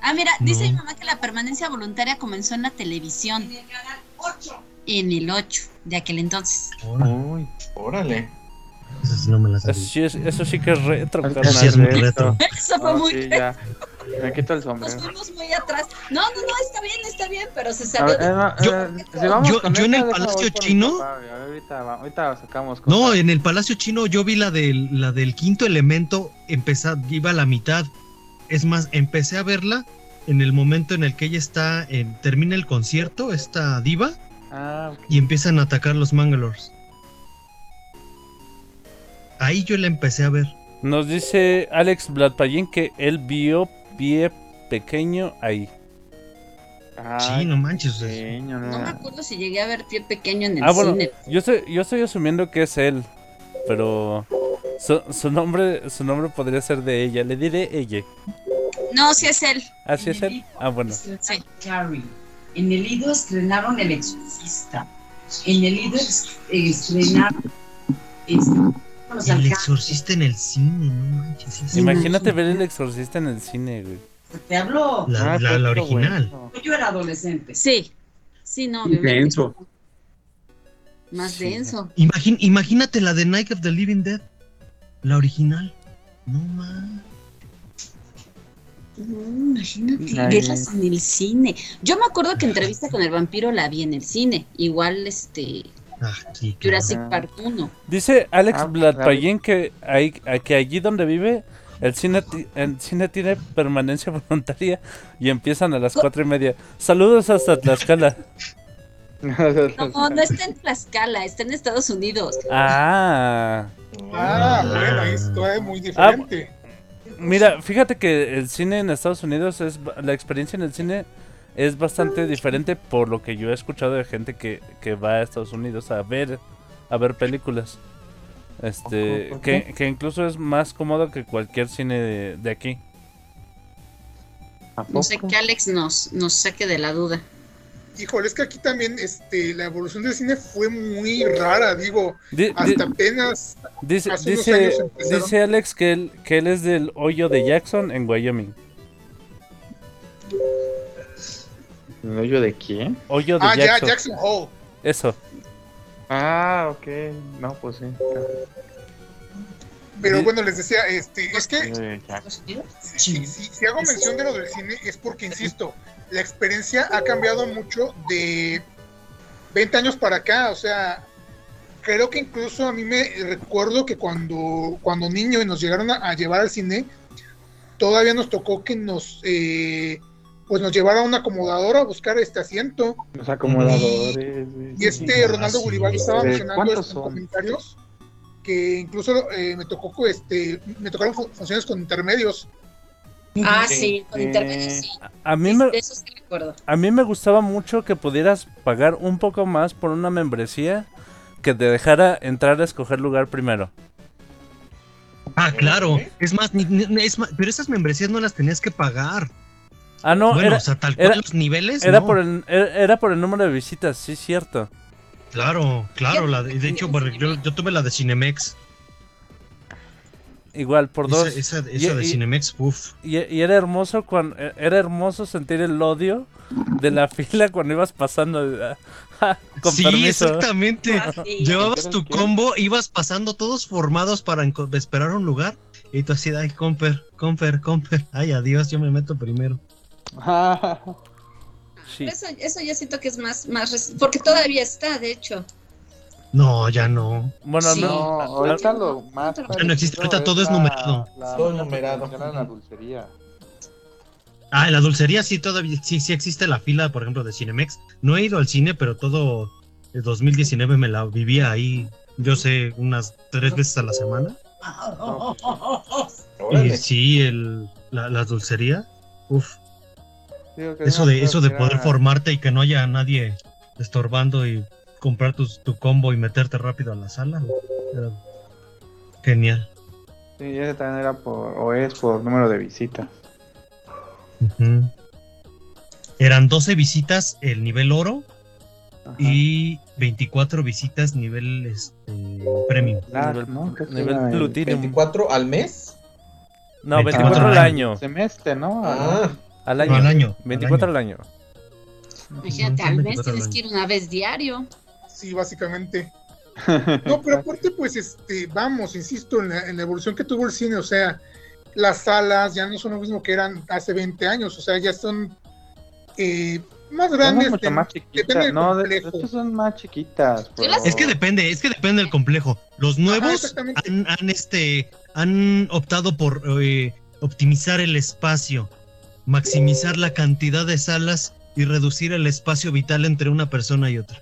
Speaker 5: Ah, mira, dice
Speaker 2: No.
Speaker 5: mi mamá que la permanencia voluntaria comenzó en la televisión. En el canal 8. En el 8, de aquel entonces.
Speaker 7: Uy, órale.
Speaker 3: Eso sí, no me la
Speaker 2: eso, sí es, eso sí que es retro,
Speaker 7: Eso
Speaker 2: carnal.
Speaker 7: sí es muy retro.
Speaker 5: Eso fue muy
Speaker 7: ya. Me quito el
Speaker 5: Nos
Speaker 7: sombrero.
Speaker 5: fuimos muy atrás. No, no, no, está bien, está bien, pero se
Speaker 7: A
Speaker 5: salió
Speaker 7: ver,
Speaker 5: de...
Speaker 7: eh, no, eh, si vamos
Speaker 3: yo-
Speaker 7: con
Speaker 3: yo en
Speaker 7: esta,
Speaker 3: el
Speaker 7: déjame,
Speaker 3: Palacio
Speaker 7: voy por mi
Speaker 3: Chino-
Speaker 7: papá, güey. A ver, ahorita, va- ahorita sacamos cosas.
Speaker 3: No, en el Palacio Chino yo vi la del, la del quinto elemento, empezar, iba a la mitad. Es más, empecé a verla en el momento en el que ella está, en- termina el concierto, esta diva,
Speaker 7: Ah, ok.
Speaker 3: y empiezan a atacar los Mangalores. Ahí yo la empecé a ver.
Speaker 2: Nos dice Alex Blatpayin que él vio pie pequeño ahí.
Speaker 3: sí, no manches. o sea,
Speaker 5: No me acuerdo si llegué a ver pie pequeño en el
Speaker 2: Ah, bueno,
Speaker 5: cine.
Speaker 2: yo estoy, yo estoy asumiendo que es él, pero su, su nombre su nombre podría ser de ella. Le diré ella.
Speaker 5: No, sí es él.
Speaker 2: ¿Así es él? Ah, bueno.
Speaker 5: Sí.
Speaker 11: Carrie. En el Lido estrenaron El Exorcista. En el Lido ex- estrenaron. este, los
Speaker 3: el
Speaker 11: alcances.
Speaker 3: exorcista en el cine, no manches. sí, sí.
Speaker 2: Imagínate ver el exorcista en el cine, güey.
Speaker 11: Te hablo.
Speaker 2: Ah,
Speaker 5: Ah,
Speaker 3: La, la- la original.
Speaker 11: Yo era adolescente.
Speaker 5: Sí, sí, no, obviamente. Más
Speaker 3: Sí.
Speaker 5: denso.
Speaker 3: Imagín- imagínate la de Night of the Living Dead, la original. No manches.
Speaker 5: No, imagínate,
Speaker 3: Ay.
Speaker 5: verlas en el cine. Yo me acuerdo que entrevista con el vampiro la vi en el cine. Igual este Jurassic Park 1.
Speaker 2: Dice Alex
Speaker 5: Ah,
Speaker 2: Blatpayin que, hay, a- que allí donde vive, el cine, ti- el cine tiene permanencia (laughs) voluntaria y empiezan a las cuatro y media. Saludos hasta Tlaxcala.
Speaker 5: No, no está en Tlaxcala, está en Estados Unidos.
Speaker 2: Ah.
Speaker 1: Ah, bueno, esto es muy diferente.
Speaker 2: Mira, fíjate que el cine en Estados Unidos es ba- la experiencia en el cine es
Speaker 1: Ah,
Speaker 2: bastante diferente por lo que yo he escuchado de gente que, que va a Estados Unidos a ver a ver películas. Este,
Speaker 8: Ojo, ¿por qué?
Speaker 2: que, que incluso es más cómodo que cualquier cine de, de aquí.
Speaker 5: No sé que Alex nos, nos saque de la duda.
Speaker 1: Híjole, es que aquí también este, la evolución del cine fue muy rara, digo,
Speaker 2: Di-
Speaker 1: hasta
Speaker 2: di-
Speaker 1: apenas
Speaker 2: Dice,
Speaker 1: hace unos
Speaker 2: dice,
Speaker 1: años empezaron.
Speaker 2: dice Alex que él, que él es del hoyo de Jackson en Wyoming.
Speaker 7: ¿El hoyo de quién?
Speaker 2: Hoyo de
Speaker 1: Ah, ya,
Speaker 2: Jackson.
Speaker 1: Jackson Hole.
Speaker 2: Eso.
Speaker 7: Ah, ok. No, pues sí.
Speaker 1: Pero bueno, les decía, este, es que
Speaker 7: Eh, ya.
Speaker 1: si, si- si hago mención de lo del cine es porque, insisto, la experiencia ha cambiado mucho de 20 años para acá. O sea, creo que incluso a mí me recuerdo que cuando, cuando niño y nos llegaron a, a llevar al cine, todavía nos tocó que nos, eh, pues nos llevara a una acomodadora a buscar este asiento.
Speaker 7: Los acomodadores. güey.
Speaker 1: Y este Ronaldo Gulibal estaba
Speaker 7: Eh,
Speaker 1: mencionando
Speaker 7: ¿Cuántos
Speaker 1: estos
Speaker 7: son?
Speaker 1: comentarios que incluso eh, me tocó co- este me tocaron fu- funciones con intermedios.
Speaker 5: Ah, sí, con intermedio sí.
Speaker 2: A mí me,
Speaker 5: De eso sí recuerdo.
Speaker 2: A mí me gustaba mucho que pudieras pagar un poco más por una membresía que te dejara entrar a escoger lugar primero.
Speaker 3: Ah, claro. Es más, ni- ni- es más, pero esas membresías no las tenías que pagar.
Speaker 2: Ah, no,
Speaker 3: Bueno,
Speaker 2: era,
Speaker 3: o sea, tal cual
Speaker 2: era-
Speaker 3: los niveles,
Speaker 2: Era,
Speaker 3: no.
Speaker 2: por el, era, era por el número de visitas, sí, cierto.
Speaker 3: Claro, claro. La de, de hecho, por- yo, yo tuve la de Cinemex.
Speaker 2: Igual, por
Speaker 3: Esa-
Speaker 2: dos.
Speaker 3: esa- esa de Cinemex, uff.
Speaker 2: Y, y era hermoso cuando, era hermoso sentir el odio de la (laughs) fila cuando ibas pasando. de- ja, con
Speaker 3: sí,
Speaker 2: permiso.
Speaker 3: exactamente. Llevabas tu
Speaker 2: ¿Qué?
Speaker 3: combo, ibas pasando todos formados para enco- esperar un lugar. Y tú así, ay, comper, comper, comper. Ay, adiós, yo me meto primero. Ah,
Speaker 5: Eso, eso yo siento que es más, más res- porque todavía está, de hecho.
Speaker 3: No, ya no.
Speaker 2: Bueno,
Speaker 5: Sí.
Speaker 7: No,
Speaker 2: no.
Speaker 7: ahorita lo más.
Speaker 3: Ya no existe, ahorita
Speaker 7: parecido
Speaker 3: todo es
Speaker 7: la-
Speaker 3: numerado.
Speaker 7: la-
Speaker 6: Todo numerado.
Speaker 7: la- La dulcería.
Speaker 3: Ah, en la dulcería sí todavía sí, sí existe la fila, por ejemplo, de Cinemex. No he ido al cine, pero todo eh, el 2019 me la vivía ahí, yo sé, unas tres veces a la semana. Y sí, el, la, la dulcería, uff,
Speaker 7: Digo que
Speaker 3: eso
Speaker 7: no
Speaker 3: de,
Speaker 7: creo
Speaker 3: eso de
Speaker 7: que
Speaker 3: poder
Speaker 7: era-
Speaker 2: (laughs)
Speaker 3: formarte y que no haya nadie estorbando y comprar tus- tu combo y meterte rápido a la sala. era genial.
Speaker 7: Sí, ese también era por. O es por número de visitas.
Speaker 3: Ujú. Eran 12 visitas el nivel oro y 24 visitas nivel este, premium.
Speaker 7: Claro, ¿no? Que
Speaker 2: Pues, nivel
Speaker 7: era el-
Speaker 2: Platinum.
Speaker 6: ¿24 al mes?
Speaker 2: No,
Speaker 3: 24
Speaker 2: 24 al
Speaker 3: al
Speaker 2: año.
Speaker 7: Semestre, ¿no?
Speaker 6: Ah.
Speaker 2: Al
Speaker 3: No,
Speaker 2: año.
Speaker 3: al año, al
Speaker 2: 24 al año.
Speaker 5: Imagínate, al mes tienes que ir una vez diario.
Speaker 1: Sí,
Speaker 7: (laughs)
Speaker 1: básicamente. No, pero aparte, pues, este, vamos, insisto, en la, en la evolución que tuvo el cine, o sea, las salas ya no son lo mismo que eran hace 20 años, o sea, ya son eh, más este, grandes.
Speaker 7: mucho
Speaker 1: de-
Speaker 7: más
Speaker 1: depende
Speaker 7: chiquitas.
Speaker 1: del
Speaker 7: No, de- de
Speaker 1: complejo.
Speaker 7: estas son más chiquitas. pero-
Speaker 3: Es que depende, es que depende del complejo. Los nuevos
Speaker 1: exactamente.
Speaker 3: han, han, este han optado por eh, optimizar el espacio, maximizar la cantidad de salas y reducir el espacio vital entre una persona y otra.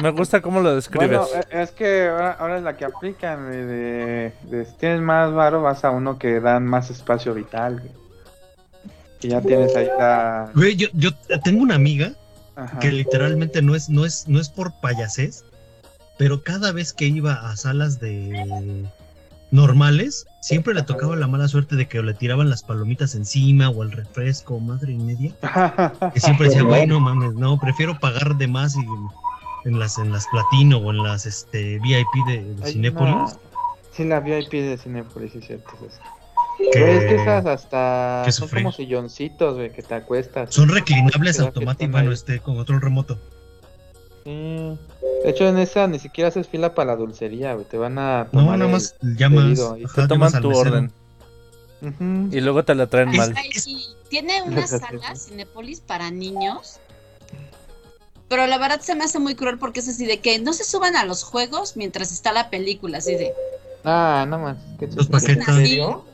Speaker 8: Me gusta cómo lo describes.
Speaker 7: Bueno, e- es que ahora, ahora es la que aplican. güey, De, de si tienes más varo, vas a uno que dan más espacio vital. güey. Y ya tienes ahí la.
Speaker 3: Güey, yo, yo tengo una amiga
Speaker 7: Ajá.
Speaker 3: que literalmente no es, no es, no es por payasés, pero cada vez que iba a salas de normales, siempre le tocaba la mala suerte de que le tiraban las palomitas encima o el refresco, madre y media. Que siempre decía, güey, no mames, no, prefiero pagar de más y en las, en las platino o en las este VIP de, de
Speaker 7: Hay
Speaker 3: Cinépolis.
Speaker 7: una- Sí, la VIP de Cinepolis, sí, cierto. Es, esa.
Speaker 3: Que-
Speaker 7: Güey, es que esas hasta
Speaker 3: que
Speaker 7: son
Speaker 3: sufrir.
Speaker 7: como silloncitos, güey, que te acuestas.
Speaker 3: Son reclinables
Speaker 7: Te das que
Speaker 3: automáticos,
Speaker 7: están
Speaker 3: bueno,
Speaker 7: ahí.
Speaker 3: este, con control remoto.
Speaker 7: Sí. De hecho, en esa ni siquiera haces fila para la dulcería, güey. Te van a.
Speaker 3: No,
Speaker 7: tomar
Speaker 3: nada
Speaker 7: el
Speaker 3: más llamas,
Speaker 7: pedido y-
Speaker 3: ajá,
Speaker 8: Te
Speaker 3: llamas
Speaker 8: toman
Speaker 3: al
Speaker 8: tu
Speaker 3: mesero.
Speaker 8: orden. Y luego te la traen mal.
Speaker 5: Ay, sí, tiene una sala Cinépolis para niños. Pero la verdad se me hace muy cruel porque es así de que no se suban a los juegos mientras está la película, así de,
Speaker 7: Ah, no más. qué
Speaker 3: Los
Speaker 7: chistoso.
Speaker 3: paquetes.
Speaker 7: ¿En serio?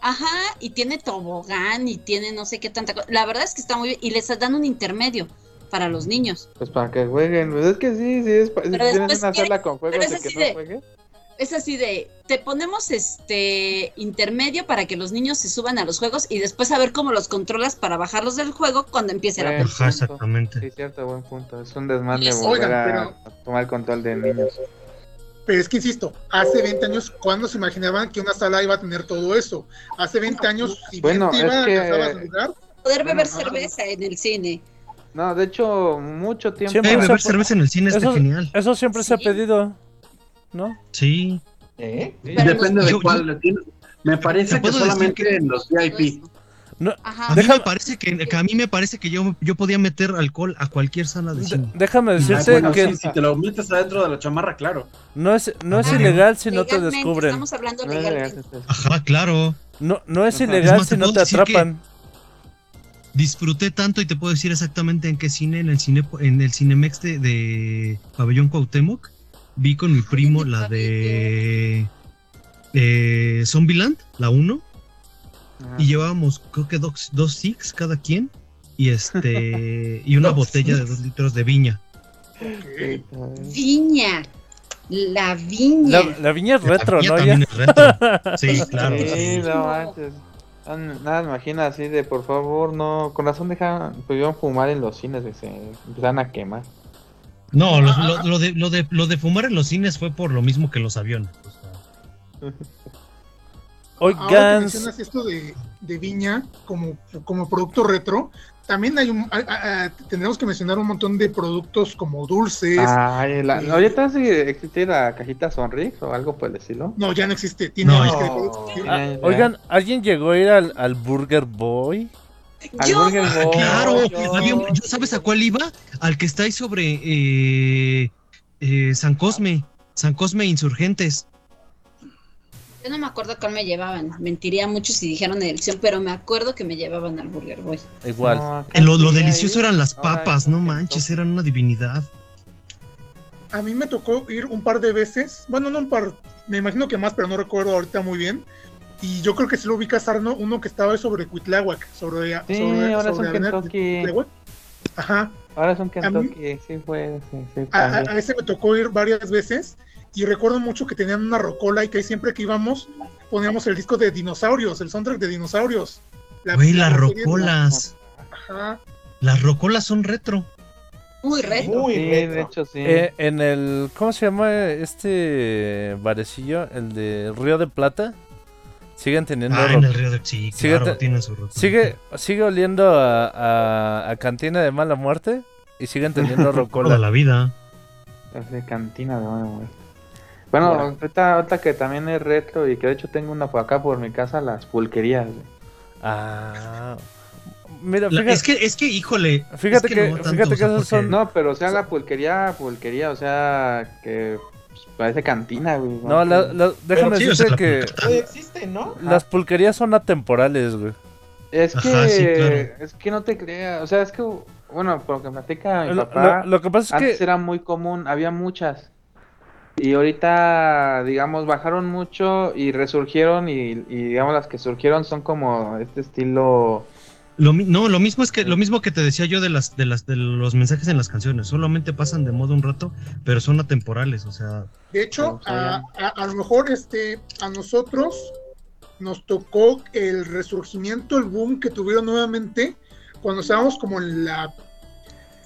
Speaker 5: ajá, y tiene tobogán y tiene no sé qué tanta cosa. La verdad es que está muy bien y les dan un intermedio para los niños.
Speaker 7: Pues para que jueguen. Pues es que sí, sí. Es pa- Si
Speaker 5: Pero
Speaker 7: tienes
Speaker 5: después
Speaker 7: una
Speaker 5: quieren-
Speaker 7: sala con juegos
Speaker 5: pero es
Speaker 7: de que
Speaker 5: así
Speaker 7: no
Speaker 5: de-
Speaker 7: juegue.
Speaker 5: Es así de, te ponemos este intermedio para que los niños se suban a los juegos y después a ver cómo los controlas para bajarlos del juego cuando empiece la
Speaker 7: Buen (laughs)
Speaker 5: película.
Speaker 3: Ajá,
Speaker 7: punto.
Speaker 3: exactamente.
Speaker 7: Sí, cierto, buen punto. Es un desmadre
Speaker 1: Oigan,
Speaker 7: volver a
Speaker 1: pero-
Speaker 7: a tomar el control de niños.
Speaker 1: Pero es que insisto, hace 20 años, ¿cuándo se imaginaban que una sala iba a tener todo eso? Hace 20 años, si bien
Speaker 7: Bueno,
Speaker 1: te
Speaker 7: es
Speaker 1: iban a
Speaker 7: que-
Speaker 1: alcanzabas un lugar,
Speaker 5: Poder beber
Speaker 1: Bueno, ajá.
Speaker 5: cerveza en el cine.
Speaker 7: No, de hecho, mucho tiempo.
Speaker 3: Siempre Eh, beber se- cerveza en el cine está
Speaker 8: eso,
Speaker 3: genial.
Speaker 8: Eso siempre se ha pedido, ¿no?
Speaker 3: Sí.
Speaker 6: ¿Eh?
Speaker 4: Depende de
Speaker 3: Yo-
Speaker 4: cuál. le tiene- Me parece que
Speaker 3: puedo decir
Speaker 4: solamente en los VIP.
Speaker 3: A mí me parece que, que a mí me parece que yo, yo podía meter alcohol a cualquier sala de cine.
Speaker 8: Déjame decirte
Speaker 4: Ay, Ah, bueno,
Speaker 8: que
Speaker 4: sí, si te lo metes adentro de la chamarra, claro.
Speaker 8: no es, no es ilegal si no te descubren.
Speaker 5: Ah, Estamos hablando
Speaker 7: No,
Speaker 5: legalmente.
Speaker 3: Ajá, claro.
Speaker 8: No, no es
Speaker 3: Ajá.
Speaker 8: ilegal
Speaker 3: Es más,
Speaker 8: si
Speaker 3: te
Speaker 8: no
Speaker 3: puedo
Speaker 8: te
Speaker 3: decir que-
Speaker 8: atrapan.
Speaker 3: Disfruté tanto y te puedo decir exactamente en qué cine, en el cine, en el Cinemex de, de Pabellón Cuauhtémoc, vi con mi primo la de eh, Zombieland, la 1, y llevábamos creo que dos, dos six cada quien y este y una
Speaker 5: Dos
Speaker 3: botella de dos litros de viña.
Speaker 5: Viña. La viña.
Speaker 8: La, la viña es
Speaker 3: La
Speaker 8: retro,
Speaker 3: viña
Speaker 8: ¿no?
Speaker 3: también
Speaker 8: Ya?
Speaker 3: es retro.
Speaker 8: (laughs)
Speaker 1: (laughs)
Speaker 3: Sí, claro.
Speaker 7: Sí,
Speaker 3: sí.
Speaker 7: no manches. Ah, Nada, me imagino así de por favor, no. Con razón dejaban, pudieron fumar en los cines, güey, se empezaron a quemar.
Speaker 3: No, lo, lo- lo de, lo, de, lo de fumar en los cines fue por lo mismo que los aviones.
Speaker 1: Ahora
Speaker 8: (laughs)
Speaker 1: que
Speaker 8: Oigan,
Speaker 1: mencionas esto de, de Viña como, como producto retro, también hay un, ah, ah, ah, tendremos que mencionar un montón de productos como dulces.
Speaker 8: Ah.
Speaker 7: Ay, la,
Speaker 1: Sí.
Speaker 7: ahorita sí existe la cajita Sonrix o algo por el estilo.
Speaker 1: No, ya no existe. este, Tiene
Speaker 7: No.
Speaker 1: más que de productos.
Speaker 7: Ya, ya.
Speaker 8: Ah, oigan, ¿alguien llegó a ir al, al Burger Boy?
Speaker 7: Al Burger Boy,
Speaker 3: Ah, Claro,
Speaker 7: yo-
Speaker 3: había un- ¿yo sabes a cuál iba? Al que está ahí sobre eh, eh, San Cosme, San Cosme Insurgentes.
Speaker 5: Yo no me acuerdo cuál me llevaban. Mentiría mucho si dijeron elección, pero me acuerdo que me llevaban al Burger Boy.
Speaker 8: Igual.
Speaker 7: No, acá
Speaker 3: Eh, Lo, lo
Speaker 7: sí hay-
Speaker 3: delicioso eran las
Speaker 7: ahora hay
Speaker 3: papas, no manches, eran una divinidad.
Speaker 1: A mí me tocó ir un par de veces. Bueno, no un par, me imagino que más, pero no recuerdo ahorita muy bien. Y yo creo que si lo ubicas, Arno, uno que estaba sobre Cuitláhuac, sobre,
Speaker 7: Sí,
Speaker 1: sobre,
Speaker 7: ahora es
Speaker 1: sobre
Speaker 7: un
Speaker 1: Avenida
Speaker 7: Kentucky.
Speaker 1: Cuitláhuac. Ajá.
Speaker 7: Ahora es un
Speaker 1: A mí- Ah,
Speaker 7: Kentucky, sí fue, sí, sí,
Speaker 1: A, a-
Speaker 7: también.
Speaker 1: a ese me tocó ir varias veces y recuerdo mucho que tenían una rocola y que siempre que íbamos poníamos el disco de dinosaurios, el soundtrack de dinosaurios. La-
Speaker 3: Güey, las
Speaker 1: la serie de-
Speaker 3: rocolas.
Speaker 1: Ajá.
Speaker 3: Las rocolas son retro.
Speaker 5: Muy reto.
Speaker 6: Muy
Speaker 7: Sí,
Speaker 6: retro.
Speaker 7: de hecho sí.
Speaker 8: Eh, en el. ¿Cómo se llama este barecillo? El de Río de Plata. Siguen teniendo.
Speaker 3: Ah,
Speaker 8: ro-
Speaker 3: en el río de sí,
Speaker 8: Sigue
Speaker 3: claro,
Speaker 8: te-
Speaker 3: tienen su rocola.
Speaker 8: Sigue, sigue oliendo a, a- a cantina de mala muerte y siguen
Speaker 3: (laughs)
Speaker 8: teniendo
Speaker 3: Toda
Speaker 8: rocola.
Speaker 3: la vida.
Speaker 1: ah.
Speaker 7: Las de cantina de mala muerte. Bueno, ahorita, ahorita que también es retro y que de hecho tengo una por acá por mi casa, las pulquerías. güey.
Speaker 8: Ah. Mira,
Speaker 3: La-
Speaker 8: fíjate,
Speaker 3: es que, es que, híjole.
Speaker 8: fíjate
Speaker 3: es
Speaker 8: que-
Speaker 3: no tanto,
Speaker 8: fíjate que
Speaker 3: o sea,
Speaker 8: esos son-
Speaker 3: porque-
Speaker 7: No, pero o sea, la pulquería, pulquería, o sea, que pues, parece cantina, güey.
Speaker 2: No, la- la- déjame
Speaker 7: Pero sí, o
Speaker 2: decirte
Speaker 7: sea, la
Speaker 2: que.
Speaker 7: pulquería todavía existe, ¿no?
Speaker 2: Las pulquerías son atemporales, güey.
Speaker 7: Es que,
Speaker 2: Ajá, sí, claro.
Speaker 7: es que no te creas, o sea, es que, bueno, por lo que platica mi
Speaker 2: Lo-
Speaker 7: papá,
Speaker 2: lo- lo que pasa es
Speaker 7: antes
Speaker 2: que-
Speaker 7: era muy común, había muchas, y ahorita, digamos, bajaron mucho y resurgieron, y, y, digamos, las que surgieron son como este estilo,
Speaker 3: Lo mi- no, lo mismo es que lo mismo que te decía yo de las de las de los mensajes en las canciones, solamente pasan de moda un rato, pero son atemporales, o sea,
Speaker 1: De hecho,
Speaker 3: Vamos
Speaker 1: a,
Speaker 3: allá.
Speaker 1: a- a lo mejor este, a nosotros nos tocó el resurgimiento, el boom que tuvieron nuevamente cuando estábamos como en la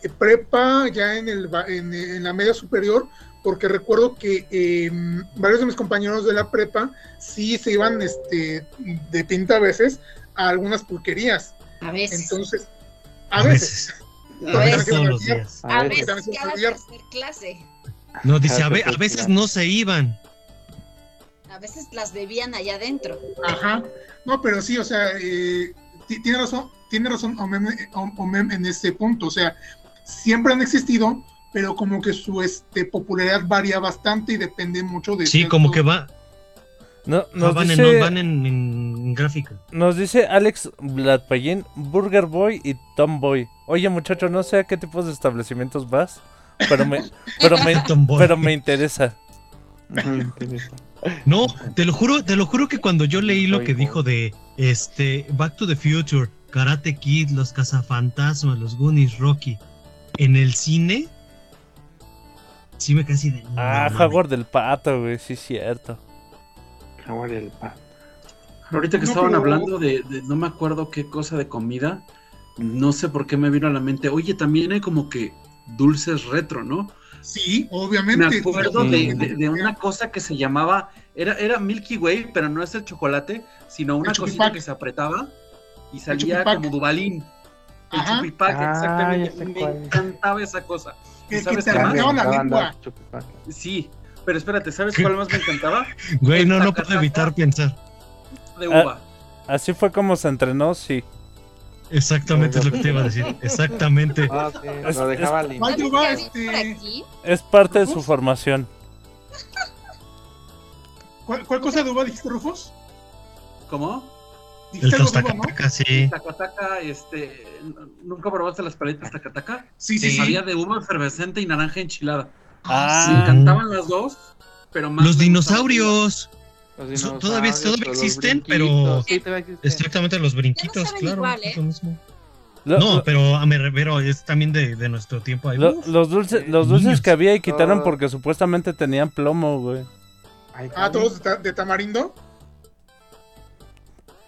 Speaker 1: eh, prepa, ya en, el, ba- en, en la media superior, porque recuerdo que eh, varios de mis compañeros de la prepa sí se iban este, de pinta a veces a algunas pulquerías.
Speaker 5: A veces.
Speaker 1: Entonces, a, veces. También se iban
Speaker 3: todos
Speaker 1: al
Speaker 3: los
Speaker 1: billar.
Speaker 3: días.
Speaker 5: A
Speaker 1: También
Speaker 5: veces
Speaker 1: se iban al
Speaker 5: cada
Speaker 1: billar.
Speaker 5: tercer clase.
Speaker 3: No dice a, ve- a veces no se iban.
Speaker 5: A veces las bebían allá adentro.
Speaker 1: Ajá. No, pero sí, o sea, eh, ti- tiene razón, tiene razón Omem, eh, Om- Omem en este punto. O sea, siempre han existido, pero como que su este, popularidad varía bastante y depende mucho de.
Speaker 3: Sí, como que va
Speaker 8: No,
Speaker 3: no,
Speaker 8: nos
Speaker 3: Ah, van,
Speaker 8: dice-
Speaker 3: en, van en- en gráfica.
Speaker 8: Nos dice Alex Blatpayen, Burger Boy y Tomboy. Oye, muchacho, no sé a qué tipos de establecimientos vas, pero
Speaker 3: (laughs)
Speaker 8: me, pero me,
Speaker 3: Tomboy.
Speaker 8: pero me interesa.
Speaker 3: No, te lo juro, te lo juro que cuando yo leí lo que dijo de este Back to the Future, Karate Kid, los cazafantasmas, los Goonies, Rocky, en el cine, sí me casi de
Speaker 8: Ah, Jaguar del Pato, güey, sí, cierto.
Speaker 7: Jaguar del Pato.
Speaker 4: Ahorita que
Speaker 8: No,
Speaker 4: estaban
Speaker 8: pero-
Speaker 4: hablando de, de no me acuerdo qué cosa de comida, no sé por qué me vino a la mente. Oye, también hay como que dulces retro, ¿no?
Speaker 1: Sí, obviamente.
Speaker 4: Me acuerdo de,
Speaker 1: Sí.
Speaker 4: de- de una cosa que se llamaba, era, era Milky Way, pero no es el chocolate, sino una cosita que se apretaba y salía
Speaker 1: Chupipac.
Speaker 4: como Dubalín. El
Speaker 1: Ajá.
Speaker 4: Chupipac,
Speaker 1: Ah,
Speaker 4: exactamente.
Speaker 1: ya sé
Speaker 4: Me
Speaker 1: cuál.
Speaker 4: encantaba esa cosa. ¿Y
Speaker 1: El que
Speaker 4: sabes
Speaker 1: te
Speaker 4: qué más?
Speaker 1: arrancaba la Estaban lengua.
Speaker 4: Sí, pero espérate, ¿sabes cuál más me encantaba?
Speaker 3: Güey, no, no puedo evitar pensar.
Speaker 4: De uva.
Speaker 2: Ah, así fue como se entrenó, sí.
Speaker 3: Exactamente es lo que te iba
Speaker 8: (laughs)
Speaker 3: a decir. Exactamente.
Speaker 8: Ah,
Speaker 2: Es- lo dejaba es- limpio.
Speaker 1: Mario va, este,
Speaker 2: Es parte de su formación.
Speaker 1: ¿cuál, cuál cosa de uva dijiste, Rufus?
Speaker 4: ¿Cómo?
Speaker 1: Dijiste algo de uva, ¿no?
Speaker 4: El Tacataca, este, ¿nunca probaste las paletas tacataca?
Speaker 1: Sí, sí, sí.
Speaker 4: Sabía de uva efervescente y naranja enchilada.
Speaker 3: Ah,
Speaker 4: Me
Speaker 3: sí.
Speaker 4: encantaban las dos, pero más
Speaker 3: Los
Speaker 4: me
Speaker 3: dinosaurios.
Speaker 7: Los
Speaker 3: Son- todavía
Speaker 7: dinosaurios,
Speaker 3: todavía
Speaker 7: los
Speaker 3: existen, pero
Speaker 7: brinquitos, sí, todavía existen.
Speaker 4: Este,
Speaker 3: estrictamente los brinquitos,
Speaker 7: saben
Speaker 3: claro.
Speaker 7: igual, ¿eh?
Speaker 3: es lo mismo. no, pero a me refiero, es también de, de nuestro tiempo. ahí.
Speaker 8: Lo-
Speaker 3: Uf.
Speaker 8: los dulces, los dulces que había y quitaron
Speaker 7: Oh.
Speaker 3: Ah.
Speaker 8: porque supuestamente tenían plomo, güey.
Speaker 1: Ah, todos de, ta- de tamarindo.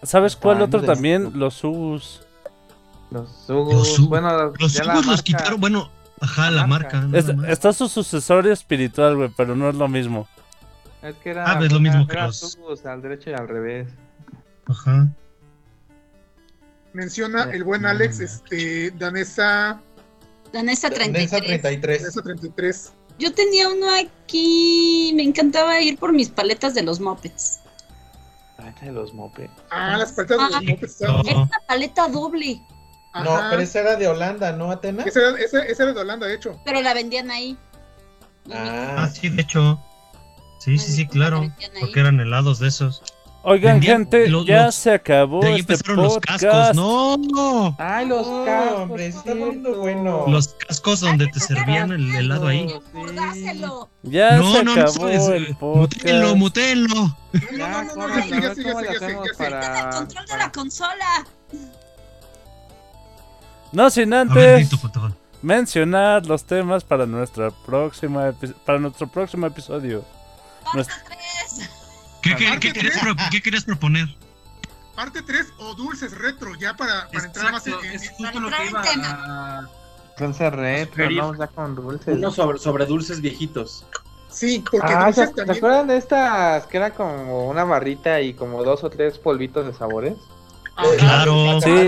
Speaker 8: ¿Sabes cuál
Speaker 7: Ah,
Speaker 8: otro
Speaker 7: mira.
Speaker 8: también? Los Ugus.
Speaker 7: Los Ugus. bueno,
Speaker 3: Los
Speaker 7: ya la
Speaker 3: jugos los
Speaker 7: marca-
Speaker 3: quitaron, bueno, ajá, la marca. nada
Speaker 8: Es-
Speaker 3: más.
Speaker 8: está su sucesor espiritual, güey, pero no es lo mismo.
Speaker 7: Es que era,
Speaker 3: Ah, pues, lo
Speaker 7: era-
Speaker 3: mismo que
Speaker 7: era
Speaker 3: los-
Speaker 7: Ugus, al derecho y al revés.
Speaker 3: Ajá.
Speaker 1: Menciona el buen Alex, este, danesa.
Speaker 5: Danesa 33.
Speaker 1: Danesa 33. Danesa 33.
Speaker 5: Yo tenía uno aquí. Me encantaba ir por mis paletas de los mopeds.
Speaker 7: Paleta de los mopeds.
Speaker 1: Ah, las paletas de los mopeds estaban-
Speaker 5: Era una paleta doble,
Speaker 6: No,
Speaker 1: Ajá.
Speaker 6: pero esa era de Holanda, ¿no, Atena?
Speaker 1: Esa era, esa- esa era de Holanda, de hecho.
Speaker 5: pero la vendían ahí.
Speaker 3: Ah, sí, de hecho. Sí, sí, sí, claro. Porque eran helados de esos.
Speaker 8: Oigan,
Speaker 3: Vendían-
Speaker 8: gente,
Speaker 3: los-
Speaker 8: ya
Speaker 3: los-
Speaker 8: se acabó
Speaker 3: de ahí
Speaker 8: este
Speaker 3: empezaron los
Speaker 8: podcast.
Speaker 3: cascos, no, no.
Speaker 7: Ay, los cascos. Hombre,
Speaker 6: está poniendo bueno.
Speaker 3: Los cascos donde te servían el helado ahí.
Speaker 8: Ya
Speaker 3: No,
Speaker 8: se
Speaker 3: no, eh, no,
Speaker 8: acabó
Speaker 3: eso es-
Speaker 8: el podcast.
Speaker 3: Mutenlo, mutenlo.
Speaker 7: Ya, ¿cómo
Speaker 1: no,
Speaker 7: le
Speaker 1: sigue,
Speaker 7: hacemos-
Speaker 1: sigue,
Speaker 7: cómo le
Speaker 1: sigue,
Speaker 7: hacemos
Speaker 1: sigue, sigue.
Speaker 7: para-
Speaker 5: ¡De la consola!
Speaker 8: No sin
Speaker 3: ver,
Speaker 8: antes
Speaker 3: Dito, por favor.
Speaker 8: mencionar los temas para nuestra próxima epi- para nuestro próximo episodio. Nues-
Speaker 3: ¿Qué, qué- qué querías pro- qué querías proponer?
Speaker 1: Parte 3 o dulces retro, ya para, para entrar más en. Es justo lo que iba
Speaker 7: Dulce retro,
Speaker 4: Sugerir.
Speaker 7: ¿no? Ya con dulces.
Speaker 4: Unos sobre, sobre dulces viejitos.
Speaker 1: Sí,
Speaker 7: Ah, ¿se, se acuerdan de estas que era como una barrita y como dos o tres polvitos de sabores?
Speaker 3: Claro.
Speaker 8: Sí.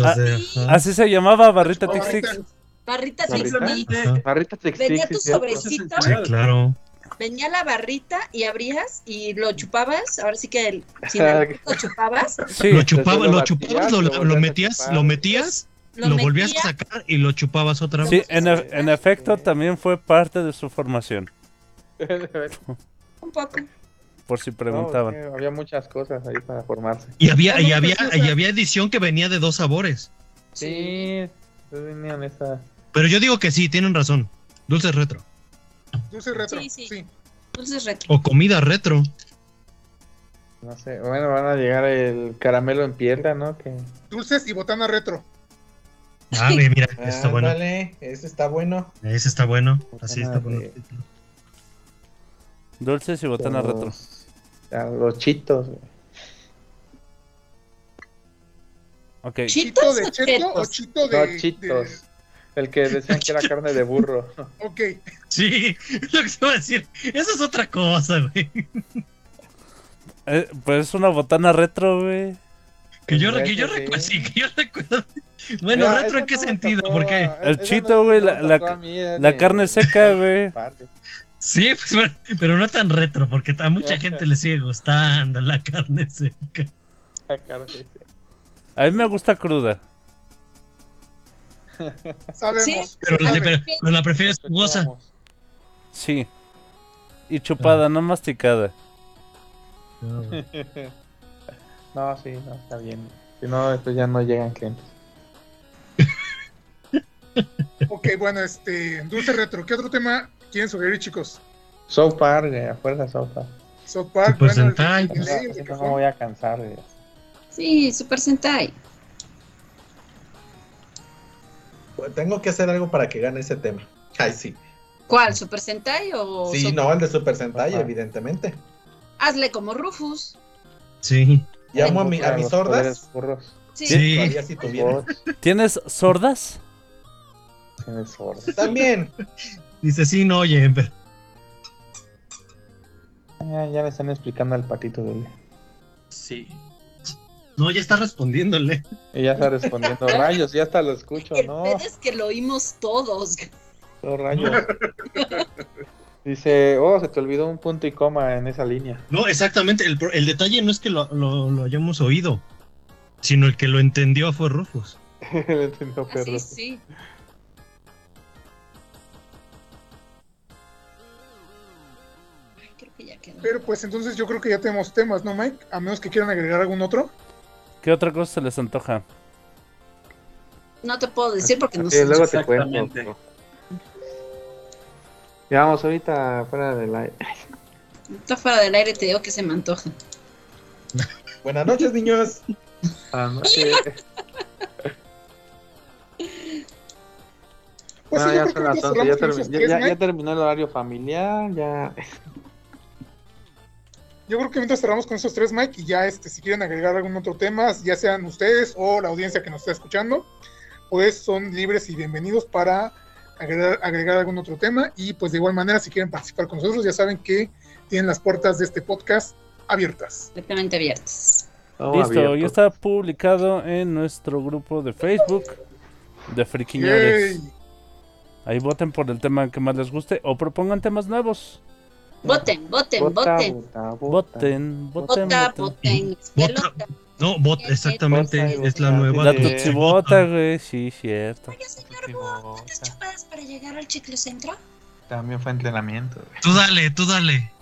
Speaker 7: Los de-
Speaker 8: Ah, así se llamaba barrita Tic
Speaker 5: Barrita.
Speaker 8: Tic.
Speaker 5: Barrita Trixie.
Speaker 7: Barrita, barrita Trixie,
Speaker 5: Venía
Speaker 7: sí,
Speaker 5: tu
Speaker 7: cierto.
Speaker 5: sobrecito.
Speaker 7: Sí,
Speaker 3: claro.
Speaker 5: Venía la barrita y abrías y lo chupabas. Ahora sí que el, sin alcohol lo chupabas.
Speaker 3: lo chupaba,
Speaker 8: lo
Speaker 3: lo
Speaker 8: batías,
Speaker 3: chupabas,
Speaker 8: lo
Speaker 3: lo,
Speaker 8: volvías
Speaker 3: lo
Speaker 8: a
Speaker 3: metías,
Speaker 8: chupar.
Speaker 3: lo metías,
Speaker 5: Lo
Speaker 3: lo, volvías
Speaker 5: metías.
Speaker 3: a sacar y lo chupabas otra vez.
Speaker 8: Sí, en, e- en efecto también fue parte de su formación.
Speaker 5: (laughs) Un poco.
Speaker 2: Por si preguntaban.
Speaker 7: No, es que había muchas cosas ahí para formarse.
Speaker 3: Y había, y había, y había edición que venía de dos sabores.
Speaker 7: Sí, yo venía en esa.
Speaker 3: Pero yo digo que sí, tienen razón. Dulces retro.
Speaker 1: Dulce retro. Sí, sí.
Speaker 5: Dulces retro.
Speaker 3: O comida retro.
Speaker 7: No sé, bueno, van a llegar el caramelo en piedra, ¿no? Que...
Speaker 1: Dulces y botana retro.
Speaker 3: Ah, ve, mira, está bueno.
Speaker 6: Dale, ese está bueno.
Speaker 3: Ese está bueno. Así está bueno.
Speaker 2: Dulces y botana retro.
Speaker 7: A Ah, los chitos.
Speaker 2: Ok.
Speaker 1: ¿Chito de cheto o chito de.?
Speaker 7: No, chitos. El que decían que era carne de burro.
Speaker 1: de- Ok.
Speaker 3: (laughs) Sí, lo que se va a decir. Eso es otra cosa, güey.
Speaker 2: Eh, pues es una botana retro, güey.
Speaker 3: Que yo, que yo recuerdo. Sí, que yo recuerdo. (laughs) Bueno,
Speaker 2: No,
Speaker 3: retro en qué sentido, porque.
Speaker 2: El chito, güey, la, la- la carne
Speaker 7: (laughs)
Speaker 2: seca, güey.
Speaker 3: Sí, pues, bueno, pero no tan retro, porque a mucha gente le sigue gustando la carne seca.
Speaker 2: A mí me gusta cruda.
Speaker 1: Sabemos.
Speaker 3: Pero la, pero- pero la prefieres jugosa.
Speaker 2: Sí. Y chupada,
Speaker 3: Ah.
Speaker 2: no masticada.
Speaker 7: (laughs) No, sí, no, está bien. Si no, después ya no llegan clientes.
Speaker 1: Ok, bueno, este. Dulce retro. ¿Qué otro tema quieren sugerir, chicos?
Speaker 7: South Park, güey, a fuerza South Park.
Speaker 1: South Park,
Speaker 7: pues,
Speaker 3: Super
Speaker 1: bueno, el-
Speaker 3: Sentai.
Speaker 1: el delay, el de
Speaker 7: No
Speaker 1: cajón.
Speaker 7: me voy a cansar, güey.
Speaker 5: Sí, Super Sentai.
Speaker 6: Pues, Tengo que hacer algo para que gane ese tema. Ay, sí.
Speaker 5: ¿Cuál? ¿Super Sentai
Speaker 7: Oh,
Speaker 5: o.?
Speaker 6: Sí,
Speaker 5: Super-
Speaker 6: no, el de Super Sentai, evidentemente.
Speaker 5: Hazle como Rufus.
Speaker 3: Sí.
Speaker 6: Llamo a, mi- a
Speaker 7: Los
Speaker 6: mis
Speaker 7: poderes
Speaker 6: sordas.
Speaker 7: burros.
Speaker 5: Sí.
Speaker 3: Sí.
Speaker 6: Todavía si tuviera.
Speaker 2: ¿Tienes sordas?
Speaker 7: Tienes sordas.
Speaker 6: También.
Speaker 3: Dice, sí, no, oye, pero-
Speaker 7: (laughs) Ya, ya le están explicando al patito de
Speaker 4: Sí.
Speaker 3: No, ya está respondiéndole.
Speaker 7: Y ya está respondiendo rayos, ya hasta lo escucho,
Speaker 5: El
Speaker 7: ¿no?
Speaker 5: pedo es que lo oímos todos.
Speaker 7: No, rayos. Dice, oh, se te olvidó un punto y coma en esa línea.
Speaker 3: No, exactamente. El, pro- el detalle no es que lo, lo- lo hayamos oído, sino el que lo entendió fue Rufus.
Speaker 7: (laughs) Lo entendió,
Speaker 5: Sí,
Speaker 7: perro.
Speaker 5: sí. Ay, creo que ya quedó.
Speaker 1: Pero pues entonces yo creo que ya tenemos temas, ¿no, Mike? A menos que quieran agregar algún otro.
Speaker 2: ¿Qué otra cosa se les antoja?
Speaker 5: No te puedo decir porque no
Speaker 7: Sí,
Speaker 5: sé.
Speaker 7: luego te cuento. Ya vamos ahorita fuera del aire.
Speaker 5: Está fuera del aire, te digo que se me antoja.
Speaker 6: Buenas noches, niños.
Speaker 7: Ah, no, sí.
Speaker 1: (laughs) Pues
Speaker 7: No,
Speaker 1: sí, yo
Speaker 7: Ah, ya
Speaker 1: creo que
Speaker 7: son las
Speaker 1: entonces
Speaker 7: 11, ya,
Speaker 1: cerramos con esos
Speaker 7: termi- ya-
Speaker 1: tres,
Speaker 7: ya-
Speaker 1: Mike.
Speaker 7: ya terminó el horario familiar, ya.
Speaker 1: Yo creo que mientras cerramos con esos tres, Mike, y ya este, si quieren agregar algún otro tema, ya sean ustedes o la audiencia que nos está escuchando, pues son libres y bienvenidos para agregar, agregar algún otro tema. Y pues de igual manera, si quieren participar con nosotros, ya saben que tienen las puertas de este podcast abiertas.
Speaker 5: Completamente abiertas.
Speaker 2: Listo, ya está publicado en nuestro grupo de Facebook de Friquiñores.
Speaker 1: Yay.
Speaker 2: Ahí voten por el tema que más les guste o propongan temas nuevos.
Speaker 5: Voten, voten, voten.
Speaker 2: Voten, voten,
Speaker 5: Vota,
Speaker 2: voten.
Speaker 5: voten.
Speaker 3: Vota- no, bot, exactamente, es la nueva.
Speaker 2: La
Speaker 3: de-
Speaker 2: tuxibota, güey, sí, cierto.
Speaker 5: ¿Chupadas para llegar al chicle centro?
Speaker 7: También fue entrenamiento.
Speaker 3: Tú dale, tú
Speaker 7: (laughs)
Speaker 3: dale.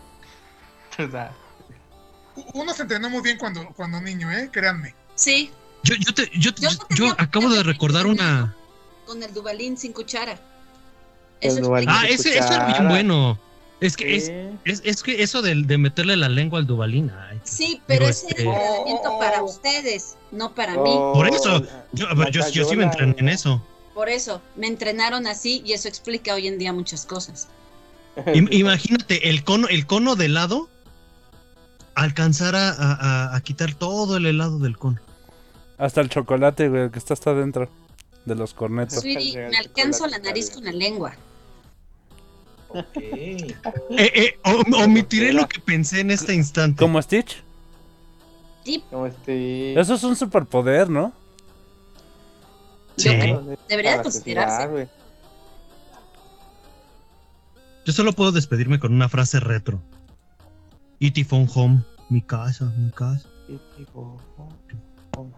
Speaker 1: U- Uno se entrenó muy bien cuando, cuando niño, ¿eh? Créanme.
Speaker 5: Sí,
Speaker 3: Yo, yo, te- yo, yo, yo acabo de recordar una.
Speaker 5: con el Dubalín sin cuchara.
Speaker 7: El Duvalín
Speaker 3: Ah,
Speaker 7: se
Speaker 3: ese, eso era bien
Speaker 7: escuchara.
Speaker 3: bueno. Es que, es,
Speaker 7: Sí.
Speaker 3: es, es que eso de, de meterle la lengua al Dubalín. ay,
Speaker 5: Sí, pero
Speaker 3: Digo,
Speaker 5: ese
Speaker 3: este-
Speaker 5: era el entrenamiento para ustedes, no para mí.
Speaker 7: Oh,
Speaker 3: Por eso,
Speaker 7: la-
Speaker 3: yo, a ver,
Speaker 7: la
Speaker 3: yo, yo sí me
Speaker 7: cayola.
Speaker 3: entrené en eso.
Speaker 5: Por eso, me entrenaron así y eso explica hoy en día muchas cosas.
Speaker 7: (laughs)
Speaker 3: Im- Imagínate el cono, el cono de helado alcanzar a, a- a- a quitar todo el helado del cono.
Speaker 2: Hasta el chocolate, güey, el que está hasta adentro de los cornetos.
Speaker 5: Sweetie,
Speaker 7: llega el
Speaker 5: me alcanzo la
Speaker 7: chocolate,
Speaker 5: nariz con la lengua.
Speaker 3: Eh, eh, o- omitiré lo que pensé en este instante.
Speaker 2: ¿Como Stitch?
Speaker 5: Tip,
Speaker 7: Como este.
Speaker 2: Eso es un superpoder, ¿no?
Speaker 3: Sí.
Speaker 5: Debería
Speaker 7: Para
Speaker 5: considerarse.
Speaker 7: asesinar, güey.
Speaker 3: Yo solo puedo despedirme con una frase retro. Iti phone home, mi casa, mi casa.
Speaker 7: Y tipo, oh,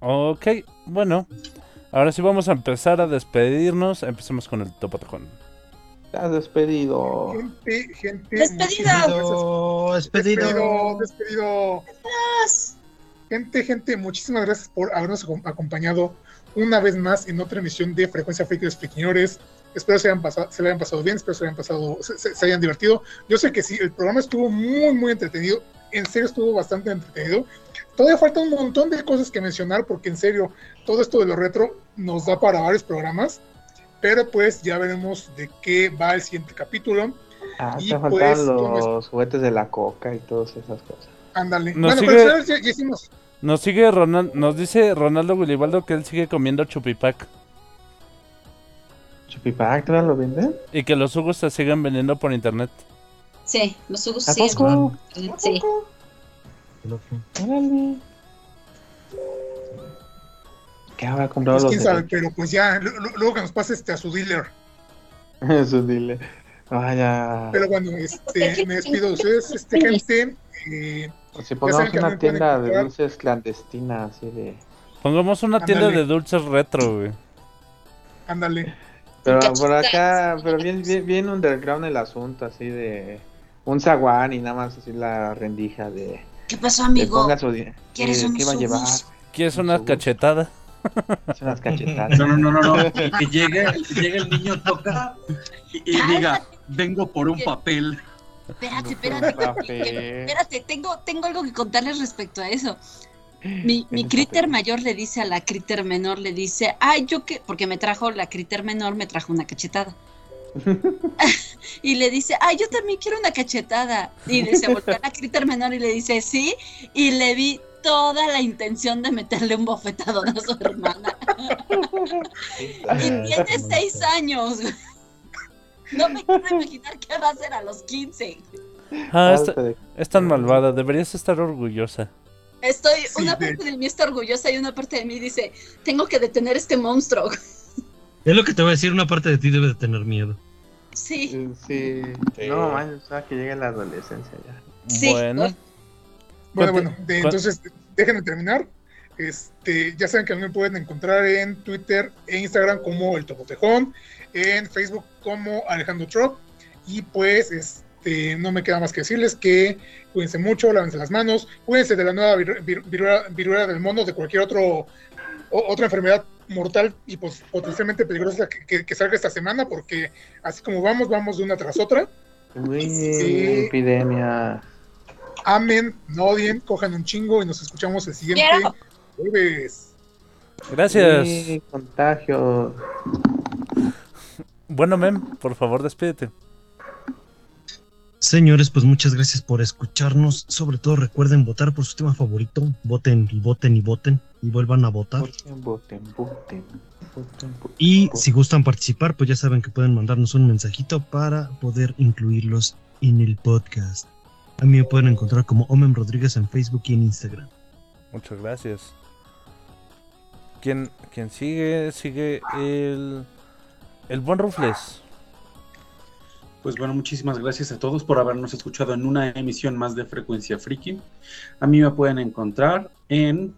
Speaker 7: oh.
Speaker 2: Ok, bueno. Ahora sí vamos a empezar a despedirnos. Empecemos con el topotejón.
Speaker 7: Estás despedido.
Speaker 1: Gente, gente.
Speaker 5: Despedida.
Speaker 1: muchísimas gracias.
Speaker 3: Despedido.
Speaker 1: Despedido, despedido. Gente, gente, muchísimas gracias por habernos acom- acompañado una vez más en otra emisión de Frecuencia Freak de los Friquiñores. Espero se, hayan pasado, se le hayan pasado bien, espero se, hayan pasado, se, se- se hayan divertido. Yo sé que sí, el programa estuvo muy, muy entretenido. En serio, estuvo bastante entretenido. Todavía falta un montón de cosas que mencionar porque en serio, todo esto de lo retro nos da para varios programas. Pero pues ya veremos de qué va el siguiente capítulo.
Speaker 7: Ah,
Speaker 1: Y
Speaker 7: te faltan
Speaker 1: pues, con
Speaker 7: los
Speaker 1: esto-
Speaker 7: juguetes de la coca y todas esas cosas.
Speaker 1: Ándale.
Speaker 2: Nos
Speaker 1: bueno, pues,
Speaker 2: sigue-
Speaker 1: pero ya- ya hicimos
Speaker 2: Nos sigue Ronald, nos dice Ronaldo Gulibaldo que él sigue comiendo chupipac
Speaker 7: ¿Chupipac todavía lo venden?
Speaker 2: y que los jugos se sigan vendiendo por internet.
Speaker 5: Sí, los jugos
Speaker 7: ¿A
Speaker 5: sí.
Speaker 7: poco?
Speaker 5: Sí.
Speaker 7: ¿Qué habrá comprado
Speaker 1: Pues
Speaker 7: los
Speaker 1: quién
Speaker 7: de-
Speaker 1: sabe, pero pues ya, lu- lu- luego que nos pase este a su dealer.
Speaker 7: (laughs) Eso dile. Ah, Vaya.
Speaker 1: Pero bueno, este, me despido de ustedes, este, gente. eh,
Speaker 7: Si
Speaker 1: ya saben
Speaker 7: pongamos
Speaker 1: que me
Speaker 7: una
Speaker 1: pueden
Speaker 7: tienda de
Speaker 1: encontrar-
Speaker 7: dulces clandestina, así de.
Speaker 2: Pongamos una tienda
Speaker 7: Ándale.
Speaker 2: de dulces retro, güey.
Speaker 1: Ándale.
Speaker 7: Pero por acá, pero bien, bien, bien underground el asunto, así de. Un zaguán y nada más así la rendija de.
Speaker 5: ¿Qué pasó,
Speaker 7: de
Speaker 5: amigo?
Speaker 7: ponga su di-
Speaker 5: ¿Quieres
Speaker 7: eh,
Speaker 5: unos
Speaker 7: ¿Qué va a llevar?
Speaker 5: jugos?
Speaker 2: ¿Quieres una cachetada?
Speaker 7: Es unas cachetadas.
Speaker 4: No, no, no, no,
Speaker 7: (laughs)
Speaker 4: no. Que, que llegue, que llegue el niño, toca y, y diga, vengo por un papel.
Speaker 5: Espérate, espérate, que- que- espérate, tengo, tengo algo que contarles respecto a eso. Mi, mi critter mayor le dice a la critter menor, le dice, ay, yo qué, porque me trajo la critter menor, me trajo una cachetada. y le dice, ay, yo también quiero una cachetada. Y le- se volteó a la critter menor y le dice, sí, y le vi toda la intención de meterle un bofetadón a su hermana. y tiene seis años. (laughs) güey. No me quiero imaginar qué va a hacer a los 15.
Speaker 2: Ah, es, es tan malvada, deberías estar orgullosa.
Speaker 5: Estoy, una parte de mí está orgullosa y una parte de mí dice, tengo que detener este monstruo. (laughs)
Speaker 3: Es lo que te voy a decir, una parte de ti debe de tener miedo.
Speaker 5: Sí,
Speaker 7: Sí. No, man, o sea, que llegue la adolescencia ya.
Speaker 5: Sí. Bueno.
Speaker 1: Bueno,
Speaker 7: Cuente-
Speaker 1: bueno, de-
Speaker 7: cu-
Speaker 1: entonces déjenme terminar. Este, ya saben que a mí me pueden encontrar en Twitter e Instagram como El Topotejón, en Facebook como Alejandro Trop. Y pues, este, no me queda más que decirles que cuídense mucho, lávense las manos, cuídense de la nueva vir- vir- viruela, viruela del mono, de cualquier otro, o- otra enfermedad mortal y pues, potencialmente peligrosa que, que- que salga esta semana, porque así como vamos, vamos de una tras otra.
Speaker 7: Uy,
Speaker 1: Sí.
Speaker 7: epidemia.
Speaker 1: Amen, no odien, cojan un chingo y nos escuchamos el siguiente
Speaker 7: Quiero.
Speaker 1: jueves.
Speaker 2: Gracias.
Speaker 7: Sí, contagio.
Speaker 2: Bueno, Mem, por favor, despídete.
Speaker 3: Señores, pues muchas gracias por escucharnos. Sobre todo recuerden votar por su tema favorito. Voten y voten y voten y vuelvan a votar.
Speaker 7: Voten, voten, voten. voten, voten.
Speaker 3: Y si gustan participar, pues ya saben que pueden mandarnos un mensajito para poder incluirlos en el podcast. A mí me pueden encontrar como Omen Rodríguez en Facebook y en Instagram.
Speaker 2: Muchas gracias. ¿Quién, quién sigue? Sigue el. El buen Rufles.
Speaker 4: Pues bueno, muchísimas gracias a todos por habernos escuchado en una emisión más de Frecuencia Friki. A mí me pueden encontrar en.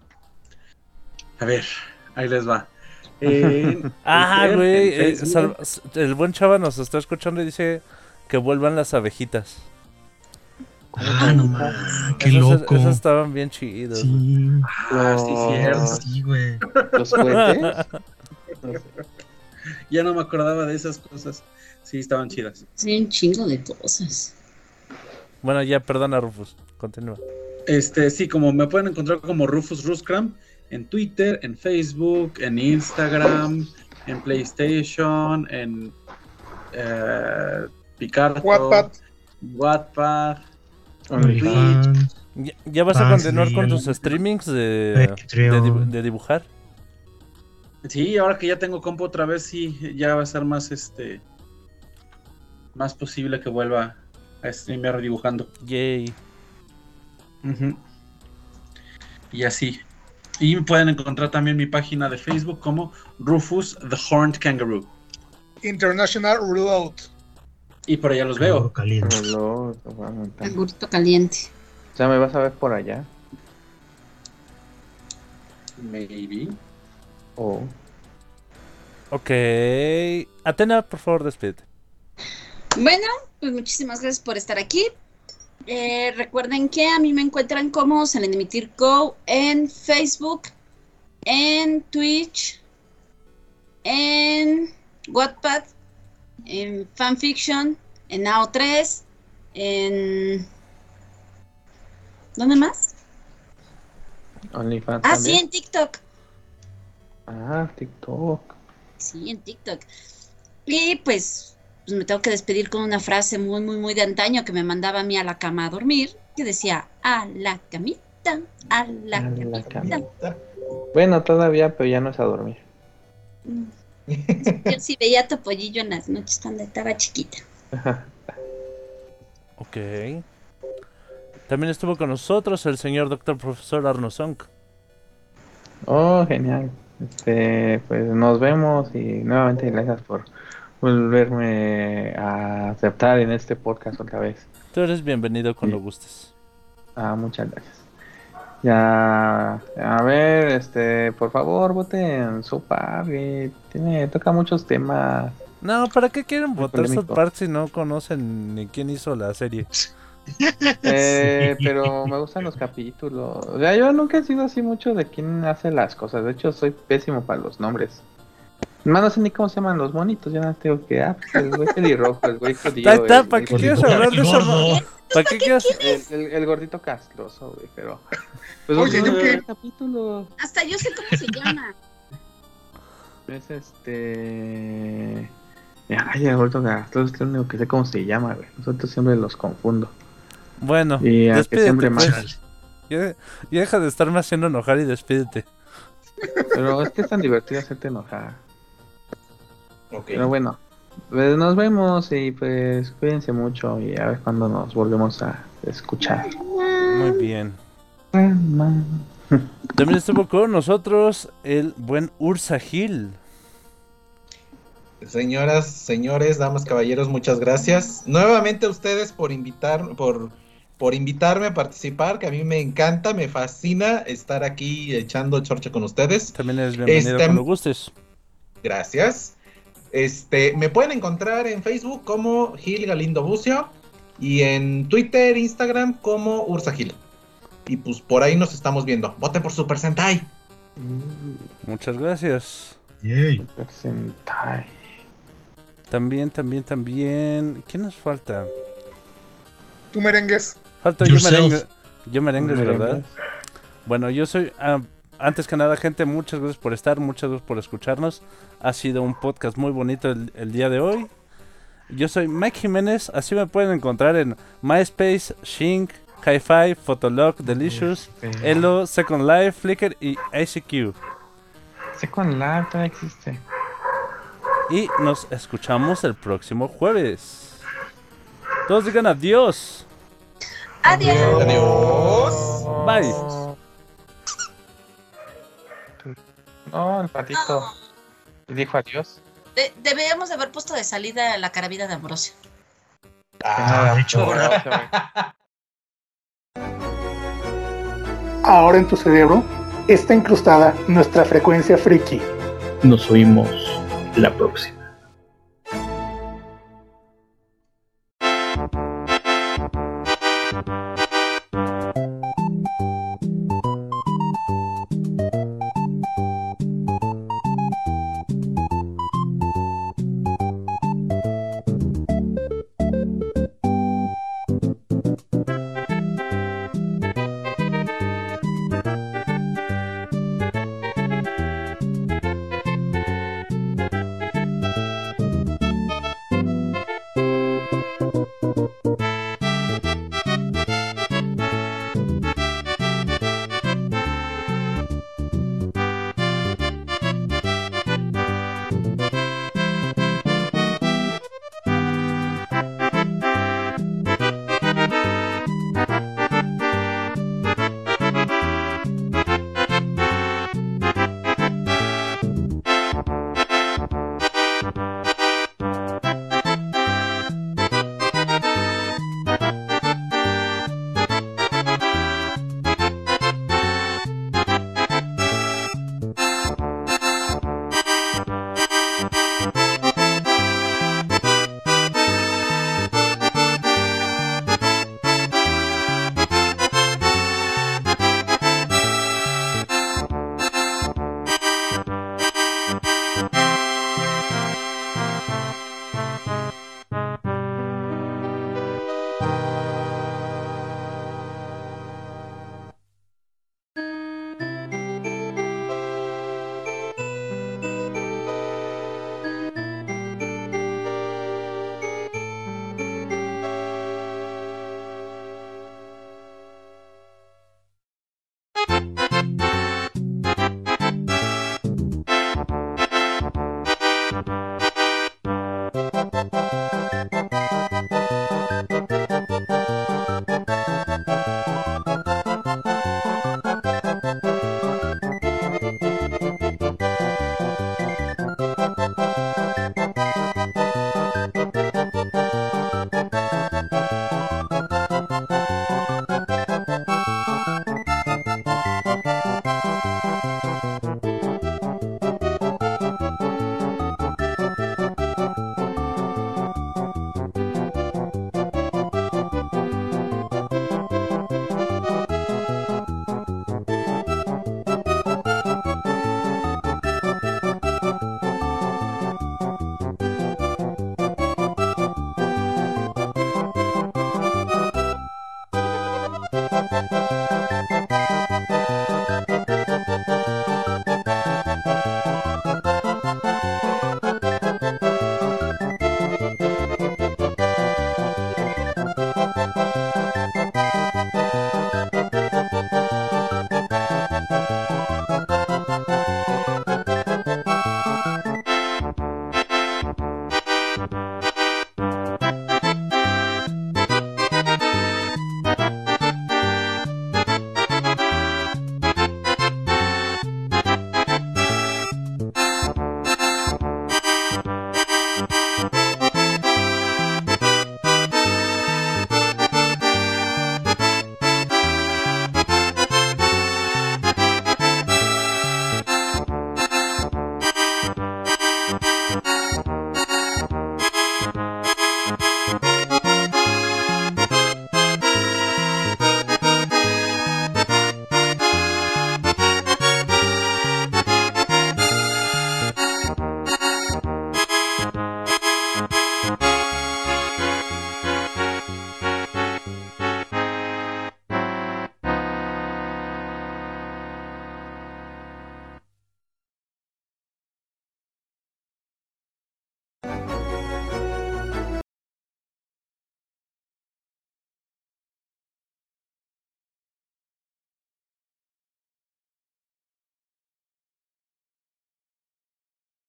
Speaker 4: A ver, ahí les va.
Speaker 2: (laughs)
Speaker 4: En
Speaker 2: ah,
Speaker 4: Twitter,
Speaker 2: güey.
Speaker 4: Eh, este, en
Speaker 2: eh, sal-
Speaker 4: Facebook.
Speaker 2: s- el buen Chava nos está escuchando y dice que vuelvan las abejitas.
Speaker 3: Ah, no mames, qué
Speaker 2: Esas-
Speaker 3: loco.
Speaker 2: Esas estaban bien chidas.
Speaker 3: Sí.
Speaker 4: Ah, sí, cierto.
Speaker 3: Sí, güey.
Speaker 7: ¿Los cohetes?
Speaker 4: (laughs) ya no me acordaba de esas cosas. Sí, estaban chidas.
Speaker 5: Sí, un chingo de cosas.
Speaker 2: (laughs) Bueno, ya, perdona, Rufus. Continúa.
Speaker 4: Este, sí, como me pueden encontrar como Rufus Ruscram en Twitter, en Facebook, en Instagram, en PlayStation, en eh, Picardo,
Speaker 1: Wattpad.
Speaker 4: Wattpad, en Twitch.
Speaker 3: OnlyFans.
Speaker 2: ¿Ya, ya vas a
Speaker 3: Paz,
Speaker 2: continuar con
Speaker 3: Miguel.
Speaker 2: tus streamings de, de,
Speaker 3: Patreon.
Speaker 2: dibu- de dibujar?
Speaker 4: Sí, ahora que ya tengo compo otra vez, sí, ya va a ser más este más posible que vuelva a streamear dibujando.
Speaker 2: Yay.
Speaker 4: Y así. Y pueden encontrar también mi página de Facebook como Rufus the Horned Kangaroo.
Speaker 1: International Reload.
Speaker 4: Y por allá los veo.
Speaker 7: Hello, te voy a montar.
Speaker 5: Burrito caliente.
Speaker 7: O sea, me vas a ver por allá.
Speaker 4: Maybe.
Speaker 7: O.
Speaker 4: Oh.
Speaker 2: Ok. Atena, por favor, despídete.
Speaker 5: Bueno, pues muchísimas gracias por estar aquí. Eh, recuerden que a mí me encuentran como San Emitir Go en Facebook, en Twitch, en Wattpad, en Fanfiction, en AO3, en... ¿Dónde más?
Speaker 7: OnlyFans
Speaker 5: Ah, sí,
Speaker 7: también.
Speaker 5: en TikTok.
Speaker 7: Ah, TikTok.
Speaker 5: Sí, en TikTok. Y pues, pues me tengo que despedir con una frase muy, muy, muy de antaño que me mandaba a mí a la cama a dormir, que decía, a la camita, a la
Speaker 7: La
Speaker 5: camita.
Speaker 7: cama. Bueno, todavía, pero ya no es a dormir. (laughs)
Speaker 5: Mm. Yo sí veía a Topollillo en las noches cuando estaba chiquita.
Speaker 2: Ok. También estuvo con nosotros el señor doctor profesor Arnozón.
Speaker 7: Oh, genial. Este, pues nos vemos y nuevamente gracias por volverme a aceptar en este podcast otra vez.
Speaker 2: Tú eres bienvenido cuando gustes.
Speaker 7: Ah, muchas gracias. Ya, a ver, este, por favor, voten su que tiene, toca muchos temas.
Speaker 2: No, ¿para qué quieren votar South
Speaker 7: polémico.
Speaker 2: Park si no conocen ni quién hizo la serie?
Speaker 7: (laughs) Eh, pero me gustan los capítulos. O sea, yo nunca he sido así mucho de quién hace las cosas. De hecho, soy pésimo para los nombres. Más no sé ni cómo se llaman los monitos. Yo nada más tengo que, ah, pues el güey pelirrojo, el güey judío.
Speaker 2: Ahí está,
Speaker 7: el-
Speaker 2: ¿para
Speaker 7: el
Speaker 2: qué quieres
Speaker 7: gordito-
Speaker 2: hablar de esa ma- ¿Para qué quieres?
Speaker 7: El, el- el gordito castroso, güey, pero... pues,
Speaker 5: Oye, ¿yo
Speaker 7: eh,
Speaker 5: qué?
Speaker 7: capítulo.
Speaker 5: Hasta yo sé cómo se llama.
Speaker 7: Es este... Ay, el gordito castroso es lo único que sé cómo se llama, güey. Nosotros siempre los confundo.
Speaker 2: Bueno,
Speaker 7: Y al que
Speaker 2: despídete,
Speaker 7: siempre
Speaker 2: pues.
Speaker 7: más.
Speaker 2: Ya, ya deja de estarme haciendo enojar y despídete.
Speaker 7: Pero es que es tan divertido hacerte enojar. Pero bueno, pues nos vemos y pues cuídense mucho y a ver cuándo nos volvemos a escuchar.
Speaker 2: Muy bien. También estuvo con nosotros el buen Ursa Gil.
Speaker 6: Señoras, señores, damas, caballeros, muchas gracias. Nuevamente a ustedes por invitar, por, por invitarme a participar, que a mí me encanta, me fascina estar aquí echando chorcha con ustedes. Este,
Speaker 2: También es Bienvenido cuando gustes.
Speaker 6: Gracias. Este, me pueden encontrar en Facebook como Gil Galindo Bucio y en Twitter, Instagram como Ursa Gil. Y pues por ahí nos estamos viendo. Voten por Super Sentai.
Speaker 2: Muchas gracias. También, también, también. ¿Quién nos falta?
Speaker 1: Tú merengues.
Speaker 2: Falta yo
Speaker 1: Yourself.
Speaker 2: merengue. Yo merengues,
Speaker 1: Merengues.
Speaker 2: ¿verdad? Bueno, yo soy. ah, antes que nada, gente, muchas gracias por estar, muchas gracias por escucharnos. Ha sido un podcast muy bonito el, el día de hoy. Yo soy Mike Jiménez, así me pueden encontrar en MySpace, Shink, Hi-Fi, Fotolog, Delicious, Elo, Second Life, Flickr y ICQ.
Speaker 7: Second Life todavía existe.
Speaker 2: Y nos escuchamos el próximo jueves. Todos digan adiós.
Speaker 5: Adiós.
Speaker 6: Adiós.
Speaker 2: Bye.
Speaker 7: No, el patito dijo adiós.
Speaker 5: De- deberíamos de haber puesto de salida la carabina de Ambrosio.
Speaker 6: Ah,
Speaker 1: Ahora en tu cerebro está incrustada nuestra frecuencia friki.
Speaker 3: Nos oímos la próxima.